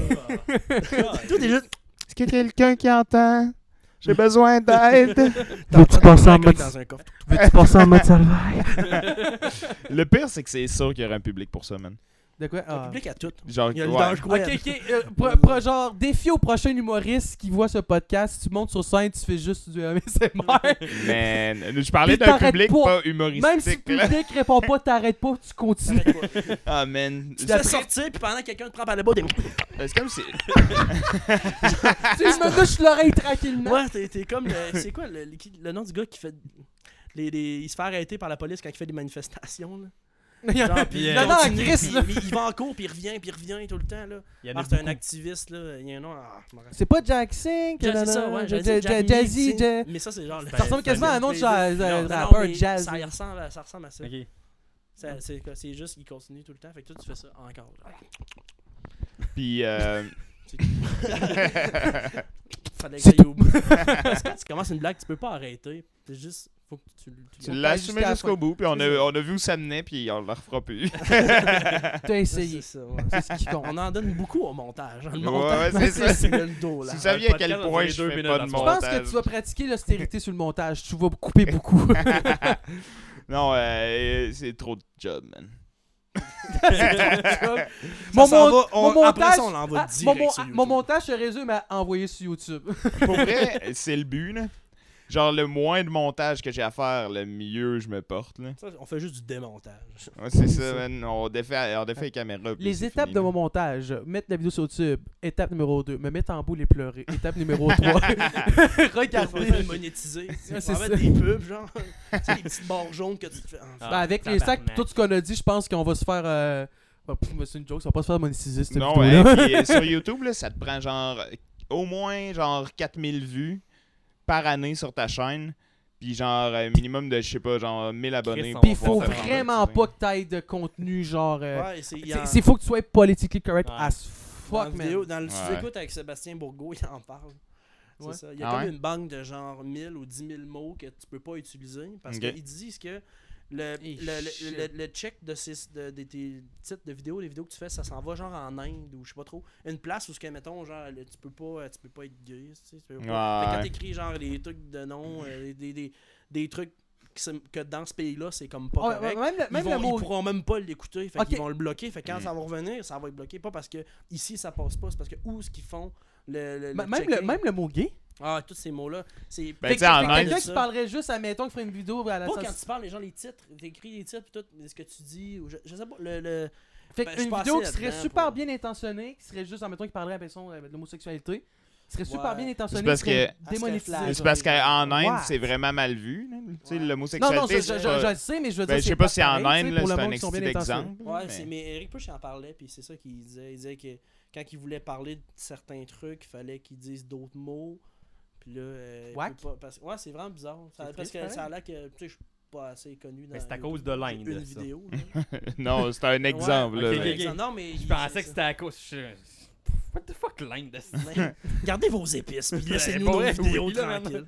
Tout est juste.
Est-ce qu'il y a quelqu'un qui entend? J'ai besoin d'aide.
Veux-tu passer en mode,
dans un coffre.
veux-tu passer en mode salvaille?
Le pire, c'est que c'est sûr qu'il y aura un public pour ça, man.
De quoi?
Le
Ah.
public à tout.
Genre,
Il y a le
ouais.
danger
Ok,
web.
ok. euh, pro- pro- genre, défi au prochain humoriste qui voit ce podcast. Tu montes sur scène, tu fais juste du ASMR.
Man, je parlais
Puis
d'un
t'arrêtes
public pas,
pas.
humoristique.
Même si le
là.
public répond pas, t'arrêtes pas, tu continues.
T'arrêtes pas.
Ah, man.
Tu te fais sortir, puis pendant que quelqu'un te prend par le bas, t'es.
C'est comme si.
tu me douches l'oreille tranquillement.
Ouais, t'es- t'es comme. le- C'est quoi le, le- qui- le nom du gars qui fait. Les, les- il se fait arrêter par la police quand il fait des manifestations, là. Genre, puis il
Non,
non,
continue,
Chris,
puis-
là.
puis il va en cours, puis il revient, puis il revient tout le temps, là.
Il y en a
Ah, c'est un
beaucoup.
activiste, là. Il y a un nom. Ah, je m'en rappelle.
C'est pas Jack Sink.
Ja- C'est ça,
nanana,
ouais,
Ja-
j'allais dire
Ja-
Jack
Jazzy.
Meek, tu sais.
Ja-
Mais ça, c'est genre. le-
Ça
Ça ressemble quasiment à un nom de
Non,
ja-
non,
ja-
non,
rappeur
mais
jazz.
Ça y ressemble, ça ressemble à ça.
Ok.
Ça- C'est quoi, c'est juste qu'il continue tout le temps. Fait que toi, tu fais ça encore.
Puis. euh,
Fallait que j'aille au bout. Parce que quand tu commences une blague, tu peux pas arrêter. C'est juste. Faut que tu. tu-
Tu
On
l'as
passe
assumé
jusqu'à la
jusqu'au
fin.
bout, puis on
C'est
a,
ça.
on a vu où ça menait, puis on ne le refera plus.
T'as
C'est
essayé.
ça, ouais.
C'est ce qui compte.
On en donne beaucoup au montage. hein, Le
Ouais,
montage,
ouais, c'est ça.
c'est le dos, là.
si vous saviez à
podcast,
quel
on
point
fait
je
deux
fais
minutes
pas
dans
de
ce
Je
montage.
pense que tu vas pratiquer l'austérité sur le montage. Tu vas couper beaucoup.
Non, euh, c'est trop de job, man.
mon
Ça s'en
mon-
va, on-
mon
après
montage,
ça, on l'envoie
ah,
direct
mon, mon-
sur
ah,
YouTube.
mon montage se résume à envoyer sur YouTube.
Pour vrai, c'est le but, là. Genre, le moins de montage que j'ai à faire, le mieux je me porte, là.
Ça, on fait juste du démontage.
Ouais, c'est
ça.
ça, man. On défait, on défait les caméras. puis
Les
c'est
étapes
fini,
de
là.
mon montage. Mettre la vidéo sur YouTube. Étape numéro 2. Me mettre en boule et pleurer. Étape numéro 3.
Faut le
Regarder.
monétiser.
Ouais,
C'est
c'est
ça.
ça.
des pubs, genre. tu sais, les petites barres jaunes que tu te fais. Ah,
Ah,
Ben, avec les sacs,
tabarnak.
tout ce qu'on a dit, je pense qu'on va se faire euh, Ah, pff, mais C'est une joke, ça va pas se faire monétiser cette
Non,
vidéo-là.
ouais, puis, euh, sur YouTube, là, ça te prend genre euh, au moins genre 4000 vues par année sur ta chaîne. Puis genre euh, minimum de, je sais pas, genre 1000 abonnés.
on
pour
Puis il
pouvoir
faut
te faire
vraiment
monétiser.
pas que t'ailles de contenu genre. euh,
Ouais, c'est. il
c'est-
en-
c'est faut que tu sois politiquement correct
Ouais.
as
dans la
fuck,
vidéo,
man.
dans le
Ouais.
sous-écoute avec Sébastien Bourgault, il en parle. C'est
Ouais.
ça. Il y a
Ah
comme
ouais?
une banque de genre 1000 ou 10 000 mots que tu peux pas utiliser parce
Ok.
qu'ils disent que le,
Eh,
le, le- le-
shit.
le check de, ces, de, de tes titres de vidéos, les vidéos que tu fais, ça s'en va genre en Inde ou je sais pas trop. Une place où, ce que, mettons, genre, le- tu peux pas, tu peux pas être gay. Tu sais, tu peux pas-
Ouais,
Fait que Quand
ouais.
t'écris genre des trucs de nom, euh, des, des, des, des trucs qui sont- que dans ce pays-là, c'est comme pas
Ah, ouais,
correct.
même le,
Ils,
même
vont-
le
ils
mot.
pourront même pas l'écouter, fait
Ok.
qu'ils vont le bloquer. Fait que quand
Mm.
ça va revenir, ça va être bloqué. Pas parce que ici ça passe pas, c'est parce que où ce qu'ils font le, le, le
m- Même le,
check-in.
même le mot gay.
Ah, tous ces mots-là. C'est
Ben,
Fait
tu
que-
sais, en
fait que
Inde,
quelqu'un
ça.
qui parlerait juste à mettons qui ferait une vidéo à la
pas quand
sauce-
tu parles, les gens, les titres, t'écris les titres, pis tout, mais ce que tu dis, ou je, je sais pas, le. le...
Fait
Ben,
que
je suis
une
pas
vidéo qui
assez
serait
là-dedans
super
pour-
bien intentionnée, qui serait juste, en mettant qui parlerait à personne euh, de l'homosexualité, qui serait
Ouais.
super bien intentionnée,
C'est parce
qui serait
que-
démonétisée.
Mais
C'est parce qu'en Inde,
Ouais.
c'est vraiment mal vu. là. Tu sais,
Ouais.
Non, non,
l'homosexualité,
je, je,
c'est
je-
pas-
je le sais, mais je veux
Ben,
dire.
je sais
pas
pas si en
pareil, tu
Inde,
sais,
là,
pour le
c'est un
monde qui sont
excès
bien intentionnés.
d'exemple.
Ouais,
mais-
c'est- mais Eric Puch en parlait, puis c'est ça qu'il disait. Il disait que quand il voulait parler de certains trucs, il fallait qu'il dise d'autres mots. Puis là. euh, il
Whack.
peut pas- parce- Ouais, c'est vraiment bizarre. Ça-
C'est
parce
triste, hein? Ben,
que ça a
pareil.
l'air que, tu sais, je suis pas assez connu dans.
Mais c'est à
YouTube.
cause de l'Inde,
Une
ça.
vidéo. là.
non, c'est un exemple.
ok,
là,
ok,
mais-
ok.
Exemple, Non, mais.
Je
il-
pensais
c'est
que
ça.
c'était à cause. je- What the fuck, l'Inde? c'est-
Ben, Gardez vos épices, puis
Ben,
laissez-nous
pour
nos
vrai,
vidéos
oui, là, man.
tranquilles.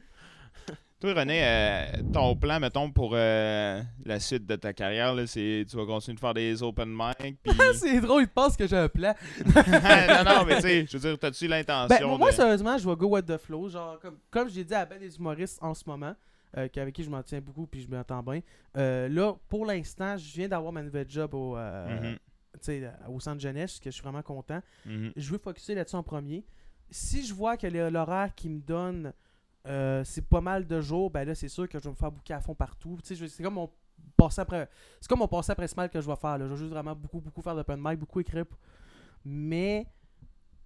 Toi, René, euh, ton plan, mettons, pour euh, la suite de ta carrière, là, c'est tu vas continuer de faire des open mic. Puis...
C'est drôle, il pense que j'ai un plan.
non, non, mais tu sais, je veux dire, t'as-tu
Ben,
l'intention
moi, moi,
de...
sérieusement, je vais go with the flow. Genre, comme, comme j'ai dit à ben des humoristes en ce moment, euh, qui- avec qui je m'en tiens beaucoup puis je m'entends bien, euh, là, pour l'instant, je viens d'avoir ma nouvelle job au, euh,
Mhm,
tu sais, au centre jeunesse, que je suis vraiment content.
mhm.
je veux focuser là-dessus en premier. Si je vois que le- l'horaire qu'ils me donne, euh, c'est pas mal de jours, ben là, c'est sûr que je vais me faire bouquer à fond partout. Tu sais, je- c'est comme mon passé après. C'est comme mon passé après ce mal que je vais faire. là. Je vais juste vraiment beaucoup, beaucoup faire d'open mic, beaucoup écrire. pour- Mais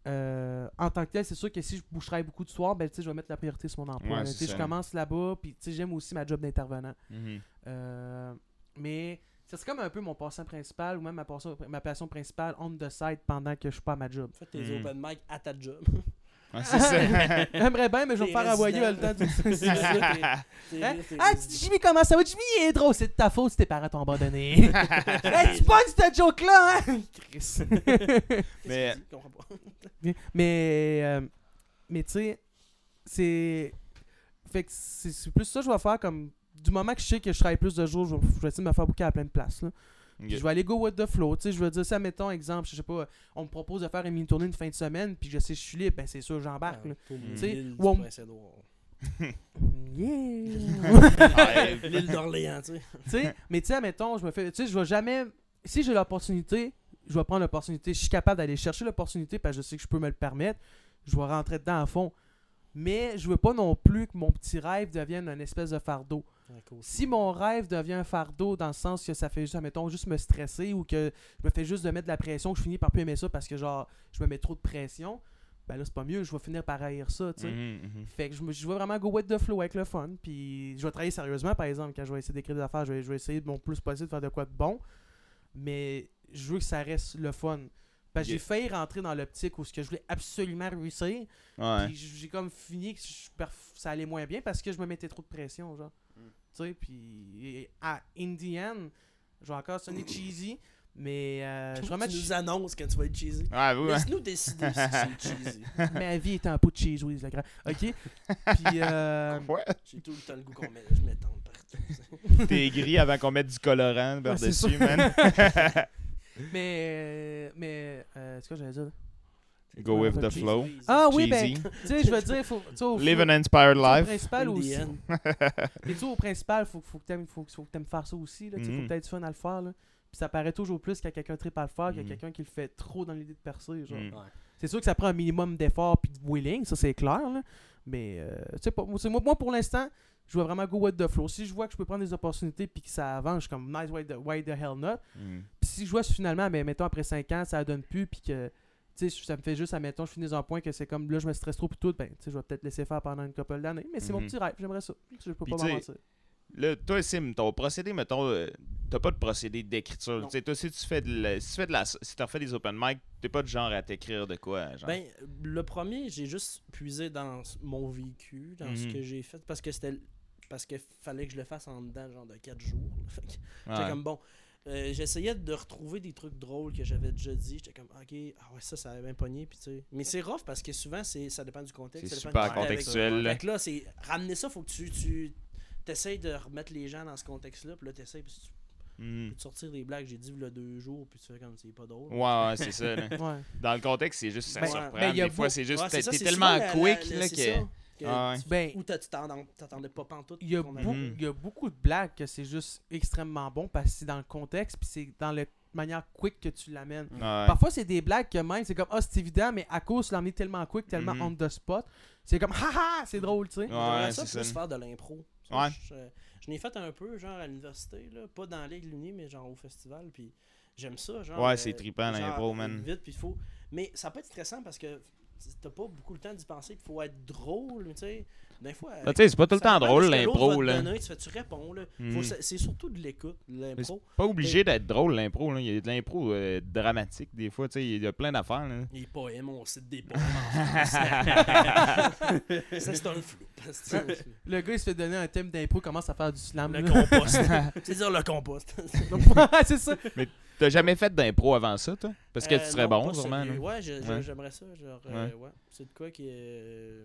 euh, en tant que tel, c'est sûr que si je, je travaille beaucoup de soir, ben tu sais, je vais mettre la priorité sur mon emploi.
Ouais,
là.
c'est
Tu sais, je
ça.
commence là-bas, puis tu sais, j'aime aussi ma job d'intervenant.
Mhm.
Euh, mais ça, c'est comme un peu mon passant principal ou même ma passion, ma passion principale on the side pendant que je suis pas à ma job.
Faites tes
Mm.
open mic à ta job.
Ouais, c'est ça.
J'aimerais bien, mais je vais me
T'es
faire envoyer le
résident.
temps du.
C'est ça, t'es- t'es-
Hein?
t'es-
Ah, tu dis Jimmy, comment ça va? Jimmy, il est drôle, c'est de ta faute si tes parents t'ont abandonné. hey, tu pognes cette joke-là, hein? Chris.
Qu'est-ce
Mais-
qu'il dit? Je comprends pas.
mais, euh, mais tu sais, c'est. Fait que c'est c'est plus ça que je vais faire comme. Du moment que je sais que je travaille plus de jours, je vais, je vais essayer de me faire bouquer à plein de places. là.
Ok.
Puis Je vais aller go with the flow. Tu sais, je veux dire ça, mettons, exemple, je sais pas, on me propose de faire une mini-tournée une fin de semaine, puis je sais que je suis libre, ben c'est sûr, j'embarque. là.
Pour
Tu
sais,
l'île du
ou on-
Prince-Édouard.
Yeah!
Ouais,
L'île d'Orléans, tu sais.
Tu sais, mais tu sais, mettons, je me fais. Tu sais, je vais jamais. Si j'ai l'opportunité, je vais prendre l'opportunité. Je suis capable d'aller chercher l'opportunité parce que je sais que je peux me le permettre. Je vais rentrer dedans à fond. Mais je veux pas non plus que mon petit rêve devienne un espèce de fardeau.
Ah, cool.
Si mon rêve devient un fardeau dans le sens que ça fait juste, mettons, juste me stresser ou que je me fais juste de mettre de la pression, que je finis par plus aimer ça parce que genre je me mets trop de pression, ben là c'est pas mieux, je vais finir par haïr ça, tu sais.
mhm, mhm.
Fait que je, me- je vais vraiment go with the flow avec le fun. Puis je vais travailler sérieusement, par exemple, quand je vais essayer d'écrire des affaires, je vais, je vais essayer de mon plus possible de faire de quoi de bon. Mais je veux que ça reste le fun. Parce que
Yeah.
j'ai failli rentrer dans l'optique où ce que je voulais absolument réussir.
Ouais.
Puis j- j'ai comme fini que je perf- ça allait moins bien parce que je me mettais trop de pression, genre. Tu sais, puis et- à Indian, je vais encore sonner cheesy, mais euh, je vais vraiment
tu
che-
nous annonces quand tu vas être cheesy.
Ouais, vous, hein.
Laisse-nous décider si c'est cheesy.
ma vie est un pot de cheese whiz, le grand. Ok? Puis euh,
Ouais.
J'ai tout le temps le goût qu'on met. Je m'étends partout.
T'es gris avant qu'on mette du colorant
Ouais, c'est
par-dessus,
ça.
man.
Mais. Mais. Euh, c'est quoi que j'allais dire?
Go with the flow.
Ah oui, ben.
Cheesy.
Tu sais, je veux dire, faut. Tu sais, au,
Live
faut-
an inspired
tu sais, au
life.
principal aussi. Mais tu sais, au principal, faut, faut que t'aimes faut, que- faut que t'aimes faire ça aussi. Là, tu sais, Faut
Mhm.
que t'aies du fun à le faire. Là. Puis ça paraît toujours plus qu'il y a quelqu'un tripe à le faire, qu'il y
Mhm.
a quelqu'un qui le fait trop dans l'idée de percer. Genre.
Mm.
C'est sûr que ça prend un minimum d'effort puis de willing, ça c'est clair. Là. Mais euh, tu sais, pas- moi, c'est- moi, moi, pour l'instant, je veux vraiment go with the flow. Si je vois que je peux prendre des opportunités puis que ça avance, je suis comme nice, why the, why the hell not?
Mm.
Puis si je vois si finalement, mais mettons après 5 ans, ça donne plus, puis que tu sais, ça me fait juste, admettons, je finis dans un point que c'est comme là, je me stresse trop, puis tout, ben, tu sais, je vais peut-être laisser faire pendant une couple d'années, mais c'est
Mhm.
mon petit rêve, j'aimerais ça. Je peux
Puis
pas
tu sais,
m'en mentir.
Là, toi, Sim, ton procédé, mettons, euh, t'as pas de procédé d'écriture.
Non.
Tu sais, toi, si tu fais de la. Si tu fais de la- si t'en fais des open mic, t'es pas du genre à t'écrire de quoi, genre.
Ben, le premier, j'ai juste puisé dans s- mon vécu, dans ce
Mhm.
que j'ai fait, parce que c'était l- parce que fallait que je le fasse en dedans, genre de 4 jours. là. Fait que
Ouais.
J'étais comme bon. euh, J'essayais de retrouver des trucs drôles que j'avais déjà dit. J'étais comme, ok, ah ouais, ça, ça avait bien pogné. Puis, tu sais. Mais c'est rough parce que souvent, c'est ça dépend du contexte.
C'est
ça dépend
super
de qui t'es avec.
contextuel. là.
Fait que là, c'est ramener ça, faut que tu, tu essayes de remettre les gens dans ce contexte-là. Puis là, t'essayes, puis tu
Mm.
peux te sortir des blagues. J'ai dit, il y a deux jours, puis tu fais comme c'est pas drôle.
Ouais, ouais, c'est ça. là.
Ouais.
Dans le contexte, c'est juste ça
Ben,
surprend.
ben, il y a
des fois,
beau-
c'est juste
Ouais,
t'es
c'est ça,
t'es
c'est
tellement
souvent la- la-
quick
la-
là,
c'est
que.
ça, que
Ah ouais.
tu-
Ben,
Ou t'as- tu t'en- t'attendais pas pantoute.
Il y, a
qu'on
beaucoup-
Mhm.
il y a beaucoup de blagues que c'est juste extrêmement bon parce que c'est dans le contexte puis c'est dans la manière quick que tu l'amènes.
Ouais.
Parfois, c'est des blagues que même, c'est comme, ah, c'est évident, mais à cause, tu l'as amené tellement quick, tellement
Mhm.
on the spot, c'est comme, haha, c'est drôle, tu sais.
Ouais,
J'aimerais ça,
c'est
plus
ça.
faire de l'impro. Ça,
Ouais.
Je, euh, je l'ai fait un peu, genre, à l'université, là. Pas dans la Ligue Lumière, mais genre au festival, puis j'aime ça, genre... euh,
Ouais, c'est trippant,
genre,
l'impro, man.
Vite, puis faut... Mais ça peut être stressant parce que t'as pas beaucoup le temps d'y penser, puis faut être drôle, tu sais. Des fois... euh,
Ah, tu sais, c'est pas tout le
ça
temps
dépend de
drôle
ce que l'autre hein.
l'impro
va te
là.
donner, tu fais, tu réponds, là. Faut
Mhm.
se- C'est surtout de l'écoute, l'impro.
Pas obligé d'être drôle l'impro là. Il y a de l'impro euh, dramatique des fois, tu sais, il y a plein d'affaires là.
Les poèmes, on cite des poèmes. en français. ça, c'est un flou. Le
Le gars, il se fait donner un thème d'impôt, commence à faire du slam. là.
compost. C'est-à-dire le compost.
Ouais, c'est ça.
T'as jamais fait d'impro avant ça, toi Parce que
Oh. Euh,
tu serais
non,
bon,
pas
sûrement.
celui-
là.
Ouais, je- je-
Ouais.
j'aimerais ça. Genre, euh,
Ouais.
ouais. C'est de quoi qui est. euh,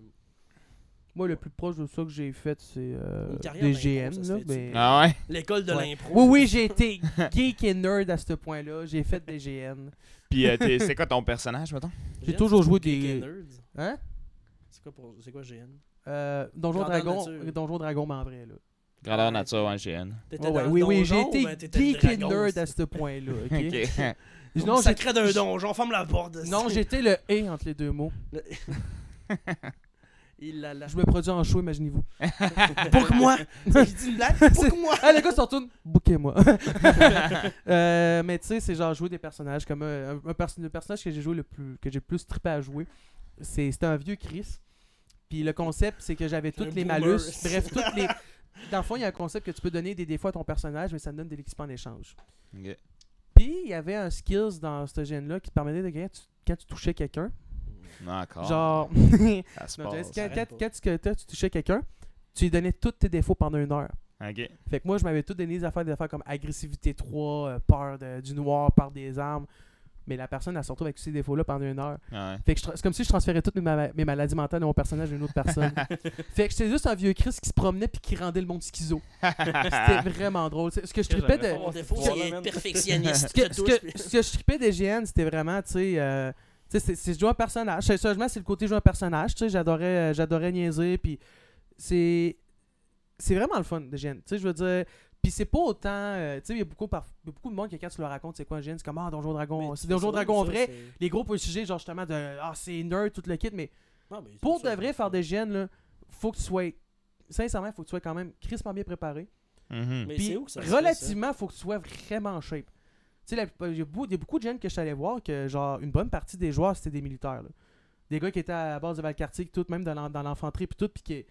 Moi, le plus proche de ça que j'ai fait, c'est euh,
Une carrière
des
d'impro,
GM.
ça se
là,
fait-tu?
mais-
Ah ouais
L'école de
Ouais.
l'impro.
Oui, oui, j'ai été geek et nerd à ce point-là. J'ai fait des GN.
Puis euh, t'es- c'est quoi ton personnage, mettons
J'ai
GN,
toujours
c'est
joué
pour geek
des-
et nerds.
Hein?
C'est quoi, pour... c'est quoi GN
Euh, Donjon
Grandeur
Dragon,
nature.
Donjon Dragon, mais en vrai, là.
Grandeur nature, ouais, GN.
T'étais
Ouais, Oh, ouais,
dans le
oui, oui, j'ai
donjon ou ben
été
t'étais le
geek et
dragon,
nerd
c'est-
à ce point-là, ok?
Ok.
Non,
Au
j'étais-
Sacré d'un donjon, ferme la porte.
non, j'étais le « et » entre les deux mots.
Il l'a là.
Je me produis en show, imaginez-vous.
Pour que moi J'ai dit une blague Pour que moi
Ah, le gars se retourne, bouquez-moi. Euh, mais tu sais, c'est genre jouer des personnages. comme euh, un, un perso- Le personnage que j'ai joué le plus, que j'ai le plus trippé à jouer, c'est- c'était un vieux Chris. Puis le concept, c'est que j'avais
C'est
toutes
un
les
boomer.
malus. Bref, toutes les. Dans le fond, il y a un concept que tu peux donner des défauts à ton personnage, mais ça te donne de l'équipement en échange.
Ok.
Puis il y avait un skills dans ce gène-là qui te permettait de gagner tu- quand tu touchais quelqu'un.
Encore.
Genre,
Ça se
Non,
passe.
quand,
Ah. arrête
quand-
pas.
quand tu, que t'as- tu touchais quelqu'un, tu lui donnais tous tes défauts pendant une heure.
Ok.
Fait que moi, je m'avais tout donné des affaires, des affaires comme agressivité 3, euh, peur de- du noir, peur des armes. Mais la personne, elle se retrouve avec tous ces défauts-là pendant une heure.
Ouais.
Fait que je tra- c'est comme si je transférais toutes mes, mala- mes maladies mentales à mon personnage à une autre personne. fait que j'étais juste un vieux Chris qui se promenait puis qui rendait le monde schizo.
Ah.
C'était vraiment drôle. C'est- Ce que je
Qu'est-ce que
trippais de.
j'aimerais
Mon
Oh,
défaut,
c'est
c'est
voilà,
qu'il est
man.
perfectionniste.
ce que, ce
touche,
que-
puis-
ce que je trippais des GN, c'était vraiment, tu sais, euh, tu sais, c'est- c'est jouer un personnage. C'est- Sérieusement, c'est le côté jouer un personnage, tu sais, j'adorais, euh, j'adorais niaiser, puis c'est, c'est vraiment le fun des GN, tu sais, je veux dire, puis c'est pas autant, euh, tu sais, il y a beaucoup, par- il y a beaucoup de monde qui, quand tu leur racontes c'est quoi un GN, c'est comme, ah, Donjon Dragon,
Mais
c'est
c'est
Donjon
drôle,
Dragon en
ça,
vrai,
c'est-
les gros pour le sujet, genre justement de, ah, c'est nerd, tout le kit, mais
Non, mais c'est
pour
ça,
de vrai
c'est-
faire des GN, là, faut que tu sois, sincèrement, faut que tu sois quand même crispement bien préparé.
Mhm.
Mais
Puis
c'est où que ça se fait, ça?
relativement, faut que tu sois vraiment en shape. Tu sais, la plupart- il y a beaucoup- il y a beaucoup de jeunes que je suis allé voir que, genre, une bonne partie des joueurs, c'était des militaires. là. Des gars qui étaient à la base de Valcartier, tout, même dans l'en- dans l'enfanterie, puis tout, puis qui. Tu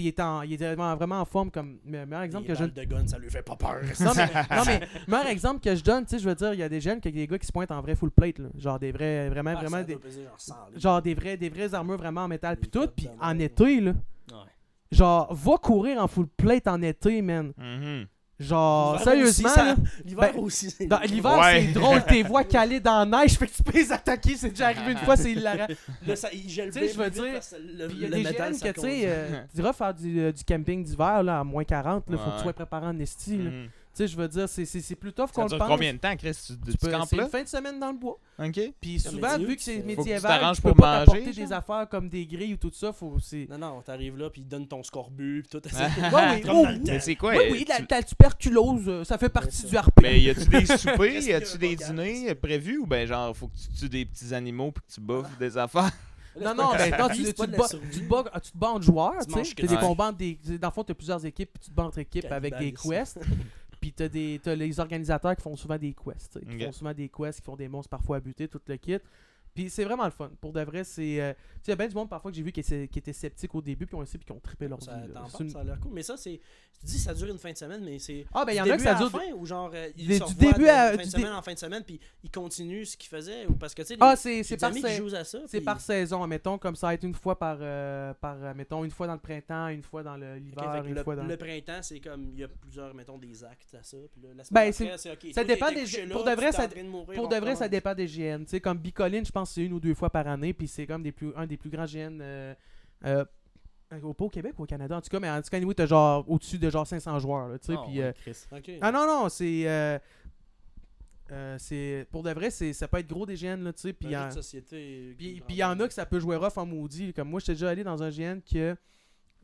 sais, ils étaient, en- ils étaient vraiment, vraiment en forme. Comme, mais- meilleur exemple
Les
que je.
balles de gun, ça lui fait pas peur.
Non mais, non, mais meilleur exemple que je donne, tu sais, je veux dire, il y a des jeunes que des gars qui se pointent en vrai full plate, là. genre des vrais, vraiment,
Ah, ça
vraiment, des,
doit peser genre 100 livres.
genre des vrais, des vraies armures vraiment en métal puis
Des
tout,
codes
puis
de
en
même.
été là,
Ouais.
genre va courir en full plate en été, man,
Mhm.
genre
L'hiver
sérieusement,
aussi, ça-
là.
L'hiver
Ben,
aussi. c'est-
Dans l'hiver,
Ouais.
c'est drôle, tes voix calées dans la neige, fait que tu peux les attaquer, c'est déjà arrivé une fois, c'est hilarant.
Là, ça, il gèle
Tu sais,
bien
je veux
plus vite
dire,
parce que le,
Puis il y a
le
des
métal,
GN
ça
que tu sais,
conduit.
euh, tu diras faire du, euh, du camping d'hiver là, à moins 40, là, faut que
Ouais.
tu sois préparé en esti. là. Tu
Mhm.
sais, je veux dire, c'est- c'est c'est plus tough
Ça
qu'on le
dure
pense.
combien de temps, Chris Tu, tu,
Tu peux-
campes
c'est une
là
fin de semaine dans le bois.
Ok.
Puis souvent,
mais
vu que c'est
faut que tu
médiéval,
t'arranges
tu peux
pour
pas t'apporter
manger,
des
genre.
affaires comme des grilles ou tout ça, faut... c'est-
Non, non, t'arrives là, puis il donne ton scorbut, puis tout.
Ouais, oui,
Comme
oh,
dans le
oui.
temps.
Mais c'est quoi
Oui, oui,
tu-
la, la tuberculose, euh, ça fait partie
ça.
du RP.
Mais y a-tu des soupers,
Qu'est-ce
y
qu'il y
a-tu
a
des
un podcast?
dîners prévus ou ben genre faut que tu tues des petits animaux puis que tu bouffes des affaires
Non, non, ben, non, tu, tu,
C'est pas
te
de la
bats,
survie.
tu, te bats, tu te bats entre joueurs,
Tu
tu sais.
manges que
T'as des
du-
combats, entre des, dans le fond, t'as plusieurs équipes, puis tu te bats entre équipes avec des quests.
Cannibalisme.
puis t'as, des, t'as les organisateurs qui font souvent des quests, tu sais, qui
Ok.
font souvent des quests, qui font des monstres parfois à buter, tout le kit. Puis c'est vraiment le fun. Pour de vrai, c'est. euh, tu sais, il y a bien du monde parfois que j'ai vu qui, essaie- qui était sceptique au début, puis ont essayé, puis qui ont trippé leur vie.
Ça,
là.
t'en
C'est
parles,
une-
ça a l'air cool. Mais ça, c'est. Tu dis ça dure une fin de semaine, mais c'est.
Ah, ben il y
du
en a que
début
ça
à la
dure.
fin, ou genre, euh, ils
Du-
se
du
revoient
début
de
à-
de
du
fin
dé-
de semaine en fin de semaine, puis ils continuent ce qu'ils faisaient, ou parce que, tu sais,
Ah,
les-
c'est c'est
les
par,
amis qui
sa-
jouent à ça.
c'est
puis-
par saison, admettons, comme ça va être une fois par, euh, par euh, mettons, une fois dans le printemps, une fois dans le-
Ok, fait
l'hiver,
que
une
le,
fois dans.
le printemps, c'est comme il y a plusieurs, mettons, des actes à ça. Puis là, la
Ben,
semaine
c'est-
après, c'est ok.
ça
toi,
dépend
t'étais
des-
couché là,
pour de
tu
vrai,
t'es
ça-
en train de mourir,
Pour
on
de vrai, ça
recommence.
dépend des GN. Tu sais, comme Bicoline, je pense que c'est une ou deux fois par année, puis c'est comme des plus, un des plus grands GN euh, euh, au, pas au Québec ou au Canada. En tout cas, mais en tout cas, anyway, t'as genre au-dessus de genre 500 joueurs. Là, tu sais,
Ah,
puis,
ouais,
euh,
Chris.
Ok.
Ah non, non, c'est. euh, euh, c'est pour de vrai, c'est, ça peut être gros des GN, là, tu sais. Puis
Un jeu
euh,
de société.
puis- puis il y en a que ça peut jouer rough en maudit. Comme moi, j'étais déjà allé dans un GN que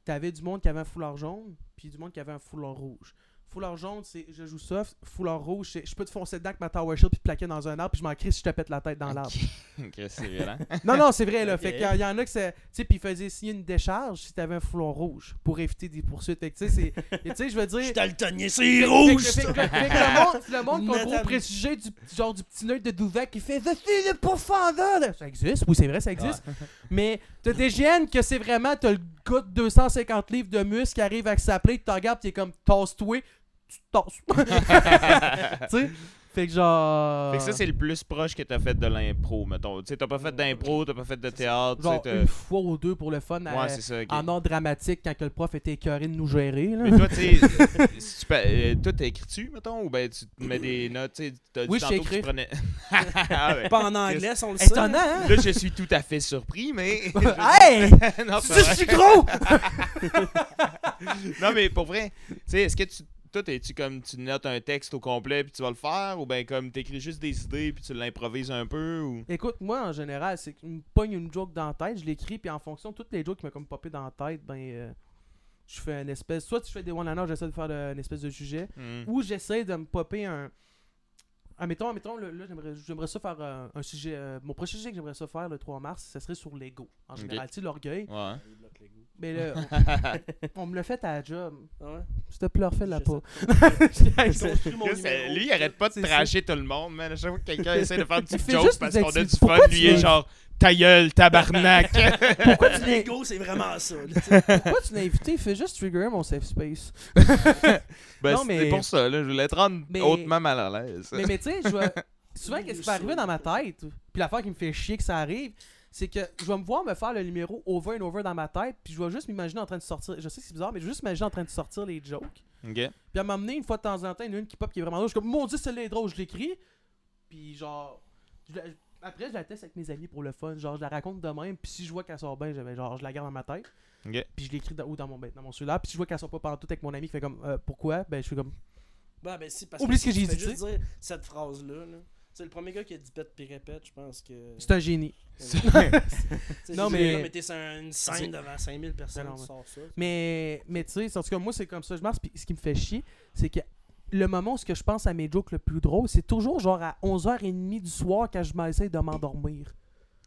t'avais du monde qui avait un foulard jaune, puis du monde qui avait un foulard rouge. Foulard jaune, c'est je joue soft. Foulard rouge, c'est je peux te foncer dedans avec ma Tower Shield puis te plaquer dans un arbre, puis je m'en crisse si je te pète la tête dans l'arbre.
Chris, c'est violent.
Non, non, c'est vrai, là.
Ok.
Fait qu'il y en- il y en a que ça. Tu sais, puis ils faisaient signer une décharge si t'avais un foulard rouge pour éviter des poursuites. Fait que tu sais, c'est. Tu sais, je veux dire.
Je daltonien, c'est
Fait que-
rouge!
fait que-
ça!
fait que le monde, le monde qui a un gros
Nathan-
préjugé du genre du petit nerd de Douvac qui fait Je suis le profondeur. Ça existe, oui, c'est vrai, ça existe. Mais t'as des GN que c'est vraiment, t'as le gars de 250 livres de muscle qui arrive avec sa plaie, tu t'en regardes, t'es comme tasse-toi, tu te tasses. tu sais? Fait que genre.
Fait que ça, c'est le plus proche que t'as fait de l'impro, mettons. Tu sais, t'as pas fait d'impro, t'as pas fait de théâtre, tu sais,
Genre
t'as-
une fois ou deux pour le fun à-
euh, Ouais, c'est ça, ok.
en ordre dramatique quand que le prof était écœuré de nous gérer. Là.
Mais toi, tu sais, si tu pa- euh, toi, t'écris-tu, mettons, ou ben tu te mets des notes, tu sais, t'as dit
Oui, je sais
tantôt que tu
écrire.
prenais... Ah ouais.
Pas en anglais, on le sait.
Étonnant, hein?
Là, je suis tout à fait surpris, mais...
hey!
non,
Tu
c'est
dis que
vrai.
je suis gros!
non, mais pour vrai, tu sais, est-ce que tu... Toi, t'es-tu comme tu notes un texte au complet puis tu vas le faire, ou ben comme t'écris juste des idées puis tu l'improvises un peu, ou...
Écoute, moi en général, c'est qu'il me pogne une joke dans la tête, je l'écris, puis en fonction de toutes les jokes qui m'ont comme popé dans la tête, ben euh, je fais une espèce. Soit je fais des one-liners, j'essaie de faire de- une espèce de sujet,
Hmm.
ou j'essaie de me popper un. Admettons, admettons, le- là, j'aimerais, j'aimerais ça faire euh, un sujet. euh, mon prochain sujet que j'aimerais ça faire le 3 mars, ce serait sur l'ego. En
Ok.
général, tu sais, l'orgueil.
Ouais.
Mais là, on, on me le fait à la job.
Ouais.
S'il te plaît, refais-la
Je
pas.
Je construis mon
Chris, euh,
numéro.
lui, il arrête pas de
C'est ça.
tracher tout le monde, man. À chaque fois que quelqu'un essaie de faire une petite
Fais
joke
juste
parce
nous
qu'on a
dire,
du fun,
pourquoi tu
lui, il est
veux-
genre ta gueule, tabarnak.
Pourquoi tu l'as-
L'ego, c'est vraiment ça. là, tu sais.
pourquoi tu l'as invité? Fais juste trigger mon safe space.
ben,
Non,
c'était
mais-
pour ça, là. Je voulais te rendre
Mais-
hautement mal à l'aise.
Mais, mais tu sais, je vais- souvent,
Oui,
qu'est-ce
je
qui va arriver
sais.
dans ma tête, puis l'affaire qui me fait chier que ça arrive, c'est que je vais me voir me faire le numéro over and over dans ma tête, puis je vais juste m'imaginer en train de sortir. Je sais que c'est bizarre, mais je vais juste m'imaginer en train de sortir les jokes.
Ok.
Puis à m'amener une fois de temps en temps, il y en a une qui pop qui est vraiment drôle. Je suis comme, mon dieu, celle-là est drôle, je l'écris. Puis genre, je la- après, je la teste avec mes amis pour le fun. Genre, je la raconte de même, puis si je vois qu'elle sort bien, je, vais- genre, je la garde dans ma tête.
Ok.
Puis je l'écris dans, ou dans mon, ben, dans mon cellulaire. Puis si je vois qu'elle sort pas pendant tout avec mon ami qui fait comme, Euh, pourquoi Ben, je suis comme,
Bah, ben, si, parce
Oublie
que
ce que
tu
j'ai
fais
dit,
juste dire cette phrase-là. là. C'est le premier gars qui a dit pète puis répète, je pense que.
c'est un génie.
T'sais,
Non,
je
mais-
veux
Ben
dire, là, mais t'es sur une scène devant 5000 personnes,
Non, non,
tu sors ça.
Mais, mais tu sais, en tout cas, moi, c'est comme ça. Je marche, puis ce qui me fait chier, c'est que le moment où ce que je pense à mes jokes le plus drôle, c'est toujours genre à 11h30 du soir quand je m'essaie de m'endormir.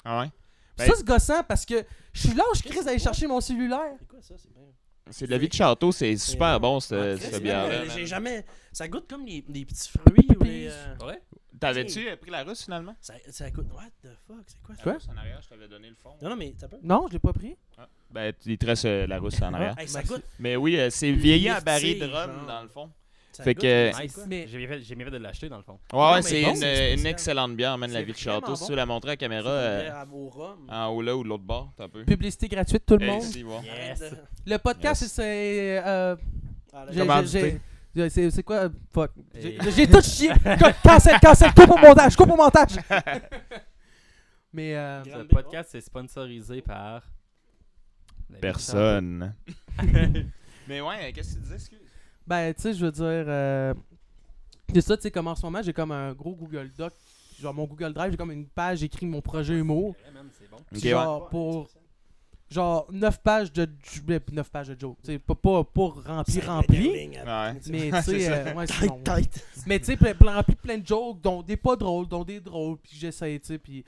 Ah ouais? Ben-
ça, c'est gossant parce que je suis là, je crise d'aller chercher mon cellulaire.
C'est quoi ça? C'est bien.
C'est de la vie de château, c'est super
euh,
bon,
Ah,
ce,
Chris,
ce
c'est
bière-là.
bien,
man.
J'ai jamais. Ça goûte comme les, les petits fruits ou les. euh,
Ouais.
T'avais-tu euh, pris la russe finalement?
ça, ça goûte. What the fuck? C'est quoi ça?
Quoi?
russe en arrière, je t'avais donné le fond.
Non, non, mais t'as peur?
Non, je l'ai pas pris.
Ah. Ben, il te reste euh, la russe en arrière.
Hey, ça
Merci.
goûte.
Mais oui, euh, c'est vieilli à baril de
Lifté,
rhum,
genre.
dans le fond.
ça
Fait
goûte,
que-
c'est
Nice.
quoi?
Mais
J'ai bien fait- j'ai bien fait de l'acheter dans le fond.
Ouais,
Non,
ouais,
mais
c'est
bon,
une,
c'est
euh, une
spécial.
excellente bière, man, la
C'est
vie de
vraiment
château. Si
bon.
tu veux la montrer à la
C'est
caméra,
une
euh,
bière Au rhum.
en haut là ou de l'autre bord, t'as peu.
Publicité gratuite, tout le
Eh,
monde.
ici, voir.
Arrête
Yes.
de-
Le podcast, c'est. euh,
Ah, là,
j'ai-
j'ai-
Comment
j'ai-
ajouter?
j'ai- C'est c'est quoi? euh, Fuck. J'ai
Et-
j'ai tout chié. Co- Cancel, cancel, coupe au montage, coupe au montage. Mais. euh,
Ce
Grande
podcast est sponsorisé par. la
Personne. Mais ouais, euh, qu'est-ce que tu disais, excuse?
Ben, tu sais, je veux dire. euh, C'est ça, tu sais, comme en ce moment, j'ai comme un gros Google Doc. Genre, mon Google Drive, j'ai comme une page, j'écris mon projet humour.
Ouais, man, c'est bon.
Puis
Ok, ouais.
genre, pour. Genre, 9 pages de. 9 pages de jokes. Tu sais, pas, pas, pas rempli,
c'est
rempli.
Ring,
Ouais.
Mais, tu sais,
C'est
euh, ouais, c'est long.
Tight.
Mais, tu sais, plein, plein, rempli plein de jokes, dont des pas drôles, dont des drôles. Puis j'essaie, tu sais. Puis,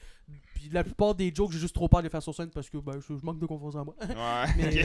puis la plupart des jokes, j'ai juste trop peur de les faire sur scène parce que, ben, je, je manque de confiance en moi.
Ouais.
Mais.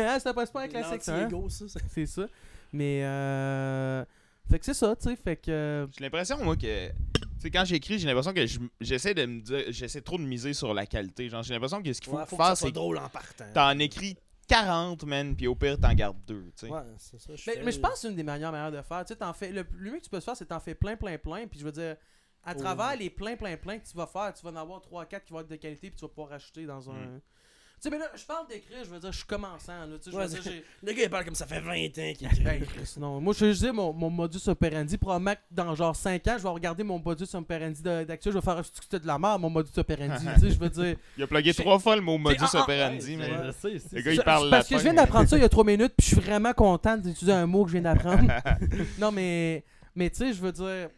euh, hein, ça passe pas avec la sexe, hein?
L'anti-ego, ça, ça.
C'est ça. Mais. Euh... Fait que c'est ça, tu sais. Fait que.
J'ai l'impression, moi, que. Tu sais, sais, quand j'écris, j'ai l'impression que je- j'essaie de me dire- j'essaie trop de miser sur la qualité. Genre, j'ai l'impression que ce qu'il faut,
Ouais, faut que
faire,
ça soit
c'est que
drôle en partant.
t'en écris 40, man, puis au pire, t'en gardes deux, tu sais.
Ouais, c'est ça.
Mais,
fais-
mais je pense que c'est une des meilleures manières de faire. Tu sais, t'en fais. Le, le mieux que tu peux faire, c'est t'en fais plein, plein, plein. Puis je veux dire, à
Oh.
travers les plein, plein, plein que tu vas faire, tu vas en avoir 3-4 qui vont être de qualité. Puis tu vas pouvoir acheter dans un.
Mm.
Tu sais, mais là, je parle d'écrire, je veux dire, je suis commençant. Là, tu sais, je veux
Ouais,
dire, j'ai-
Le gars, il parle comme ça fait 20 ans qu'il écrit.
Ben, Chris, non. Moi, je dis, mon, mon modus operandi, probablement que dans genre 5 ans, je vais regarder mon modus operandi de- d'actuel, je vais faire discuter de la mort, mon modus operandi. tu sais, je veux dire.
Il a plugué
J'ai-
trois fois le mot modus
ah, ah,
operandi, man.
Je sais, c'est-
Le gars, il
Je-
parle
Parce que
latin.
je viens d'apprendre ça il y a 3 minutes, puis je suis vraiment content d'étudier un mot que je viens d'apprendre. non, mais, mais tu sais, je veux dire.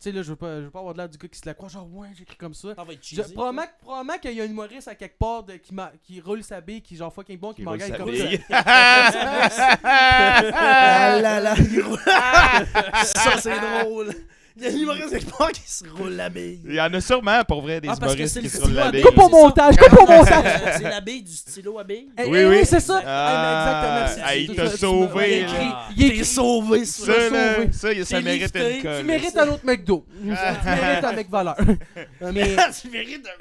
Tu sais, là, je veux pas, je veux pas avoir de l'air du gars qui se la croit, genre, ouais, j'écris comme ça.
Ça va être
Je,
Ah, cheesy.
probablement que- probablement qu'il y a une humoriste à quelque part de- qui, m'a- qui roule sa bille, qui genre fucking bon, qui,
Il
me
roule
regarde
sa
comme ça.
bille.
Ah là là, il roule. ça Ah. c'est drôle. Il y a l'humoriste quelque part qui se roule la
Il
bille.
y en a sûrement, pour vrai, des
Ah, parce que
humoristes
c'est
qui
le
se roulent la
festival.
bille.
Coupe au
C'est ça.
montage, coupe au montage!
c'est la bille du stylo à bille.
Eh, eh,
Oui,
oui,
oui.
c'est ça.
Ah,
Eh, mais exactement.
ah,
c'est-
il
c'est-
t'a
tu m'as-
sauvé,
il écrit-
là.
il écrit-
Ah, sauvé
Tu l'as
Ça, là,
sauvé.
ça, y- ça
T'es
mérite
lifté,
une
tu
colle.
Tu mérites un autre McDo. tu mérites un McValeur. Mais
Ah, tu mérites,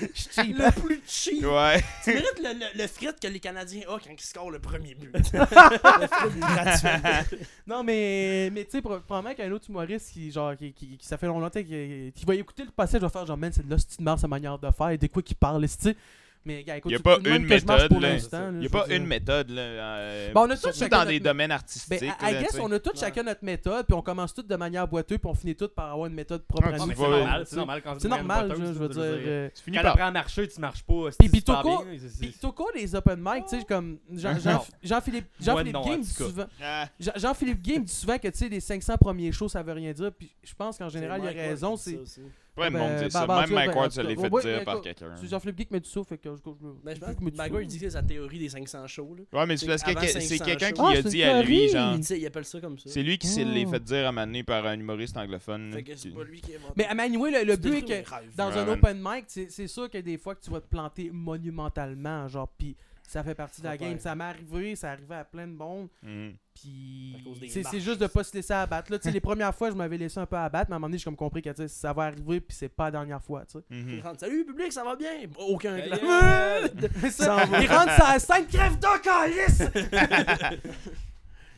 le
le plus cheap.
Ouais.
Tu mérites le, le, le fret que les Canadiens ont quand ils scorent le premier but. le fret est gratuit.
Non, mais, mais tu sais, pro- probablement qu'il y a un autre humoriste qui, genre, qui, qui, qui- ça fait longtemps qu'il qui va écouter le passage, va faire genre, man, c'est de l'hostie de merde sa manière de faire, et de quoi qu'il parle, tu sais. Mais, gars, écoute,
Y a
c'est
pas
tout de même
une
que je marche pour
méthode, là.
l'instant, là,
Il
je
n'y a
veux
pas
dire.
une méthode, là. euh,
Ben, on a tous
surtout
chacun
dans
notre-
des domaines
Ben,
artistiques.
I- I
là,
guess,
tu sais.
on a tous
Ouais.
chacun notre méthode, puis on commence tous de manière boiteuse, puis on finit tous par avoir une méthode propre
Ah,
à
tu
Non, mais
nous.
vas-
c'est normal,
tu sais.
c'est normal quand
C'est
tu deviens
normal,
une
je,
botteuse,
je veux dire. euh,
Tu
Quand
finis par
t'apprends à marcher, tu marches pas.
Puis
c'est super
Bitoko-
bien, c'est- c'est-
Puis Toko, les open mic, tu sais, comme Jean- Jean-
Non.
Jean-Philippe Jean philippe
non, en
Game
tout cas.
souvent.
Ah,
Jean- Jean-Philippe Game dit souvent que tu sais les 500 premiers shows ça veut rien dire puis je pense qu'en général il a
Mike Ward
raison
qui dit
c'est
ça aussi.
Plein de
Ben,
monde dit ça.
Barbature,
Même Mike
ben,
Ward se
en tout
l'est
cas,
fait
oui,
dire
mais
par
écoute,
quelqu'un.
c'est Jean-Philippe Guy qui met du saut fait que je
Ben, je pense
que
que Maguire, il dit que c'est sa théorie des 500 shows. Là.
Ouais, mais c'est parce que
C'est avant
que- c'est
500
quelqu'un qui
shows.
a
Ah, c'est
dit
une
à lui,
théorie.
genre.
Il, dit- il appelle ça comme ça.
C'est lui qui s'est
Oh.
l'est fait dire à Mané par un humoriste anglophone. là,
Fait que c'est
qui-
pas lui qui est mort.
mais à Manoué, le, le but est que dans
Ouais,
un
man.
open mic c'est c'est sûr que des fois que tu vas te planter monumentalement genre puis ça fait partie de la
Ouais.
game ça m'est arrivé ça arrivait à plein de monde
Mhm.
puis
À cause des
c'est c'est
marches.
juste de pas se laisser abattre là tu sais les premières fois je m'avais laissé un peu abattre mais à un moment donné j'ai comme compris que tu sais, ça va arriver puis c'est pas la dernière fois tu sais
Mhm.
Salut public, ça va bien? Aucun
Hey,
clap.
yeah.
Ça va. il rentre sur la scène crève de calice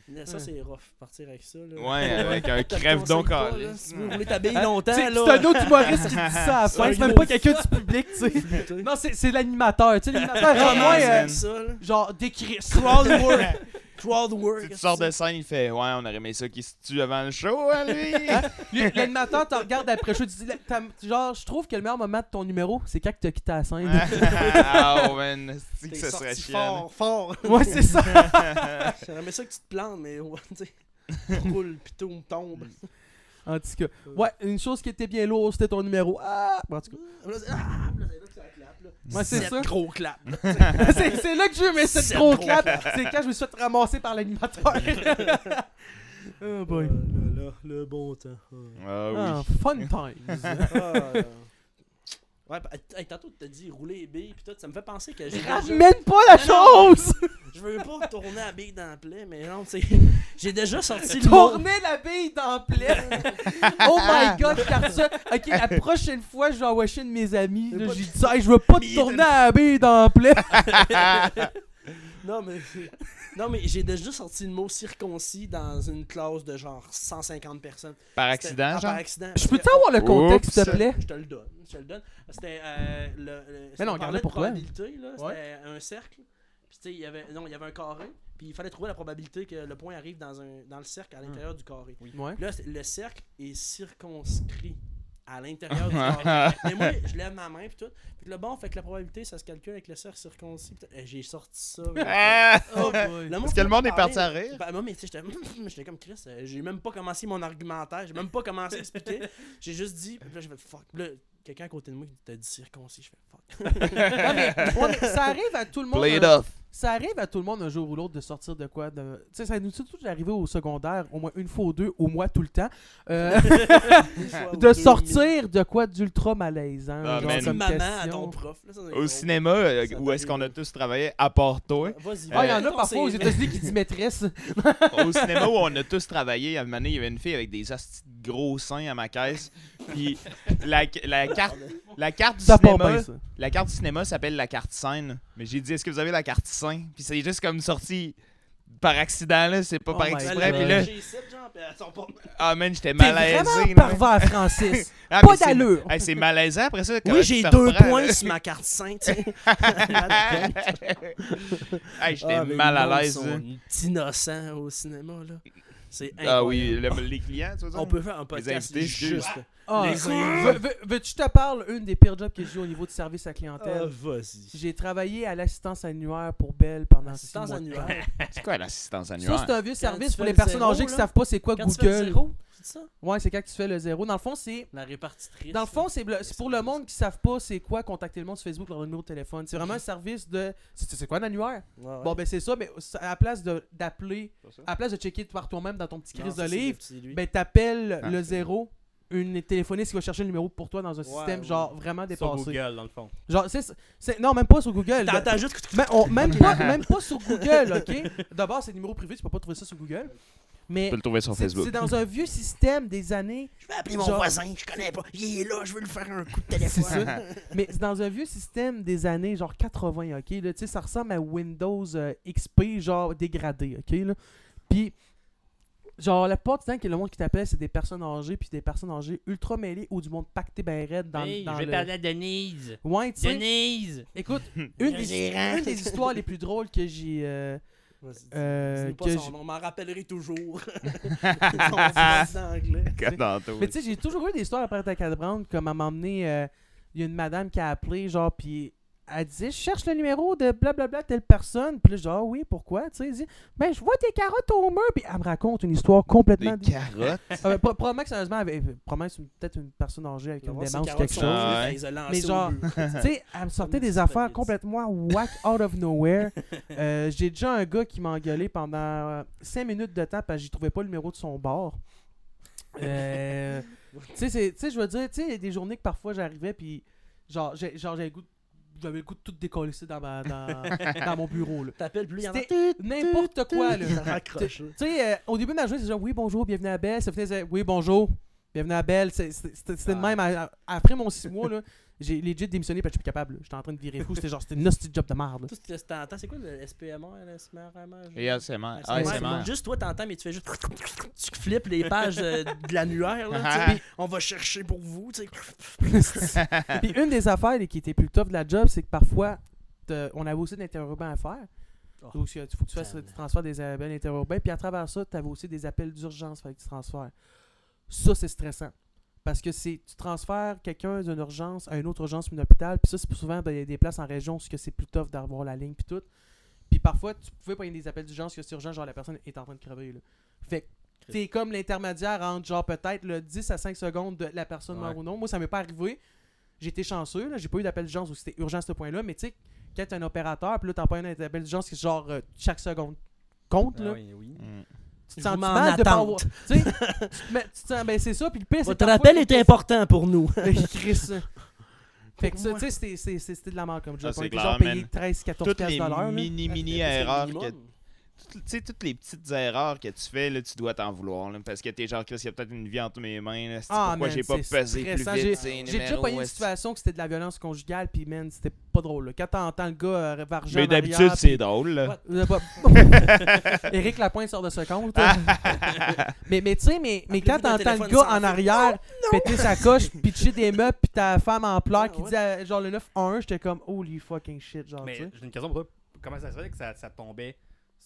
Mais Ça, c'est rough, partir avec ça. Là.
Ouais, avec un
Te
crève Mm.
conseille
donc
pas,
en
là,
liste.
Si tu veux rouler ta bille
C'est
longtemps,
c'est
là.
un autre humoriste qui dit ça à la fin.
un
C'est même
gros
pas quelqu'un du public, tu sais.
autre.
Non, c'est c'est l'animateur. Tu sais, l'animateur,
Ah,
au moins,
ouais,
euh,
man.
ça, là.
genre, décrit.
Crowd work. Crowd work.
Si tu sors de scène, il fait Ouais, on aurait aimé ça qu'il se tue avant le show, hein, lui.
Lui, L'animateur te regarde après chaud. tu dis, la- t'as- Genre, je trouve que le meilleur moment de ton numéro, c'est quand tu as quitté la scène.
Ah, oh, man. C'est que
T'es
ça
sorti
serait chiant.
fort, fort.
Ouais, c'est ça.
J'aimerais ça que tu te plantes, mais ouais, tu sais, roule, pis tout me tombe.
En tout cas, ouais, une chose qui était bien lourde, c'était ton numéro. Ah! En tout cas,
Ah, là, c'est là que ça clap, là.
Ouais, c'est
Sept
ça.
gros clap. là.
c'est c'est là que j'ai aimé cette
C'est
gros
drôle.
clap. C'est quand je me suis fait ramasser par l'animateur. oh boy.
Ah, là, là, le bon temps. Ah.
Ah,
Ah,
oui.
fun times.
Ah, là. Ouais, bah, hey, tantôt, tu t'as dit rouler les billes, pis tout, ça me fait penser que j'ai déjà-
Ramène pas la
Ah Non, non.
chose!
Je veux pas tourner la bille dans le plaie, mais non, tu sais, j'ai déjà sorti le mot.
Tourner la bille dans le plaid. oh my god, car ça. Ok, la prochaine fois, je vais envoyer chez un de mes amis.
C'est
là,
pas
je lui
de-
dis, hey, je veux pas te
Bille
tourner
dans
la bille dans le plaid.
Non, mais, non, mais j'ai déjà sorti le mot circoncis dans une classe de genre 150 personnes.
Par
C'était-
accident,
ah, Par
genre.
accident.
Je peux-tu avoir le contexte, s'il te
Oups.
plaît?
Je te le donne, je te le donne. C'était euh, le, le-
Mais non,
on parlait
garde-le
de
pour toi.
probabilité, là, c'était
Ouais.
un cercle. Puis tu sais, il y avait non, il y avait un carré, puis il fallait trouver la probabilité que le point arrive dans un dans le cercle à
Hum.
l'intérieur du carré.
Ouais.
Là, c'est- le cercle est circonscrit à l'intérieur du carré. Mais moi, je lève ma main puis tout. Puis le bon fait que la probabilité ça se calcule avec le cercle circoncis. Puis, euh, J'ai sorti ça. là.
Ah!
Oh,
boy.
monde
Est-ce que le monde est
parlait,
parti à rire?
ben, moi, mais tu sais, j'étais- j'étais comme Chris, euh, j'ai même pas commencé mon argumentaire, j'ai même pas commencé à expliquer. J'ai juste dit, puis là, j'ai fait fuck. Puis Là, quelqu'un à côté de moi qui t'a dit circoncis, je fais fuck.
Non, mais, ouais, mais ça arrive à tout le monde.
Play it
un-
off.
Ça arrive à tout le monde un jour ou l'autre de sortir de quoi de... Tu sais, ça nous est tout arrivé au secondaire, au moins une fois ou deux, au moins tout le temps. euh,
Une fois ou
de
deux
sortir de quoi d'ultra malaisant.
Ah, man.
genre
minutes.
comme
Maman à
question.
ton prof. Là, ça, c'est
Au
drôle.
cinéma, euh,
Ça
où est-ce
t'arrive.
qu'on a tous travaillé, à part toi,
Vas-y,
Ah, il y en
vas-y.
a parfois aux États-Unis qui disent maîtresse.
au cinéma où on a tous travaillé, à un moment donné, il y avait une fille avec des hosties de gros seins à ma caisse. Puis la, la carte, la carte du
Ça part
cinéma,
bien, ça.
la carte du cinéma s'appelle la carte scène. Mais j'ai dit, est-ce que vous avez la carte scène? Puis c'est juste comme sorti par accident, là. C'est pas
Oh
par
my
exprès.
God.
Puis là,
J'ai sept gens, puis elles sont pas-
ah man, j'étais
T'es
malaisé.
vraiment
là.
parvers, Francis.
Ah, mais
Pas
c'est-
d'allure.
Hey, c'est malaisant après ça. quand
Oui,
tu
j'ai
te
deux
reprends,
points
là.
sur ma carte 5,
hey, j'étais
Ah,
Ah,
mal à l'aise. hein. là.
innocent au cinéma, là. C'est incroyable.
Ah oui, le- les clients, tu vois.
On peut faire un podcast
invités,
juste.
Ah,
Les
veux-
gars.
veux- Veux-tu que je te parle une des pires jobs que j'ai eu au niveau du service à
Ah,
clientèle?
vas-y.
J'ai travaillé à l'assistance annuaire pour Belle pendant six
Assistance
mois.
annuaire.
C'est quoi l'assistance annuelle?
Ça, c'est un vieux service
tu
pour
fais
les
le
personnes
zéro,
âgées qui
là.
savent pas c'est quoi
Quand tu fais le
Google.
zéro, c'est ça?
Ouais, c'est quand tu fais le zéro. Dans le fond, c'est
La répartitrice.
dans le fond, c'est le- c'est pour le monde qui savent pas c'est quoi contacter le monde sur Facebook leur numéro de téléphone. C'est vraiment un service de c'est c'est quoi un annuaire Bon ben c'est ça mais ça- à la place de- d'appeler à la place de checker par toi-même dans ton petit crise de livre, ben t'appelles
Ah,
le
c'est-
zéro une téléphoniste qui va chercher le numéro pour toi dans un
Ouais,
système
ouais.
genre vraiment
Sur
dépassé.
Google, dans le fond.
Genre c'est c'est- non même pas sur Google.
T'entends juste que
Mais on- même, pas, même pas sur Google, ok? D'abord, c'est numéro privé, tu peux pas trouver ça sur Google.
Tu
Mais
peux le trouver sur
c'est
Facebook.
c'est dans un vieux système des années.
je vais appeler mon
Genre-
voisin, je connais pas. Il est là, je veux lui faire un coup de
C'est
téléphone.
ça. Mais c'est dans un vieux système des années, genre 80, ok? Là, tu sais, ça ressemble à Windows euh, XP, genre dégradé, ok? Là. Puis, genre, la plupart du temps que le monde qui t'appelle, c'est des personnes âgées, puis des personnes âgées ultra mêlées ou du monde pacté ben raide dans,
Hey,
dans
je vais
le.
parler à Denise.
Ouais, tu sais,
Denise!
écoute,
Le
une des,
gérant.
une des histoires les plus drôles que j'ai. euh,
Vas-y, dis-
euh,
dis-nous pas
que
son
j'ai-
nom, on m'en rappellerai toujours. Son accent anglais.
Comme dans tout.
Mais tu sais, j'ai toujours eu des histoires après ta cadrane, comme à m'emmener, euh, il y a une madame qui a appelé, genre, puis elle disait, je cherche le numéro de blablabla telle personne. Puis là, genre, Ah oui, pourquoi? Tu sais, elle dit, ben, je vois tes carottes au mur. Puis elle me raconte une histoire complètement...
Des
différente. Euh,
carottes.
probablement que, sérieusement, elle avait- euh, probablement que c'est une- peut-être une personne âgée avec une
Voir si
démence ou
Carotte
quelque
sont
chose.
Ah.
venues,
ouais.
ben, ils ont lancé
Mais
au
genre-
but.
Tu sais, elle me sortait des
Comme
affaires
des
complètement whack out of nowhere. Euh, j'ai déjà un gars qui m'a engueulé pendant 5 minutes de temps parce que j'y trouvais pas le numéro de son bar. Euh, tu sais, c'est- tu sais, je veux dire, tu sais, il y a des journées que parfois j'arrivais puis genre, j'ai- genre j'avais le goût de- j'avais le goût de tout décoller dans, ma, dans, dans mon bureau. là.
T'appelles plus, il y en a
C'était n'importe quoi. là.
Ça raccroche.
Tu sais, euh, au début de ma journée, c'est genre oui, bonjour, bienvenue à Belle. Ça faisait oui, bonjour, bienvenue à Belle. C'est- C'était c'était- c'était de
Ah.
même. à- à- Après mon 6 mois, là, j'ai legit démissionné parce que je suis plus capable. là. J'étais en train de virer fou. C'était genre, c'était une hostie de job de merde. là.
Tout ce que t'entends, c'est quoi le SPMA, LSMRMA?
Et ASMR.
Ah,
ASMR?
ASMR.
Juste toi, t'entends, mais tu fais juste. Tu flippes les pages de, de l'annuaire, là.
Ah.
tu sais, puis on va chercher pour vous, tu sais.
Puis une des affaires là, qui était plus tough de la job, c'est que parfois, t'as- on avait aussi de l'interurbain à faire.
Oh,
Donc, il faut que tu fasses
calme.
tu transfères des appels interurbains. Puis à travers ça, tu avais aussi des appels d'urgence avec tu transfères. Ça, c'est stressant. Parce que c'est tu transfères quelqu'un d'une urgence à une autre urgence, puis un hôpital. Puis ça, c'est souvent ben, il y a des places en région où c'est que c'est plus tough d'avoir la ligne, puis tout. Puis parfois, tu pouvais prendre des appels d'urgence que c'est urgent, genre la personne est en train de crever. Là. Fait que t'es comme l'intermédiaire entre genre peut-être le 10 à 5 secondes de la personne
Ouais.
meurt ou non. Moi, ça m'est pas arrivé. J'étais chanceux, là. j'ai pas eu d'appel d'urgence où c'était urgent à ce point-là, mais tu sais, quand t'es un opérateur, puis là, t'as pas un appel d'urgence qui est genre euh, chaque seconde compte, là.
oui, Ah oui.
Mm.
Tu te
Je
sens
vous mets en
mal de pas avoir.
attente.
Tu sais, tu te mets- tu te sens, ben c'est ça, puis le pire, c'est.
Votre
parfois
appel
que-
était important pour nous.
Chris. Fait que ça, tu sais, c'était- c'est- c'est- c'était de la merde comme
Ah,
job.
c'est
On était
clair,
genre
man.
payé 13, 14
Toutes les
dollars.
mini-mini
Est-ce que c'est le
erreurs que
minimum?
tu sais, toutes les petites erreurs que tu fais, là, tu dois t'en vouloir. là, parce que t'es genre, Chris, il y a peut-être une vie entre mes mains. Là, c'est
Ah,
pourquoi
man,
j'ai pas
c'est
pesé plus
stressant.
vite.
J'ai-
ces
J'ai déjà
numéros,
pas eu une
est-ce-
situation que c'était de la violence conjugale, puis man, c'était pas drôle. là. Quand t'entends le gars euh, varger
Mais
en arrière,
d'habitude,
puis-
c'est drôle. là.
Euh, pas- Éric Lapointe sort de ce compte.
Ah.
mais mais tu sais, mais, mais quand
Appelez-vous dans le
t'entends le
téléphone
gars
sans
en
fil. Oh,
arrière péter sa coche, pitcher des meubles, puis ta femme en pleurs qui
Ah, Ouais,
dit à- genre le 9-1, j'étais comme holy fucking shit. Genre,
Mais
tu sais.
j'ai une question pour toi. Comment ça se fait que ça, ça tombait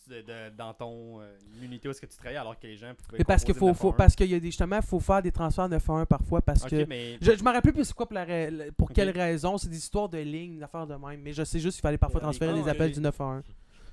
de- de- dans ton euh, unité où est-ce que tu travaillais alors que les gens pouvaient
Mais parce qu'il
composer
faut,
de
faut,
forme?
parce qu'il y a des, justement, faut faire des transferts 9-1 parfois parce
Ok,
que
mais
Je, je me rappelle plus c'est quoi pour, la ra- la- pour
Ok.
quelle raison. C'est des histoires de lignes, d'affaires de même. Mais je sais juste qu'il fallait parfois
Ouais,
transférer
les
les appels
cons,
du 911.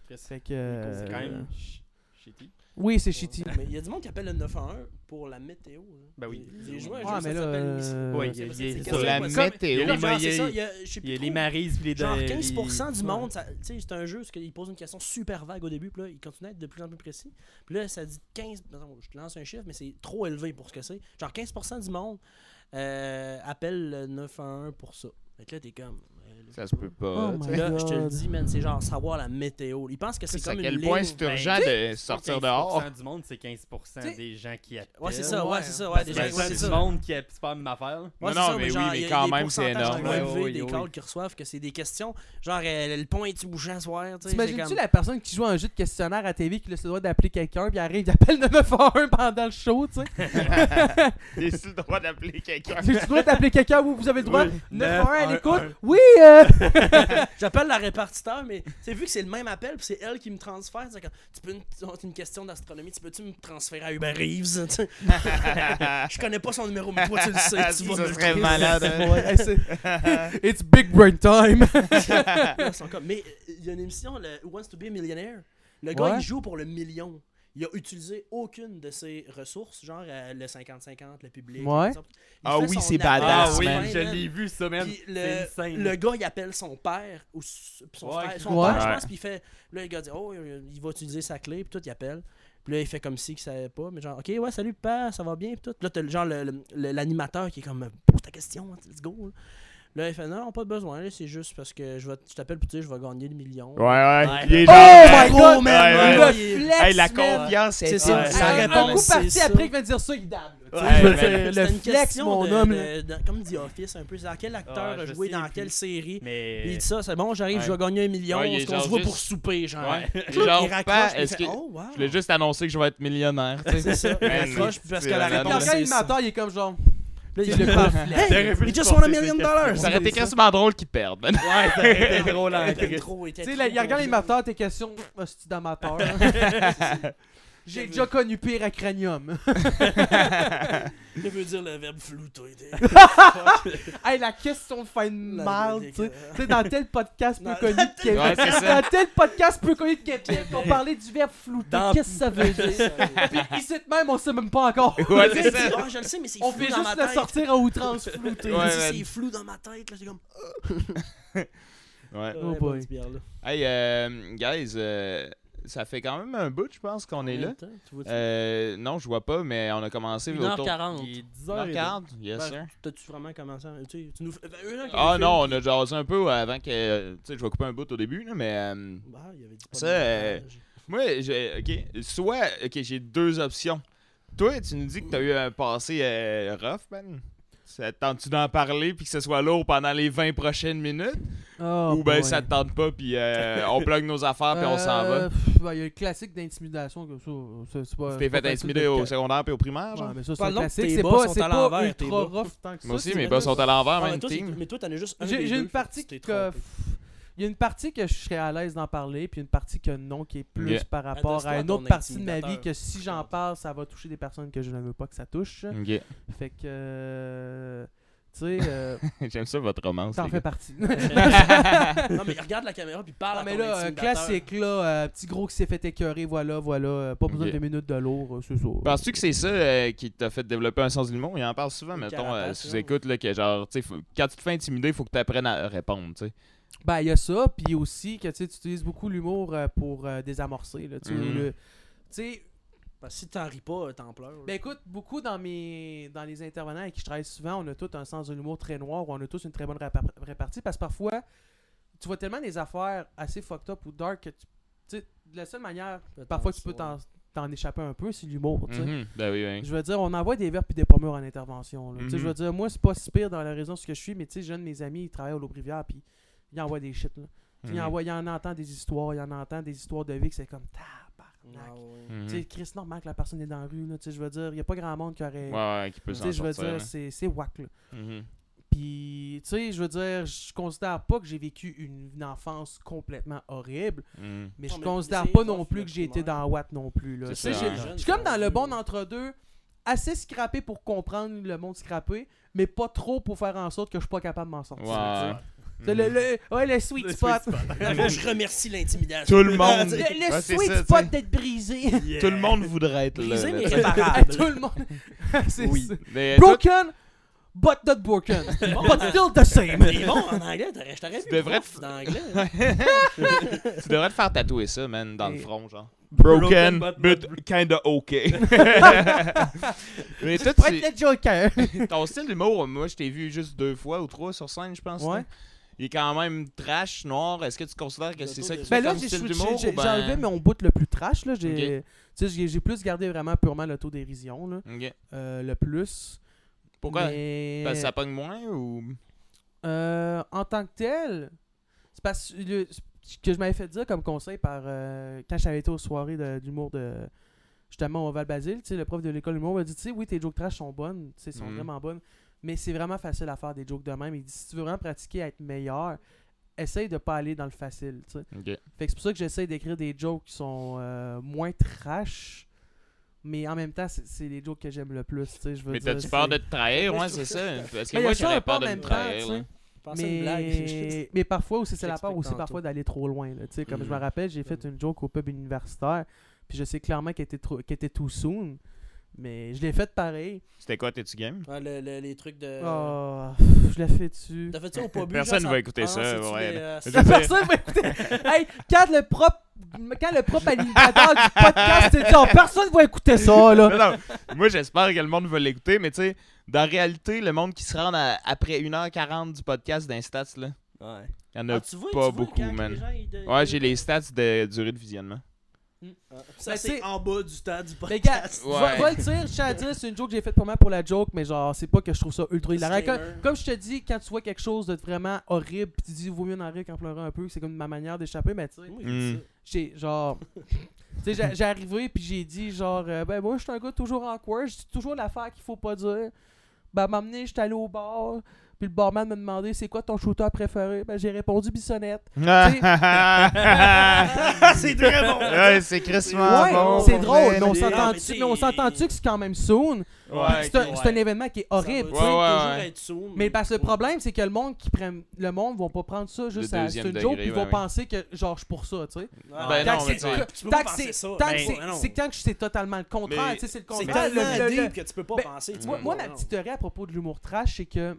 Chris, c'est
Fait que. euh,
quand même ch- shitty.
Oui, c'est shitty.
Mais il y a du monde qui appelle le 911 pour la météo. là.
Ben oui.
Des- Des joueurs,
Ouais,
ça
Ah, mais là,
s'appelle ici.
euh,
Ouais,
c'est-
il y a-
c'est-
il y a-
c'est
c'est
Sur
ça,
la
moi, ça,
météo.
Il y a
Là,
les
genre, c'est ça,
maillots.
il y a- je sais
Il y
plus
a les
trop.
marises puis les
Genre
les-
15% du
Ouais.
monde, ça- tu sais, c'est un jeu, parce qu'il pose une question super vague au début, puis là, il continue à être de plus en plus précis. Puis là, ça dit 15, pardon, je te lance un chiffre, mais c'est trop élevé pour ce que c'est. Genre 15% du monde euh, appelle le 911 pour ça. Fait que là, t'es comme, vrai. là.
Ça se peut pas.
Oh
tu sais.
my
Là, je te le
God.
dis, man, c'est genre savoir la météo. Ils pensent que c'est
C'est à
comme une
quel point
ligne.
c'est urgent
Ben,
de sortir dehors.
15% du monde, c'est 15%
T'sais-
des gens qui appellent.
Ouais, c'est ça, ouais, c'est ça, ouais,
Parce que
des
Ben,
gens- ouais,
c'est
c'est
du
ça.
monde qui appelle, c'est pas la même
Ouais,
affaire.
Non,
c'est
non,
ça,
mais
genre,
oui, mais
il y a-
quand
il y a des
même, c'est
pourcentages
énorme.
vraiment
Ouais,
élevés
oui,
des
oui.
calls qu'ils reçoivent, que c'est des questions. Genre, euh, le pont est-tu bouché à soir? tu sais, c'est
T'imagines-tu
comme-
la personne qui joue à un jeu de questionnaire à TV qui a le droit d'appeler quelqu'un, puis arrive, il appelle 911 pendant le show, tu sais.
T'es sur le droit d'appeler quelqu'un.
Tu as le droit d'appeler quelqu'un, vous, vous avez le droit.
Oui.
911 à
911.
l'écoute. Oui, euh,
J'appelle la répartiteur, mais c'est vu que c'est le même appel, puis c'est elle qui me transfère. c'est comme, tu peux une, c'est une question d'astronomie, tu peux-tu me transférer à Uber Reeves? Tu sais, Je connais pas son numéro, mais toi tu le sais. Tu
Ça
vas me le
serait
trouver.
malade, hein.
Ouais, c'est- It's big brain time.
Là, ils sont comme- Mais euh, il y a une émission, le Who Wants to Be a Millionaire. Le gars,
Ouais.
il joue pour le million. Il a utilisé aucune de ses ressources, genre euh, le 50-50, le public.
Ouais.
les autres. Il
Ah
fait
oui,
son
c'est
appel
badass,
à
oui,
la fin,
je
man.
l'ai vu ça, man.
Puis
C'est
le,
insane.
le gars, il appelle son père, ou s- son
Ouais,
frère,
qui-
son
Ouais.
père, je pense,
Ouais.
puis il fait, là, le gars dit, oh, euh, il va utiliser sa clé, puis tout, il appelle. Puis là, il fait comme si qu'il savait pas, mais genre, ok, ouais, salut, père, ça va bien, puis tout. Là, t'as le- genre le- le- le- l'animateur qui est comme, pose ta question, let's go. Là, il fait, non, non, pas besoin, là, c'est juste parce que je, vais, je t'appelle, puis tu sais, je vais gagner le million.
Ouais, ouais.
Ouais.
il est
Oh
gentil.
my god,
Ouais, ouais.
Le
Il-
flex,
Hey, la
man.
confiance,
C'est
c'est
ça,
ça.
ça
Ah,
répond,
un coup
c'est
parti
ça.
après qu'il va dire ça, il dame. là, tu sais.
Ouais,
Je veux
ben,
dire, le
une
flex,
question
mon
de-
homme. là.
de- de- comme The Office, un peu, dans quel acteur
Ouais,
a
Ah, je
joué
sais
dans
plus.
quelle série. Puis
Mais.
Il dit ça, c'est bon, j'arrive, je vais gagner un million,
Ouais, il est
on
genre
se voit
juste-
pour souper, genre.
Ouais.
Genre,
il raccroche,
pas,
il
est-ce
fait,
que-
oh, wow.
Je voulais juste annoncer que je vais être millionnaire. tu sais.
C'est ça, il
Man,
raccroche
mais
parce
c'est
que la
la
Quand
Non,
réponse
merde.
quand
c'est
il
ça.
m'entend, il est comme genre.
Là,
C'est
il-
le pamphlet.
Hey,
T'aurais
we
pu
just
le
want a
penser,
million
c'est-
dollars!
Ça aurait été quasiment drôle qu'ils perdent. man.
Ouais, ça aurait été drôle en
Il était
crise.
trop- était
Tu sais,
trop
là, il regarde les
drôle.
mateurs, tes questions, hostie d'amateur. J'ai déjà connu pire à cranium.
Il veut dire le verbe flouter.
hey, la question de fin de mal, tu sais.
dégueulasse.
Tu sais, dans tel podcast peu
Dans-
connu de Québec.
Ouais, c'est ça.
dans tel podcast peu connu de Québec, on parlait du verbe flouter.
Dans-
Qu'est-ce que ça veut dire? Puis ici de même, on sait même pas encore.
Ouais,
Il
c'est
dit,
ça.
Ah, je le sais, mais c'est
on
flou
fait
dans ma
juste le
tête.
sortir à outrance flouter.
Il dit,
Ouais,
C'est
man.
flou dans ma tête, là, j'ai comme... Ah,
Ouais.
Oh
Ouais,
boy.
bonne bière, là.
Hey, euh, guys, euh, ça fait quand même un bout, je pense, qu'on est là.
Attends, tu vois-tu?
Euh, non, je vois pas, mais on a commencé autour.
1h40.
Il est 10h.
Regarde, yes sir.
Ben, T'as-tu vraiment commencé à- tu, sais, tu nous fais- ben, eux, là, qui
Ah
nous
non, on a jasé un peu avant que. euh, Tu sais, je vais couper un bout au début, là, mais. euh,
filment- Bah, il y avait dit pas
Ça,
de
euh,
montage.
moi, j'ai. Ok, soit. Ok, j'ai deux options. Toi, tu nous dis que t'as eu un passé euh, rough, man. Ça te tente-tu d'en parler puis que ce soit lourd pendant les 20 prochaines minutes?
Oh,
Ou ben
boy.
ça te tente pas puis euh, on bloque nos affaires puis on s'en va?
Euh, pff, ben, Il y a le classique d'intimidation. que ça, c'est- c'est pas-
Tu
c'est
t'es
pas
fait
facile
intimider
de-
au secondaire puis au primaire, genre?
Ouais, mais ça, c'est
Parlons
un
que
classique.
tes
C'est
bas
pas,
sont
c'est
à
pas
l'envers, tes
ultra
bas.
rough tant que
Moi
ça.
aussi,
c'est
mes
vraiment-
bas sont à l'envers,
Ah, mais
même
toi, c'est-
team.
mais toi, t'en as juste un.
J'ai
des
j'ai une
deux, fait que
partie
tu t'es
que.
trompé.
Il y a une partie que je serais à l'aise d'en parler, puis une partie que non, qui est plus
Yeah.
par rapport à
Adresse-toi à
une autre
ton
partie de ma vie
intimidateur.
que si j'en parle, ça va toucher des personnes que je ne veux pas que ça touche.
Ok.
Fait que. euh, tu sais, euh,
J'aime ça votre romance.
t'en
les
fais
gars.
partie.
non, mais regarde la caméra puis parle
Ah,
à
mais
ton
là, euh,
intimidateur.
classique, là, euh, petit gros qui s'est fait écœurer, voilà, voilà, euh, pas besoin
Ok.
de minutes de lourd, euh, c'est ça.
Penses-tu que c'est ça euh, qui t'a fait développer un sens de l'humour? Il en parle souvent,
Une
mettons,
carapace,
euh, sous
là.
écoute, là, que genre, tu sais, faut- quand tu te fais intimider, il faut que tu apprennes à répondre, tu sais.
Ben, il y a ça, puis aussi que tu sais, tu utilises beaucoup l'humour euh, pour euh, désamorcer. Là, tu sais,
Mm-hmm.
Mhm.
le- tu sais,
Parce que si t'en ris pas, euh, t'en pleures.
ben écoute, beaucoup dans mes dans les intervenants avec qui je travaille souvent, on a tous un sens de l'humour très noir ou on a tous une très bonne répa- répartie parce que parfois, tu vois tellement des affaires assez fucked up ou dark que tu, tu sais, la seule manière,
Peut-être,
parfois, que tu peux
ouais. Mm-hmm.
t'en t'en échapper un peu, c'est l'humour. tu sais.
Mhm. Ben oui, oui.
Je veux dire, on envoie des verbes puis des pommures en intervention. là. Tu sais,
Mhm.
Je veux dire, moi, c'est pas si pire dans la raison ce que je suis, mais tu sais, j'ai un de mes amis, il travaille au Loup-Rivière, puis il envoie des shit. Là. Tu sais, Il,
Mhm.
envoie- il en entend des histoires, il en entend des histoires de vie que c'est comme tabarnak.
Ah, ouais.
Mhm.
Tu sais, Chris, normal que la personne est dans la rue, là, tu sais, je veux dire, il n'y a pas grand monde qui aurait.
Ouais, ouais, qui peut
euh, Tu
s'en
sais, je veux
sortir.
dire,
hein.
c'est c'est whack, là.
Mhm.
Puis, tu sais, je veux dire, je considère pas que j'ai vécu une, une enfance complètement horrible,
Mhm.
mais
Non,
je
mais
considère
c'est-
pas
c'est
non
pas
plus que j'ai été
primaire.
dans Watt non plus, là.
C'est
Tu sais,
ça,
j'ai-
hein.
je suis comme dans le bon entre-deux, assez scrappé pour comprendre le monde scrappé, mais pas trop pour faire en sorte que je suis pas capable de m'en sortir.
Ouais. Mm.
tu sais. C'est le, le- ouais, le sweet
Le
spot.
sweet
Dans le fond, je remercie l'intimidation.
Tout le monde.
Le, le
Ouais, c'est
sweet
ça, tu
spot
sais.
d'être brisé.
Tout le monde voudrait être là.
Brisé,
là,
mais
tu sais.
À
réparable.
tout le monde. C'est
Oui.
ça.
Mais toi,
Broken, but not broken. but still the same.
T'es bon en anglais, t'aurais- je t'aurais vu.
Tu devrais
prof d'anglais. hein.
tu devrais te faire tatouer ça, man, dans le
Et-
front, genre.
Broken, but
kinda okay. mais toi,
Pour être
tu-
le Joker.
ton style d'humour, moi, je t'ai vu juste deux fois ou trois sur scène, je pense.
Ouais.
là. il est quand même trash, noir. Est-ce que tu considères que c'est ça que tu fais
Ben là,
comme
j'ai
style
switché-
d'humour
j'ai
ou
j'ai
ben-
enlevé mon bout le plus trash. là. J'ai tu sais, j'ai- j'ai plus gardé vraiment purement l'autodérision, là,
Ok.
euh, le plus.
Pourquoi
Mais,
Parce que ça pogne moins ou.
euh, en tant que tel, c'est parce que le- ce que je m'avais fait dire comme conseil par euh, quand j'avais été aux soirées de- d'humour de justement au Val Basile, tu sais, le prof de l'école d'humour m'a dit, tu sais, oui, tes jokes trash sont bonnes, tu sais, sont
Mhm.
vraiment bonnes, mais c'est vraiment facile à faire des jokes de même. Il dit, si tu veux vraiment pratiquer à être meilleur, essaye de pas aller dans le facile, tu sais.
Ok.
Fait que c'est pour ça que j'essaie d'écrire des jokes qui sont euh, moins trash, mais en même temps, c'est- c'est les jokes que j'aime le plus. tu sais, Je veux
Mais
dire,
t'as-tu peur de
c'est-
te trahir, ouais, c'est ça? Parce que
Mais il y a
moi,
ça, un
j'aurais peur
pas
de
en
me
même temps,
trahir.
tu sais.
là.
Pensez à une blague.
Mais... mais parfois aussi, c'est la peur
J'explique
aussi
tantôt. Mm.
parfois d'aller trop loin. là, tu sais, Comme je me
Mhm.
rappelle, j'ai fait une joke au pub universitaire, puis je sais clairement qu'elle était, trop... qu'elle était too soon, mais je l'ai faite pareil.
C'était quoi, t'es-tu game?
Ah, le- le- les trucs de.
Ah, pff, je l'ai fait dessus.
T'as fait ça au pas
Personne va écouter ça, ouais.
euh,
Je-
Personne va écouter. Hey, quand le propre, quand le propre animateur du podcast te dit, oh, personne va écouter ça, là.
Non, non. Moi, j'espère que le monde va l'écouter, mais tu sais, dans la réalité, le monde qui se rend à- après 1h40 du podcast d'un stats, là, il y
Ouais.
Ah,
Ah,
en a. pas beaucoup, man. Ouais, j'ai les stats de durée de visionnement.
Hmm. Ça,
Ben,
c'est
c'est-
en bas du stade du
Mais gars,
podcast.
Ouais.
va, va le dire, je tiens à dire, c'est une joke que j'ai faite pour moi pour la joke, mais genre, c'est pas que je trouve ça ultra hilarant. Comme,
Disclaimer.
comme je te dis, quand tu vois quelque chose de vraiment horrible, pis tu dis, vaut mieux en rire qu'en pleurer un peu, c'est comme ma manière d'échapper, mais tu sais,
Moi, j'ai dit
Hmm.
ça.
j'ai genre. tu sais, j'ai- j'ai arrivé, puis j'ai dit, genre, euh, ben moi, je suis un gars toujours en courage, je dis toujours l'affaire qu'il faut pas dire. Ben, m'amener, j'étais allé au bar, puis le barman m'a demandé, c'est quoi ton shooter préféré? Ben, j'ai répondu, Bissonnette.
c'est très bon. Ouais, c'est crissement
ouais,
Ah, bon.
c'est drôle, mais on
Ah, mais
s'entend-tu
t'sais-
mais on s'entend-tu que c'est quand même soon?
Ouais,
c'est un, c'est un événement qui est horrible.
Ça
Ouais,
va
ouais,
toujours
ouais.
être sourd,
Mais parce que le problème, c'est que le monde qui prend le monde vont pas prendre ça juste
Le
à
deuxième
c'est une
degré,
joke, puis ils
ouais,
vont
ouais.
penser que genre je suis pour ça, tu sais.
Ouais.
Ben
Tant
non,
que
mais
c'est-
tu sais,
tu peux
tant
pas
que
penser
c'est-
ça.
tant que
Ben
c'est-
non.
c'est quand que c'est totalement le contraire,
Mais
tu sais, c'est le
C'est
contraire.
tellement
Le- le- le-
deep que tu peux pas
Ben,
penser. tu
moi,
peux
moi,
pas,
ma
non.
petite théorie à propos de l'humour trash, c'est que.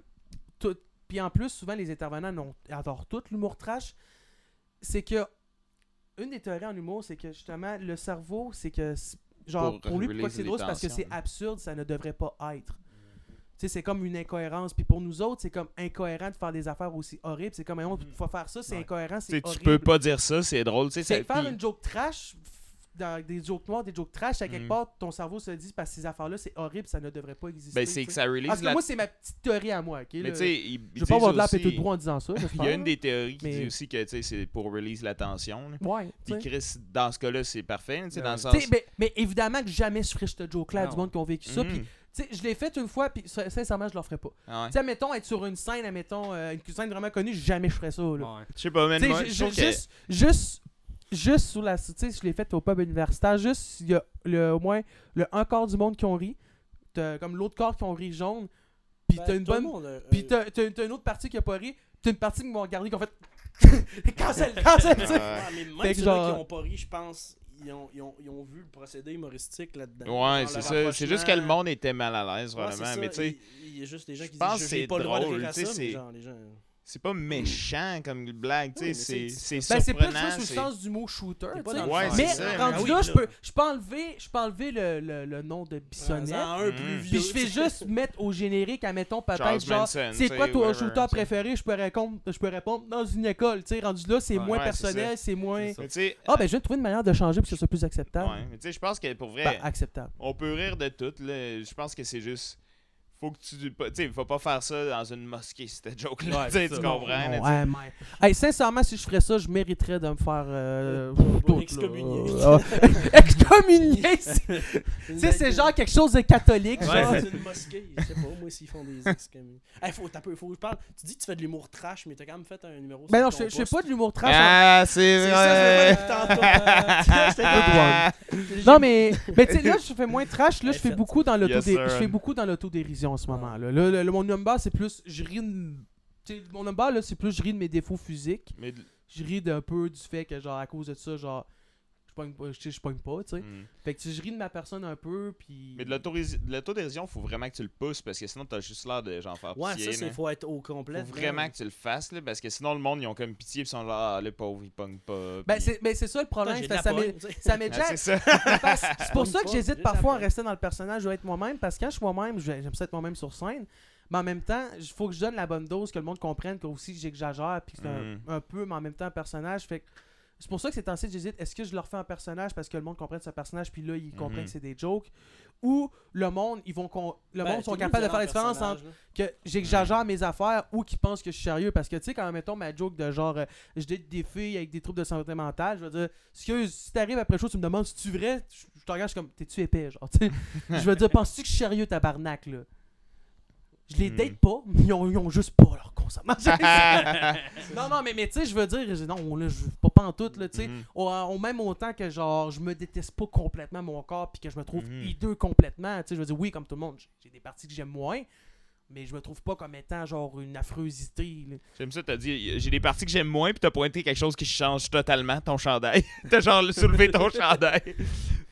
tout- Puis en plus, souvent, les intervenants n'ont- adorent tout l'humour trash. C'est que. Une des théories en humour, c'est que justement, le cerveau, c'est que. c'est- Genre,
Pour
pour, lui,
réguler
pourquoi c'est
les
drôle, c'est parce que
tensions,
c'est
hein.
absurde, ça ne devrait pas être. Tu sais, c'est comme une incohérence. Puis pour nous autres, c'est comme incohérent de faire des affaires aussi horribles. C'est comme, on faut faire ça, c'est
Ouais.
incohérent,
Tu sais,
c'est
tu
horrible.
peux pas dire ça, c'est drôle. Tu sais,
C'est
ça-
faire
puis- ben,
une joke trash, f- dans des jokes noires, des jokes trash, à quelque
Mm.
part, ton cerveau se dit, parce que ces affaires-là, c'est horrible, ça ne devrait pas exister.
Ben,
tu sais.
c'est que ça
Parce
release
que
la.
moi, c'est ma petite théorie à moi, ok? là.
Mais tu sais, ils-
je
ils
veux pas avoir de
disent
la pété
aussi-
de droit en disant ça,
Il y a une des théories qui
Mais-
dit aussi que tu sais, c'est pour release la tension. là.
Ouais, tu
Puis
sais.
Chris, dans ce cas-là, c'est parfait. tu sais, Dans le sens.
Tu sais, mais, mais évidemment que jamais je ferais ce joke-là à du
Non.
monde qui ont vécu ça.
Mhm.
Puis, tu sais, je l'ai fait une fois, puis sin- sincèrement, je le ferais pas.
Ah ouais.
Tu sais, admettons, être sur une scène, admettons, euh, une scène vraiment connue, jamais je ferais ça. Là.
Ouais.
Je sais pas, mais
Tu sais,
moi,
ju-
je
ju-
trouve que-
juste, juste, juste sur la. Tu sais, je l'ai fait au pub universitaire. Juste, il y a le, au moins le un quart du monde qui ont ri. T'as comme l'autre quart qui ont ri jaune. Puis
Ben,
t'as une
tout le
bonne.
monde, euh,
Puis
euh,
t'as t'as- t'as une autre partie qui a pas ri. T'as une partie qui m'ont regardé qui ont fait. cancel, cancel, tu sais.
Ouais.
Ah, mais même
Fait que
ceux-là
genre-
qui ont pas ri, je pense, ils ont, ils, ont, ils ont vu le procédé humoristique là-dedans.
Ouais,
Genre,
c'est
le
ça. C'est juste que le
rapprochement.
monde était mal à l'aise,
Ouais, c'est
vraiment.
ça.
Mais tu sais,
Il, il y a juste des gens
je
qui disent
pense
je-
que
j'ai
c'est
pas le droit de
drôle,
rire à
tu sais,
ça, mais
c'est-
genre, les gens... euh,
c'est pas méchant comme blague.
Oui,
Tu sais, c'est-
mais c'est-
c'est
Ben, c'est plus
surprenant.
joué sous le
c'est-
sens du mot shooter.
T'es pas
tu sais.
dans le
Ouais,
fond.
mais
c'est ça,
rendu
Ah oui,
là, je peux, je peux enlever, je peux enlever le, le, le nom de Bissonnette.
Prends-en un plus
Mhm.
vieux.
Puis je fais juste mettre au générique, admettons,
Charles
peut-être genre,
Manson, tu
c'est
sais,
quoi ton
whatever,
shooter
tu sais.
préféré Je peux répondre, je peux répondre dans une école. Tu sais, rendu là, c'est
Ouais,
moins
ouais, c'est
personnel, c'est moins.
C'est ça.
Mais tu sais,
Ah ben, je viens de trouver une manière de changer pour que ce soit plus acceptable.
ouais, mais tu sais, je pense que pour vrai.
Ben, acceptable.
On peut rire de tout, là. Je pense que c'est juste. Faut que tu. Tu sais, faut pas faire ça dans une mosquée, cette joke-là.
Ouais,
tu sais,
c'est
tu
ça.
comprends? là,
Non,
tu sais.
ouais, mais- Hey, sincèrement, si je ferais ça, je mériterais de me faire. euh, tout, là.
excommunier.
Euh, Excommunier c'est- Tu sais, c'est genre quelque chose de catholique.
Ouais,
genre.
c'est une mosquée. Je sais pas, moi, s'ils font des excommuniés. Hey, faut, t'as peu, faut que je parle. Tu dis que tu fais de l'humour trash, mais t'as quand même fait un numéro.
Ben
sur
non,
ton
je je fais
poste.
pas de l'humour trash. hein.
Ah, c'est
C'est
vrai! Ah.
ça, je me parlais tantôt.
Non, mais, mais tu sais, là, je fais moins trash. Là, je fais
Effet.
beaucoup dans l'autodé-
Yes, sir.
je fais beaucoup dans l'autodérision en ce
Ah.
moment. Là, Là, le- le- mon number, c'est plus. Je ris. de- tu sais, Mon number, là, c'est plus je ris de mes défauts physiques.
Mais de-
Je ris d'un peu du fait que, genre, à cause de ça, genre. Je pogne pas, je sais, je pogne pas, tu sais.
Mm.
Fait que tu sais, je ris de ma personne un peu, puis.
Mais de l'autorisi- de l'autodérision, faut vraiment que tu le pousses parce que sinon, t'as juste l'air de genre faire
Ouais,
pitié.
ça, c'est
là.
faut être au complet.
Faut vraiment que tu le fasses, là, parce que sinon, le monde, ils ont comme pitié et sont genre, ah, le pauvre, il pogne pas.
Ben,
puis-
c'est ben, c'est ça le
Attends,
problème.
j'ai
c'est
de la
que Ça m'est
poigne, tu sais.
ça m'est
Ah,
déjà
c'est ça.
Parce- c'est pour ça que
Pas,
j'hésite
juste
parfois à
après.
rester dans le personnage ou à être moi-même, parce que quand je suis moi-même, je- j'aime ça être moi-même sur scène. Mais en même temps, il faut que je donne la bonne dose, que le monde comprenne que aussi j'exagère, puis que c'est un-
Mm.
un, peu, mais en même temps, un personnage. Fait que c'est pour ça que c'est ainsi j'hésite. Est-ce que je leur fais un personnage parce que le monde comprenne ce personnage, puis là, ils comprennent
Mhm.
que c'est des jokes, ou le monde, ils vont con- le
Ben,
monde sont
Toulouse,
capables de
c'est
faire la
leur
différence entre
personnage, là.
que j'exagère mes affaires ou qu'ils pensent que je suis sérieux. Parce que, tu sais, quand mettons ma joke de genre, euh, je date des filles avec des troubles de santé mentale, je veux dire, excuse, si t'arrives après le show, tu me demandes si tu vrai, je je te regarde, je suis comme, t'es-tu épais, genre, tu sais. Je veux dire, penses-tu que je suis sérieux, tabarnak, là? Je les
Hmm.
date pas, mais ils ont, ils ont juste pas leur consommation. non, non, mais, mais tu sais, je veux dire, je- non, là, je pas pantoute, là, tu sais.
Mhm.
Au, euh, au même autant que genre je me déteste pas complètement mon corps puis que je me trouve
Mhm.
hideux complètement tu sais je veux dire oui comme tout le monde j'ai- j'ai des parties que j'aime moins mais je me trouve pas comme étant genre une affreusité là.
J'aime ça, t'as dit, j'ai des parties que j'aime moins, puis t'as pointé quelque chose qui change totalement ton chandail. t'as genre soulevé ton chandail.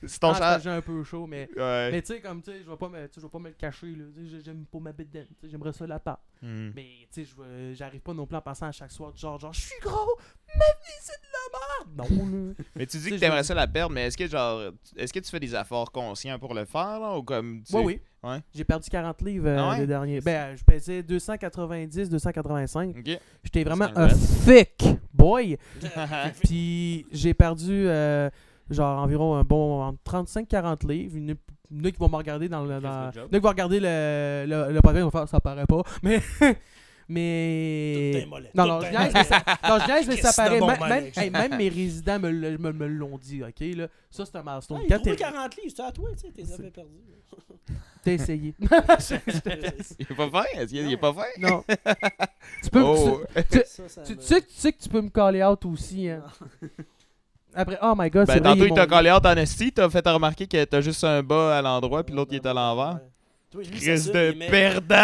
C'est ton
Ah, c'est parce que
chandail.
j'ai un peu chaud mais
Ouais.
mais tu sais comme tu sais je vais pas me tu sais, je vais pas me le cacher là Tu sais, j'aime pas ma bedaine tu sais, j'aimerais ça la part
Mhm.
mais tu sais je veux- j'arrive pas non plus en pensant à chaque soir du genre genre je suis gros ma vie c'est de la merde non là.
Mais tu dis
sais,
que
je-
t'aimerais ça la perdre, mais est-ce que genre est-ce que tu fais des efforts conscients pour le faire là, ou comme tu...
Ouais, oui.
Ouais.
J'ai perdu 40 livres euh,
Ah ouais?
le dernier. Ben, euh, je pesais 290, 285.
Ok.
J'étais vraiment
C'est
un
un
thick boy.
Fait
Puis j'ai perdu euh, genre environ un bon 35-40 livres. Il y en a- il y en a qui vont me regarder dans le.
Chris,
Dans,
good job.
il y en a qui vont regarder le, le, le podcast, ils vont faire ça paraît pas. Mais.
Tout est
mais.
mollet,
Non,
tout
non, je
est
niaise, mais
mollet.
ça, non, je niaise, mais ça
Chris,
paraît.
non,
Même,
bon,
même-
Alex.
hey, même mes résidents me, le- me, me l'ont dit, ok? Là. Ça, c'est un milestone.
Hey,
Quand
trouver
t'es-
40 livres, c'est à toi, tu sais, t'es avais perdu.
t'as essayé.
Il est pas fin? Est-ce qu'il il est pas fin?
non. tu peux.
Oh.
Ça, ça
Tu,
me-
tu sais, que- tu sais que tu peux me caller out aussi. Hein. Après, oh my god,
Ben,
c'est vrai,
tantôt,
il est
il t'a
mon-
collé hâte en esti, t'as fait remarquer que t'as juste un bas à l'endroit, puis l'autre, il est à l'envers.
Ouais. Toi, lui, c'est
Crise
sûr,
de
les mecs-
perdant!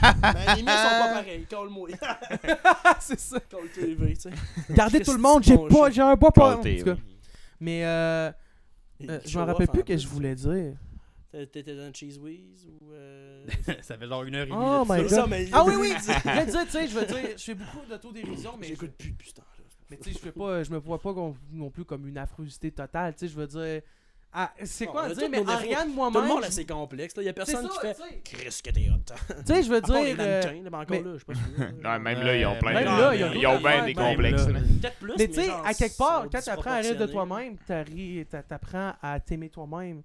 Ben, les miens sont pas pareils. Call-moi.
Ah, c'est ça.
Call TV, tu sais.
Gardez tout le monde,
Christy,
j'ai
mon
pas, j'ai un bois pas.
Call
en
TV.
tout cas. Mais euh, euh, je me rappelle plus que je voulais dire.
T'étais t'étais dans le Cheese Whiz ou. euh,
ça fait genre une heure et demie.
Oh
de
my
ça.
God.
mais-
Ah oui, oui, je vais dire, tu sais, je veux dire, je fais beaucoup d'autodérision, mais je,
J'écoute plus depuis ce temps-là.
mais tu sais, je fais pas, je me vois pas gon- non plus comme une affreusité totale, tu sais, je veux dire. Ah, c'est
Bon,
quoi
on
à
a
dire,
tous
mais
nos
en
défauts.
regardant
Tout le monde,
moi-même.
là, c'est complexe. Il n'y a
c'est ça,
personne qui
tu
fait.
sais.
Chris, que t'es hot.
Tu sais, je veux
À part les
dire. euh,
mannequins, là, mais encore
mais-
là, je sais pas si vous voulez, là.
Non, même là, ils ont plein
Euh, Même
de-
là, il y a
Ils
d'autres
ont bien
affaires,
des
même
complexes.
là.
là.
Peut-être plus.
Mais tu sais,
genre,
à quelque
ils
part,
sont
quand t'apprends à rire de toi-même,
disproportionnés.
t'as ri- t'a- t'apprends à t'aimer toi-même.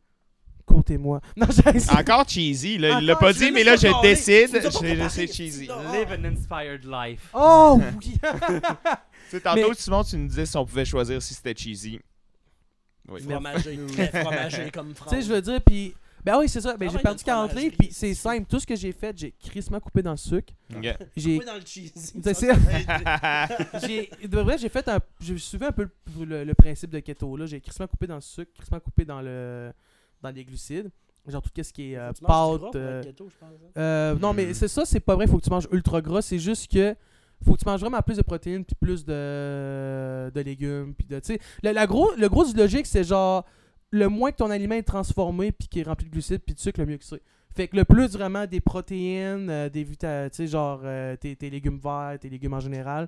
Côté-moi. Non, j'ai
Encore cheesy, là. Il l'a
Encore,
pas
je
dit,
l'ai
mais là,
juste
je
pas
décide.
parlé. Tu nous as pas
j'ai-
préparé,
C'est
tu
cheesy.
dis, non.
Live an inspired life.
Oh oui!
Tu sais, tantôt,
Mais-
Simon, tu nous disais si on pouvait choisir si c'était cheesy. Oui.
Fromager, crève, fromager comme
tu
France.
sais, je veux dire, puis. Ben oui, c'est ça. Ben,
Ah
j'ai
ouais,
perdu
il y a une
40 livres,
fromagerie.
puis c'est simple. Tout ce que j'ai fait, j'ai crissement coupé dans le sucre.
Ok.
J'ai.
Coupé dans le cheese.
Tu sais,
Ça, ça va être-
j'ai- De vrai, j'ai fait un. Je suivais un peu le, le- le principe de keto, là. J'ai crissement coupé dans le sucre, crissement coupé dans le. dans les glucides. Genre tout ce qui est euh,
Tu manges du gras
pâte.
pour
euh,
être gâteau, je pense, hein.
Euh, non, mais
Mhm.
c'est ça, c'est pas vrai, faut que tu manges ultra gras. C'est juste que faut que tu manges vraiment plus de protéines, puis plus de, de légumes, puis de. Tu sais, le, la gros, le gros du logique, c'est genre le moins que ton aliment est transformé, puis qui est rempli de glucides, puis de sucre, le mieux que c'est. Fait que le plus vraiment des protéines, euh, des vitamines, tu sais, genre euh, tes, tes légumes verts, tes légumes en général.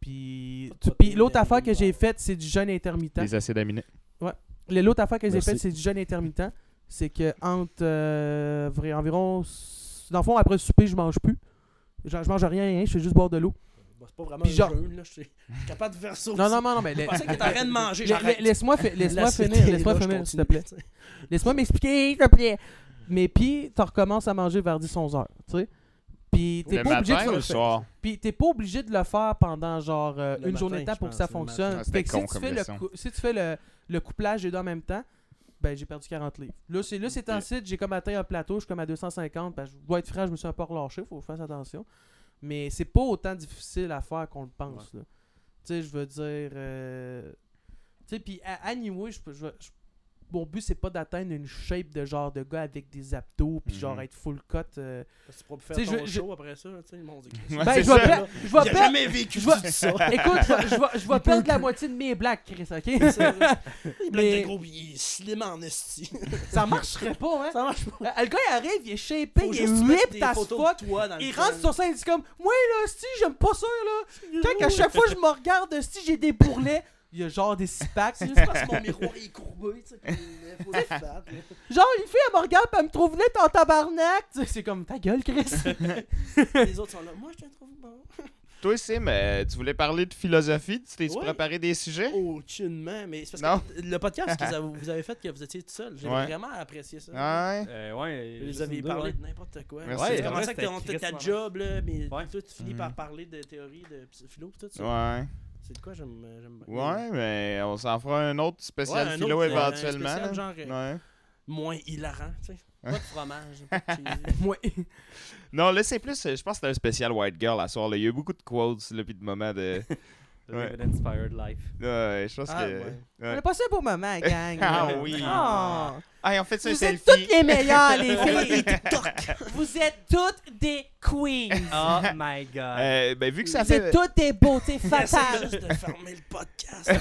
Puis,
Pas de
tu-
protéines,
puis
des
l'autre affaire que
légumes
j'ai
verts.
faite, c'est du jeûne intermittent.
Des acides aminés.
Le- L'autre affaire que j'ai
Merci.
faite, c'est du jeûne intermittent. C'est que entre euh, vrai- environ. s- Dans le fond, après le souper, je mange plus. Je, je mange rien, rien, je fais juste boire de l'eau.
Bah, c'est pas vraiment un
Puis genre-
jeûne, là. Je suis capable de faire ça.
Non, non, non, non, mais. la-
Je pensais que t'étais en train de manger.
la- la-
j'arrête.
Laisse-moi fi- laisse-moi
Laisse-
finir,
t'es
laisse-moi
là, je
finir, s'il te
continue,
plaît.
tu sais.
Laisse-moi m'expliquer, s'il te plaît. Mais puis, tu recommences à manger vers 10-11 heures, tu sais. Puis, t'es
Le
pas, obligé
matin ou
de...
le
faire-
soir?
puis t'es pas obligé de le faire pendant genre euh,
Le
une
matin,
journée de temps
je
pour que
pense,
ça
le matin.
fonctionne.
Ah, c'était
Fait que si
con
tu
comme
fais le
leçon.
cou- si tu fais le le couplage des deux en même temps, ben j'ai perdu 40 livres. Là, c'est, là, c'est en
Ok.
site, j'ai comme atteint un plateau, je suis comme à 250. Ben, je dois être franc, je me suis un peu relâché, faut que je fasse attention. Mais c'est pas autant difficile à faire qu'on le pense. là. Tu sais, je veux dire. euh, Tu sais, puis à anyway, je peux- je vais- je- mon but, c'est pas d'atteindre une shape de genre de gars avec des abdos, puis genre
Mhm.
être full cut. euh.
Parce que Tu pourras plus
Tu sais,
faire ton
je- je-
show après ça, tu sais, mon Dieu.
Ouais,
Ben,
c'est
je vais
ça.
per- je vais
Il a
per-
jamais vécu
je vais-
tout ça.
Écoute, je je vais, je vais perdre la moitié de mes blagues, Chris,
C'est
ok?
ça, là. Il blague
Mais-
de gros, il est slim en esti.
Ça marcherait pas, hein?
Ça marche pas.
Euh, Le gars, il arrive, il est shapé,
Faut
il est
juste mettre des
ripped as
photos de
fuck.
toi dans le
Il
coin.
rentre sur scène, il dit comme, moi là, si j'aime pas ça là. Quand à chaque fois je me regarde, si j'ai des bourrelets, Il y a genre des six packs.
C'est juste parce que mon miroir est courbé, tu sais, puis il faut le faire. puis-
genre, une fille, elle me regarde, puis elle me trouve laide en tabarnak. Tu sais, C'est comme ta gueule, Chris.
Les autres sont là. Moi, je te trouve bon.
Toi, Sim, euh, tu voulais parler de philosophie? Tu t'es
Ouais.
préparé des sujets?
Aucunement, Oh, mais c'est parce que le podcast que vous avez- vous avez fait que vous étiez tout seul, j'ai
Ouais.
vraiment apprécié ça.
Ouais.
Euh, ouais,
Vous
juste
avez
nous deux,
parlé
ouais.
de n'importe quoi.
Merci.
Ouais,
Ouais,
c'est
ouais,
commencé avec
c'était
ton, t'as ta
crissement
job, là, mais
Ouais.
toi, tu finis
Mhm.
par parler de théorie, de psy- philo, pis tout ça.
Ouais.
C'est de quoi j'aime j'aime bien.
Ouais, mais on s'en fera un autre spécial
Ouais, un
philo
autre, euh,
éventuellement.
un spécial
là.
genre, euh,
Ouais.
Moins hilarant, tu sais. Pas de fromage, pas de cheese.
Moi,
Non, là, c'est plus. euh, Je pense que c'était un spécial White Girl à soir. là. Il y a eu beaucoup de quotes, là, puis de moments de.
The David Inspired Life.
Ouais, je pense
Ah,
que.
ouais.
on a passé un beau moment, gang.
Ah oui.
Ah.
Hey, on fait ça un
Vous êtes
selfie.
toutes les meilleures, les
On fait des
filles. Vous êtes toutes des queens.
Oh my god.
Euh, ben, vu que ça
Vous
fait.
êtes toutes des beautés
Essaye
fatales.
juste de fermer le podcast.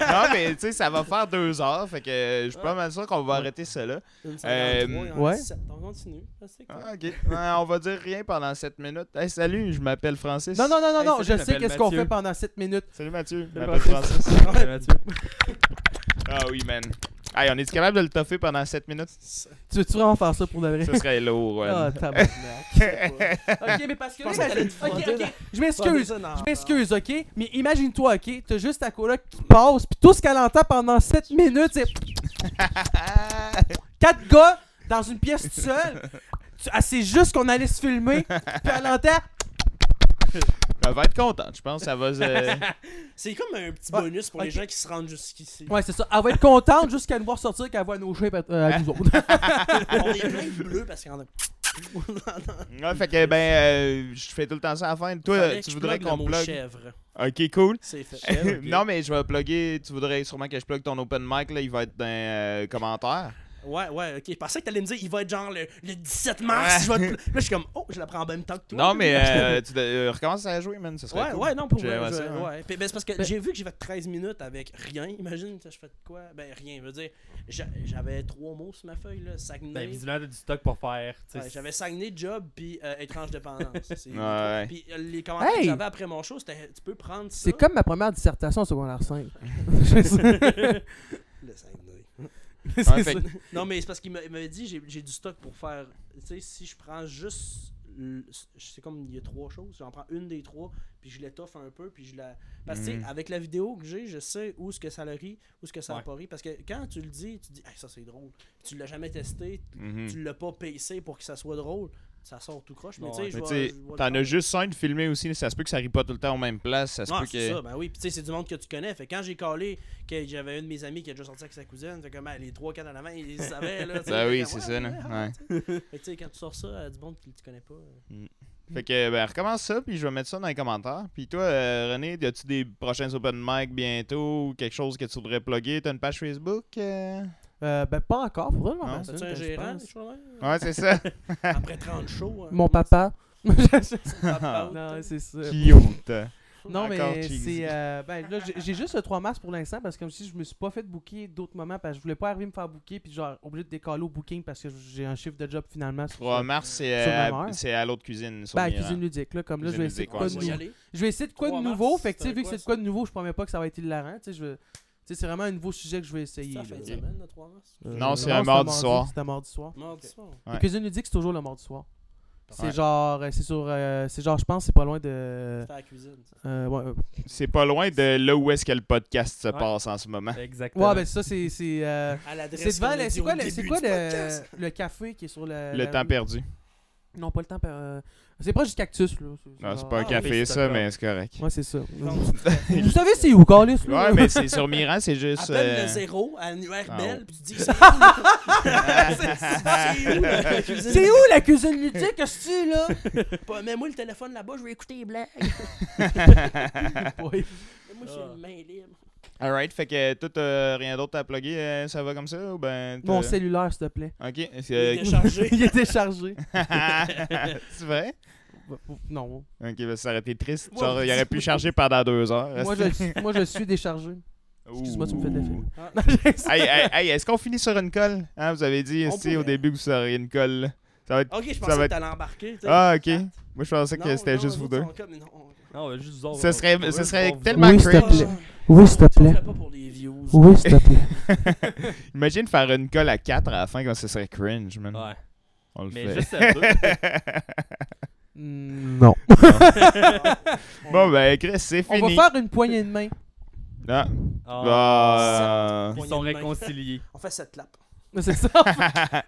non, mais tu sais, ça va faire deux heures. Fait que euh, je suis pas mal sûr qu'on va arrêter ça là.
Une 53 et un
ouais.
17. On continue. Ah, c'est quoi?
Ah, ok. Ouais, on va dire rien pendant 7 minutes. Hey, salut, je m'appelle Francis.
Non, non, non, non,
Hey,
non,
salut,
je
je
sais
m'appelle
qu'est-ce qu'on
Mathieu.
fait pendant 7 minutes.
Salut Mathieu, je
Salut,
m'appelle
Francis.
Francis.
Ouais, Mathieu.
Ah oui, man. Hey, on est capable de le toffer pendant 7 minutes?
Tu veux-tu vraiment faire ça pour de vrai?
Ce serait lourd, ouais.
Ah, tabarnak. ok, mais parce que.
Je pensais que t'allais te
Ok,
frotter dans-
ok, je m'excuse.
Frotter dans-
Je m'excuse, ok? Mais imagine-toi, ok? T'as juste ta coloc qui passe, puis tout ce qu'elle entend pendant 7 minutes, c'est.
Ah.
Quatre gars dans une pièce toute seule. Tu- Elle sait juste qu'on allait se filmer, puis elle entend.
Elle Ben, va être contente, je pense. Ça va. euh, se-
C'est comme un petit
Ouais,
bonus pour les
ok.
gens qui se rendent jusqu'ici.
Ouais, c'est ça. Elle va être contente jusqu'à nous voir sortir, qu'elle voit nos chiens euh, à nous autres.
On est plein de bleus parce qu'on a.
Ouais, fait que, ben, euh, je fais tout le temps ça à la fin. Toi,
Fallait que
tu
je
voudrais
plug le
qu'on
mot
plug.
chèvre.
Ok, cool.
C'est fait.
non, mais je vais plugger. Tu voudrais sûrement que je plug ton open mic, là. Il va être dans les commentaire.
Ouais, ouais, ok. Je pensais que t'allais me dire, il va être genre le, le 17 mars. je vais te- Là, je suis comme, oh, je la prends en même temps que toi.
non, mais euh, tu de- euh, recommence à jouer, man. Ce serait
Ouais,
cool.
ouais, non, pour vrai.
J'aimerais
je-
ça, hein.
ouais. Puis, ben, c'est parce que
Ben-
j'ai vu que j'ai fait 13 minutes avec rien. Imagine, je fais de quoi Ben, rien. Je veux dire, j'a- j'avais trois mots sur ma feuille, là. Saguenay.
Ben, visiblement, t'as du stock pour faire. tu sais,
Ouais, j'avais Saguenay, Job, puis euh, Étrange Dépendance. C'est-
Ouais.
Puis euh, les commentaires que
Hey!
j'avais après mon show, c'était tu peux prendre ça.
C'est comme ma première dissertation en secondaire 5.
Le Saguenay.
Ouais, fait-
Non, mais c'est parce qu'il m'a- il m'avait dit j'ai j'ai du stock pour faire. Tu sais, si je prends juste. le- C'est comme il y a trois choses. J'en prends une des trois, puis je l'étoffe un peu, puis je la. Parce que, tu sais,
Mhm.
avec la vidéo que j'ai, je sais où est-ce que ça le rit, où est-ce que ça a
Ouais.
pas ri. Parce que quand tu le dis, tu dis, ah, ça c'est drôle. Puis tu l'as jamais testé, tu-
Mhm.
tu l'as pas pacé pour que ça soit drôle, ça sort tout croche. Mais
Ouais.
tu sais, je
Mais tu
vais-
sais,
je vais le
t'en
faire.
as juste cinq filmés aussi. Ça se peut que ça rit pas tout le temps aux mêmes places. Ça se
Non,
peut
c'est
que.
ça, ben oui. Puis tu sais, c'est du monde que tu connais. Fait que quand j'ai collé que j'avais un de mes amis qui a déjà sorti avec sa cousine, fait que ben, les 3-4 en avant, ils savaient. Là, tu sais,
Ben oui,
fait que,
c'est
ouais,
ça, là.
ouais,
Ouais.
Fait que tu sais, quand tu sors ça à du monde que tu connais pas. euh,
Fait que, ben, recommence ça, puis je vais mettre ça dans les commentaires. Puis toi, euh, René, as-tu des prochains open mic bientôt ou quelque chose que tu voudrais plugger? T'as une page Facebook? euh?
Euh, ben, pas encore. Faudrait le
Non,
moment.
T'as-tu un gérant, des choses de même?
Ouais, c'est ça.
Après 30 shows. hein,
Mon
comment
papa.
ça se passe?
non, c'est ça.
Cute.
Non,
Encore
mais
cheesy.
c'est. euh, ben, là, j'ai- j'ai juste le 3 mars pour l'instant parce que, comme si je me suis pas fait booker d'autres moments parce que je voulais pas arriver à me faire booker puis, genre, obligé de décaler au booking parce que j'ai un chiffre de job finalement. sur-
3 mars, c'est
Sur ma
euh,
mère.
c'est à l'autre cuisine. Sur euh,
Ben,
Miran.
cuisine ludique, là. Comme là, je
Cuisine
vais essayer de
ludique,
Ouais,
quoi
ouais,
de
on va
c'est
y
ça.
nouveau.
aller.
Je vais essayer de quoi de
3 mars,
nouveau. Fait que,
c'est
tu sais,
un
vu que
quoi,
c'est de
ça?
quoi de nouveau, je promets pas que ça va être hilarant. Tu sais, je veux- tu sais, c'est vraiment un nouveau sujet que je vais
C'est
essayer.
la
là.
fin de
Ok.
semaine, le 3 mars.
Euh,
Non, c'est
non,
un mardi soir.
C'est un mardi soir.
Mardi soir.
Ouais.
La cuisine ludique, c'est toujours le mardi soir. C'est
Ouais.
genre, euh, c'est sur, euh, c'est genre, je pense, c'est pas loin de.
C'était à la cuisine. ça.
euh, ouais, euh,
C'est pas loin de là où est-ce que le podcast se
Ouais.
passe en ce moment.
Exactement.
ouais, ben ça, c'est, c'est, euh,
À l'adresse.
c'est devant,
qu'on a
le-
dit
c'est
au
quoi, le,
début
c'est quoi
du podcast.
le, le café qui est sur le.
Le
la
temps
rue?
perdu.
Non, pas le temps. per- euh, c'est proche du cactus là.
Non, c'est
genre-
pas un
Ah,
café,
oui, c'est
ça,
d'accord.
mais c'est correct.
Ouais, c'est ça.
Ils vendent du café.
Vous savez c'est où, Carlis là?
Ouais, mais c'est sur Miran, c'est juste.
Appelle le
euh,
zéro à l'annuaire
ah, ouais.
belle, puis tu dis c'est où? la cuisine?
C'est où la cuisine ludique, qu'est-ce que tu là?
Pas- Mets-moi le téléphone là-bas, je vais écouter les blagues.
Ouais.
Moi, j'ai
Ah.
une main libre.
Alright, fait que tout euh, rien d'autre à plugger, euh, ça va comme ça ou ben. t'as-
Mon cellulaire, s'il te plaît.
Ok,
Il
c'est. euh,
est chargé.
Il était chargé.
c'est vrai?
Non.
Ok, ben, ça aurait été triste.
Ouais.
Genre, il aurait pu charger pendant deux heures.
Moi je, moi, je suis déchargé. Excuse-moi, tu me fais de la
Ouh.
fille.
Ah,
hey, hey, hey, est-ce qu'on finit sur une colle? Hein, vous avez dit
On
esti, au
pourrait.
début que vous auriez une colle. là. Ça va être.
Ok, je
Ça
pensais
va
que
être-
t'allais embarquer. tu sais.
Ah, ok.
Non,
Moi, je pensais que c'était
non,
juste
les
vous
autres
deux.
sont comme, non, on-
Non, euh, juste vous autres,
Ce
on-
serait-
on veut
ce serait
vous
tellement
Oui,
Ah,
s'il te
cringe.
plaît. Oui, s'il te
Je le
plaît.
fais pas pour les views.
Oui, s'il te plaît.
Imagine faire une colle à 4 à la fin quand ce serait cringe, man.
Ouais.
On le
Mais
fait.
juste à deux.
Non.
bon, ben, Chris, c'est
Hmm. On
fini.
va faire une poignée de main.
Ah. bah, euh.
Ah,
Ah.
Ils
Poignée
sont
de main.
réconciliés.
On fait cette clap.
C'est ça.